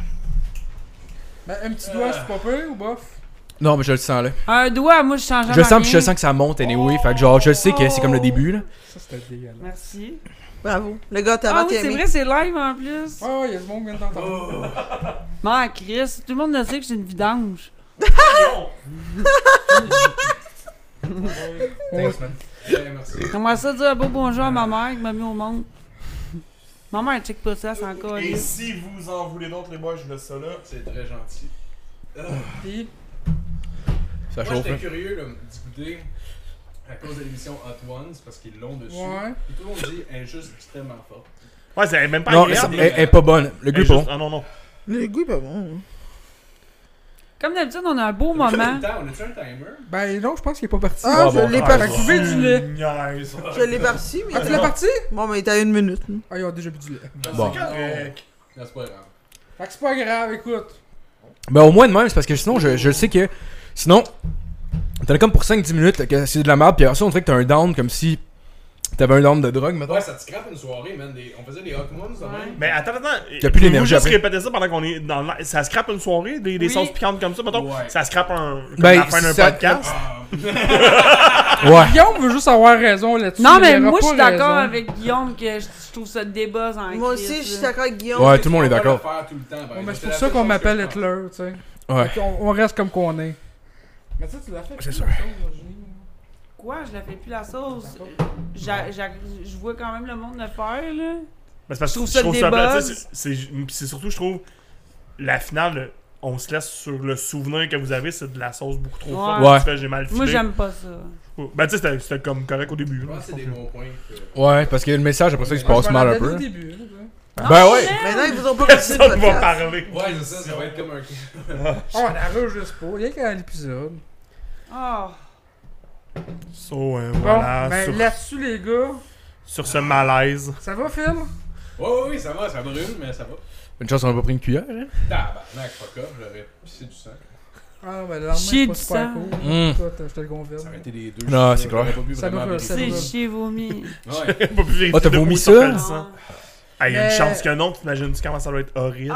[SPEAKER 1] Ben, un petit doigt, c'est pas peu ou bof?
[SPEAKER 6] Non, mais je le sens, là.
[SPEAKER 3] Un doigt, moi, je change
[SPEAKER 6] Je le sens, puis je sens que ça monte, anyway. Fait que genre, je le sais que c'est comme le début, là.
[SPEAKER 1] Ça, c'était dégueulasse.
[SPEAKER 3] Merci.
[SPEAKER 4] Bravo. Le gars, t'as
[SPEAKER 3] Ah
[SPEAKER 4] avant
[SPEAKER 3] oui,
[SPEAKER 4] t'as
[SPEAKER 3] c'est
[SPEAKER 4] aimé.
[SPEAKER 3] vrai, c'est live en plus.
[SPEAKER 1] Ah, ouais, y'a du monde qui vient de t'entendre.
[SPEAKER 2] Oh.
[SPEAKER 3] Man, Chris, tout le monde le sait que j'ai une vidange.
[SPEAKER 2] Oh. Thanks, man. Ouais, Merci.
[SPEAKER 3] Comment ça dire un beau bonjour à ma mère qui m'a mis au monde? Ma mère, elle check pas ça, c'est encore.
[SPEAKER 5] Et si vous en voulez d'autres, les boys, je vous laisse ça là.
[SPEAKER 2] C'est très gentil.
[SPEAKER 1] Puis,
[SPEAKER 6] Ça
[SPEAKER 2] Moi,
[SPEAKER 6] chauffe, hein. là.
[SPEAKER 2] j'étais curieux là, d'y goûter à cause de l'émission Hot Ones parce qu'ils l'ont dessus.
[SPEAKER 1] ouais.
[SPEAKER 2] Et tout le monde dit elle est juste extrêmement forte.
[SPEAKER 5] Ouais, c'est même pas
[SPEAKER 6] Non,
[SPEAKER 5] agréable.
[SPEAKER 6] elle elle est pas bonne. Le
[SPEAKER 5] Elle
[SPEAKER 6] goût
[SPEAKER 5] est
[SPEAKER 6] est pas bon.
[SPEAKER 5] juste- Ah non, non.
[SPEAKER 4] Le goût est pas bon.
[SPEAKER 3] Comme d'habitude, on a un beau
[SPEAKER 2] Combien
[SPEAKER 3] moment.
[SPEAKER 2] de temps? On a-tu un timer?
[SPEAKER 1] Ben, non, je pense qu'il est pas parti.
[SPEAKER 4] Ah,
[SPEAKER 6] Ah,
[SPEAKER 4] je
[SPEAKER 6] bon,
[SPEAKER 4] l'ai
[SPEAKER 6] ah,
[SPEAKER 4] pas
[SPEAKER 1] Fait que buvez du
[SPEAKER 5] Mmh,
[SPEAKER 1] lait.
[SPEAKER 5] Niaise.
[SPEAKER 4] Je l'ai parti, mais.
[SPEAKER 1] Ah, tu l'as parti?
[SPEAKER 4] Bon, mais t'as une minute.
[SPEAKER 1] Ah, ils ont déjà bu du lait.
[SPEAKER 6] Bon.
[SPEAKER 2] Non, Non, c'est pas grave.
[SPEAKER 1] Fait que c'est pas grave, écoute.
[SPEAKER 6] Ben au moins de même, c'est parce que sinon, je, je le sais que. Sinon, t'en as comme pour 5-10 minutes là, que c'est de la merde, puis après ça, on dirait que t'as un down comme si. T'avais un nombre de drogue, mettons.
[SPEAKER 2] Ouais, ça te scrape une soirée, man. Des- On faisait des hot moons, dans même.
[SPEAKER 5] Mais attends, attends.
[SPEAKER 6] T'as plus d'énergie
[SPEAKER 5] Juste
[SPEAKER 6] après.
[SPEAKER 5] répéter ça pendant qu'on est dans l'air. Ça scrape une soirée, des, des
[SPEAKER 3] Oui.
[SPEAKER 5] sauces piquantes comme ça, mettons.
[SPEAKER 2] Ouais.
[SPEAKER 5] Ça scrape un. Comme
[SPEAKER 6] Ben,
[SPEAKER 5] la fin d'un
[SPEAKER 6] ça-
[SPEAKER 5] podcast.
[SPEAKER 6] Ouais.
[SPEAKER 1] Guillaume veut juste avoir raison là-dessus.
[SPEAKER 3] Non, mais
[SPEAKER 1] il aura
[SPEAKER 3] moi, je suis
[SPEAKER 1] pas
[SPEAKER 3] d'accord
[SPEAKER 1] raison.
[SPEAKER 3] avec Guillaume que je je trouve ça débat en
[SPEAKER 4] Moi
[SPEAKER 3] crise,
[SPEAKER 4] aussi, je suis
[SPEAKER 3] là.
[SPEAKER 4] d'accord avec Guillaume.
[SPEAKER 6] Ouais, tout le monde est d'accord.
[SPEAKER 2] On va le faire tout le temps, par
[SPEAKER 1] Ouais,
[SPEAKER 2] exemple.
[SPEAKER 1] mais ben, c'est pour
[SPEAKER 2] la
[SPEAKER 1] ça
[SPEAKER 2] seule
[SPEAKER 1] qu'on
[SPEAKER 2] chose
[SPEAKER 1] m'appelle
[SPEAKER 2] que je pense.
[SPEAKER 1] Hitler, tu sais.
[SPEAKER 6] Ouais.
[SPEAKER 1] Fait qu'on- On, reste comme qu'on est. Mais ça, tu l'as fait.
[SPEAKER 6] Ah, C'est sûr.
[SPEAKER 3] Quoi, je la fais plus la sauce. J'a- j'a- Je vois quand même le monde le faire, là.
[SPEAKER 5] Mais c'est parce que
[SPEAKER 3] Je trouve
[SPEAKER 5] je
[SPEAKER 3] ça
[SPEAKER 5] trouve
[SPEAKER 3] des
[SPEAKER 5] ça plat.
[SPEAKER 3] buzz.
[SPEAKER 5] tu sais, C'est c'est- c'est surtout, je trouve, la finale, on se laisse sur le souvenir que vous avez, c'est de la sauce beaucoup trop forte.
[SPEAKER 6] Ouais.
[SPEAKER 5] Tu fais, J'ai mal filé.
[SPEAKER 3] Moi, j'aime pas ça.
[SPEAKER 5] Ben, tu sais, c'était- c'était comme correct au début.
[SPEAKER 2] Je
[SPEAKER 5] là.
[SPEAKER 2] pense que
[SPEAKER 5] [LAUGHS]
[SPEAKER 2] c'est des bons points. que-
[SPEAKER 6] Ouais, parce que le message après ça, il se passe mal un peu.
[SPEAKER 1] Au début, là, tu sais.
[SPEAKER 6] Ben ouais.
[SPEAKER 4] Maintenant, ils vous ont pas
[SPEAKER 5] Personne
[SPEAKER 4] continué le
[SPEAKER 5] va
[SPEAKER 4] podcast.
[SPEAKER 5] parler.
[SPEAKER 2] Ouais, c'est ça, ça va être comme un.
[SPEAKER 1] Oh, on arrange juste pas. Il y a qu'à l'épisode.
[SPEAKER 3] Oh.
[SPEAKER 5] So, euh,
[SPEAKER 1] Bon,
[SPEAKER 5] voilà,
[SPEAKER 1] ben
[SPEAKER 5] sur,
[SPEAKER 1] là-dessus, les gars,
[SPEAKER 5] sur ce malaise. [LAUGHS]
[SPEAKER 1] ça va, Phil?
[SPEAKER 2] Ouais, ouais, ouais, ça va, ça brûle, mais ça va.
[SPEAKER 6] Une chance, on a pas pris une cuillère, hein.
[SPEAKER 2] Tabarnak, fuck off, j'aurais pissé du sang.
[SPEAKER 1] Ah, ben là,
[SPEAKER 3] Chier
[SPEAKER 1] c'est pas
[SPEAKER 3] du
[SPEAKER 1] super
[SPEAKER 3] sang.
[SPEAKER 1] cool.
[SPEAKER 6] Mm.
[SPEAKER 1] Écoute, je te le
[SPEAKER 2] Ça aurait
[SPEAKER 1] confirme.
[SPEAKER 2] été les deux.
[SPEAKER 6] Non,
[SPEAKER 2] je
[SPEAKER 6] c'est
[SPEAKER 2] pense,
[SPEAKER 6] clair.
[SPEAKER 2] j'aurais pas bu
[SPEAKER 1] Ça
[SPEAKER 2] vraiment
[SPEAKER 1] doit
[SPEAKER 2] avec
[SPEAKER 1] faire-
[SPEAKER 2] les
[SPEAKER 3] C'est
[SPEAKER 1] va.
[SPEAKER 3] chier vomi.
[SPEAKER 2] deux.
[SPEAKER 5] Pas pu vérifier
[SPEAKER 6] Ah, t'as
[SPEAKER 5] de où
[SPEAKER 6] vomi
[SPEAKER 5] ça
[SPEAKER 6] ça?
[SPEAKER 5] fait le sang. Hey, y a une
[SPEAKER 1] Mais-
[SPEAKER 5] chance que non, t'imagines-tu comment ça doit être horrible?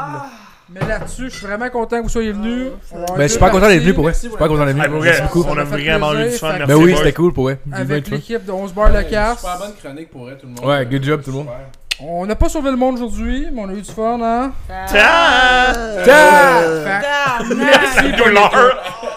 [SPEAKER 1] Mais là-dessus, je suis vraiment content que vous soyez venus.
[SPEAKER 6] Ben, je suis pas content d'être venu pour vrai. Je
[SPEAKER 2] Merci
[SPEAKER 6] suis
[SPEAKER 2] pour
[SPEAKER 6] pas content d'être
[SPEAKER 5] Hey,
[SPEAKER 6] venu.
[SPEAKER 5] pour
[SPEAKER 6] Merci
[SPEAKER 5] vrai,
[SPEAKER 6] beaucoup.
[SPEAKER 5] on a
[SPEAKER 1] Ça fait
[SPEAKER 5] vraiment eu
[SPEAKER 1] plaisir,
[SPEAKER 5] du fun.
[SPEAKER 1] ça-
[SPEAKER 5] Merci
[SPEAKER 6] Ben oui,
[SPEAKER 5] boys.
[SPEAKER 6] c'était cool pour vrai. J'ai bien
[SPEAKER 1] Avec
[SPEAKER 6] du fun.
[SPEAKER 1] l'équipe de 11 bars le casse.
[SPEAKER 2] Super bonne chronique pour elle, tout le monde.
[SPEAKER 6] Ouais, good job, tout le monde.
[SPEAKER 2] Super.
[SPEAKER 1] On n'a pas sauvé le monde aujourd'hui, mais on a eu du fun, hein?
[SPEAKER 5] Ta-
[SPEAKER 1] Euh,
[SPEAKER 2] Euh,
[SPEAKER 1] Fait que-
[SPEAKER 5] La douleur!